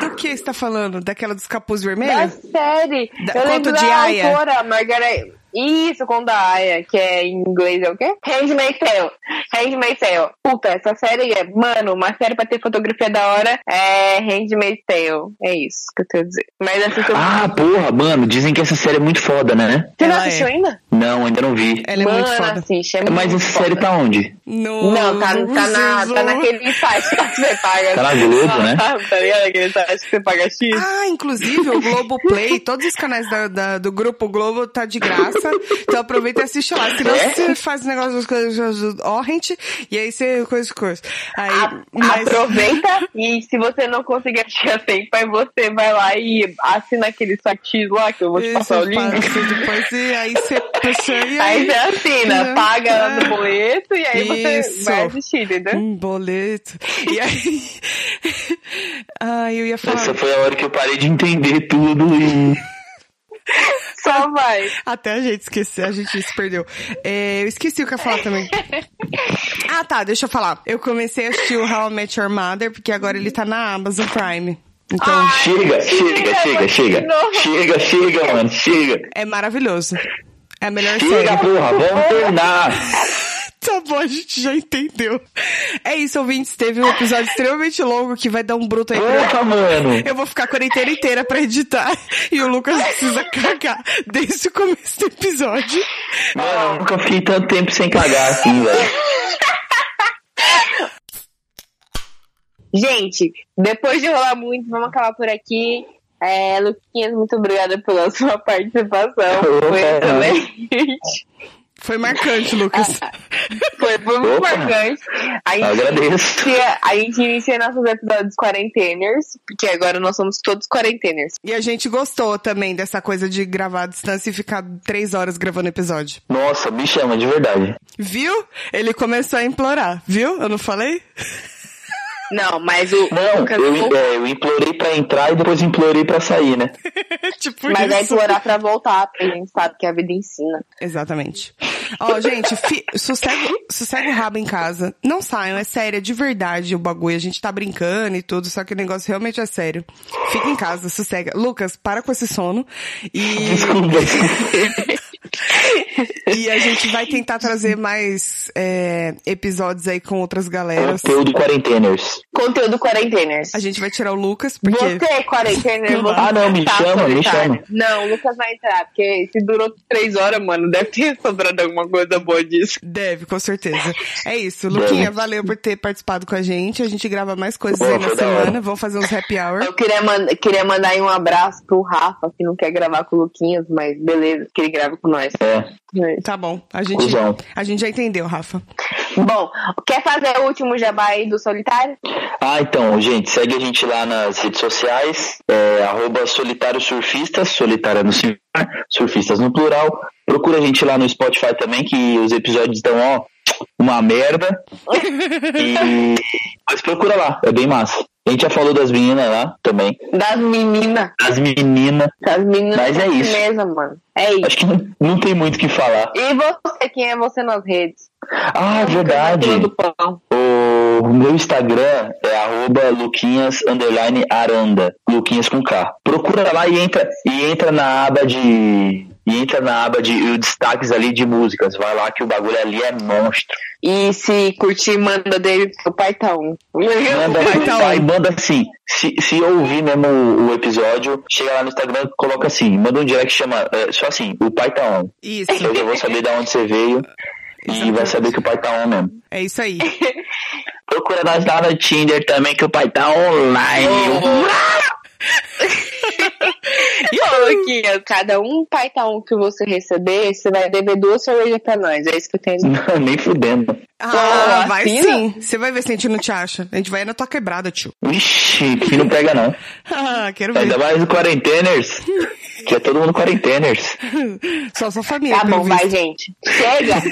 do que você tá falando? Daquela dos capuz Da vermelhos? série. Da- eu conto lembro de da Aya. autora, Margaret. Isso, com da Aya, que é em inglês é o quê? Handmaid's Tale. Handmaid's Tale. Puta, essa série é... Mano, uma série pra ter fotografia da hora é Handmaid's Tale. É isso que eu tenho a dizer. Mas assistiu... Ah, porra, mano, dizem que essa série é muito foda, né? Você não ela assistiu é. ainda? Não, ainda não vi. Ela é Mano, muito foda. Uhum. assiste, é muito Mas essa foda. série tá onde? No- Não, tá, tá, na, tá Zuzu. naquele site que você paga. Tá na Globo, né? (laughs) tá ligado? Aquele site que você paga X. Ah, inclusive o Globoplay, (laughs) todos os canais da- da- do Grupo Globo tá de graça. Então aproveita e assiste lá. Senão É? você faz o negócio das coisas do Orange e aí você coisa coisa. Aí, A- (laughs) Aproveita e se você não conseguir achar tempo, aí você vai lá e assina aquele site lá que eu vou te Isso, passar o link. passa depois, e é, aí você puxa e (laughs) Aí aí. você assina, né? paga lá É. no boleto e aí Isso. você vai assistir, entendeu? Um boleto. E aí. (laughs) Ai, eu ia falar. Essa foi a hora que eu parei de entender tudo e. Hum. Só vai. Até a gente esquecer, a gente se perdeu. É, eu esqueci o que eu ia falar também. (laughs) Ah, tá, deixa eu falar. Eu comecei a assistir o How I Met Your Mother, porque agora ele tá na Amazon Prime. Então, Ai. Chega, chega, chega, chega, chega. não. Chega, chega, mano, chega. é maravilhoso. É a melhor Chega, série. porra, vamos terminar. (laughs) Tá bom, a gente já entendeu. É isso, ouvintes. Teve um episódio extremamente longo que vai dar um bruto aí pra... Porra, mano. Eu vou ficar a quarentena inteira pra editar. E o Lucas precisa cagar desde o começo do episódio. Mano, eu nunca fiquei tanto tempo sem cagar assim, velho. Gente, depois de rolar muito, vamos acabar por aqui. É, Luquinhas, muito obrigada pela sua participação. (laughs) Foi Opa. excelente. Foi marcante, Lucas. Foi, foi muito Opa. marcante. A Eu gente agradeço. inicia, é, a gente inicia nossos episódios quarenteners, porque agora nós somos todos quarenteners. E a gente gostou também dessa coisa de gravar à distância e ficar três horas gravando episódio. Nossa, me chama, de verdade. Viu? Ele começou a implorar, viu? Eu não falei? (laughs) Não, mas o Não, Lucas. eu, é, eu implorei pra entrar e depois implorei pra sair, né? tipo mas isso. é implorar pra voltar, porque a gente sabe que a vida ensina. Exatamente. Ó, gente, fi... sossego, sossego o rabo em casa. Não saiam, é sério, é de verdade o bagulho. A gente tá brincando e tudo, só que o negócio realmente é sério. Fica em casa, sossega. Lucas, para com esse sono. (laughs) E. Desculpa. E a gente vai tentar trazer mais é, episódios aí com outras galeras. Conteúdo quarenteners. Conteúdo quarenteners. A gente vai tirar o Lucas, porque. Você, é quarentener, Não você dá. Ah, não, me tá chama, me solitário. chama. Não, o Lucas vai entrar, porque se durou três horas, mano, deve ter (laughs) sobrado alguma coisa boa disso. Deve, com certeza. É isso. Luquinha, Deve. valeu por ter participado com a gente. A gente grava mais coisas Boa, aí na foi da hora. semana. Vamos fazer uns happy hour. Eu queria, mand- queria mandar aí um abraço pro Rafa, que não quer gravar com o Luquinhas, mas beleza, que ele grava (laughs) com nós. É, Tá bom. A gente, cuzão. a gente já entendeu, Rafa. Bom, quer fazer o último jabá aí do Solitário? Ah, então, gente, segue a gente lá nas redes sociais, é, arroba solitário surfistas, solitária no singular, surfistas no plural. Procura a gente lá no Spotify também, que os episódios estão, ó, uma merda. E- mas procura lá, é bem massa. A gente já falou das meninas lá também. Das meninas. Das meninas. Das meninas. assim Mas é isso. Mesmo, mano. É isso. Acho que não, não tem muito o que falar. E você, quem é você nas redes? Ah, verdade. Cantora Do pão. O meu Instagram é arroba Luquinhas underline Aranda. Luquinhas com K. Procura lá e entra, e entra na aba de. E entra na aba de e os destaques ali de músicas. Vai lá que o bagulho ali é monstro. E se curtir, manda dele, porque o pai tá um. Manda, Vai tá vai, lá. manda assim. Se, se ouvir mesmo o, o episódio, chega lá no Instagram coloca assim. Manda um direct chama. é, só assim, o pai tá on. Isso. Eu já vou saber de onde você veio. E vai Exatamente. saber que o pai tá on mesmo. É isso (laughs) aí. Procura nós lá no Tinder também, que o pai tá online. E ô, Luquinha, cada um pai tá um que você receber, você vai beber duas cervejas pra nós. É isso que eu tenho. Não, Nem fudendo. Ah, Ah, vai assim, sim. Você vai ver se a gente não te acha. A gente vai na tua quebrada, tio. (laughs) Vixe, que não pega não. Ah, quero ver. Ainda mais o quarenteners. Que é todo mundo quarenteners. Só sua família. Tá pelo bom, visto. vai, gente. Chega! (laughs)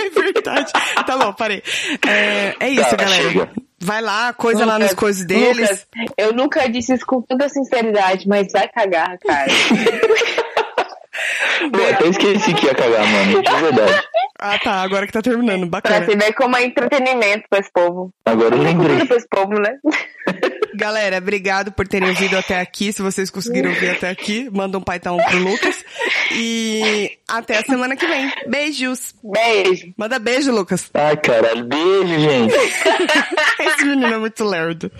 É verdade. Tá bom, parei. É, é isso, Tá, galera. chega. Vai lá, coisa lá nas Lucas, coisas deles. Lucas, eu nunca disse isso com tanta sinceridade, mas vai cagar, (laughs) cara. Pô, até esqueci que ia cagar, mano. De verdade. Ah, tá. Agora que tá terminando. pra Bacana. você ver como é entretenimento pra esse povo. Agora eu Cultura lembrei. pra esse povo, né? (laughs) Galera, obrigado por terem ouvido até aqui. Se vocês conseguiram ouvir até aqui, manda um paitão pro Lucas. E até a semana que vem. Beijos. Beijo. Manda beijo, Lucas. Ai, caralho. Beijo, gente. Esse menino é muito lerdo.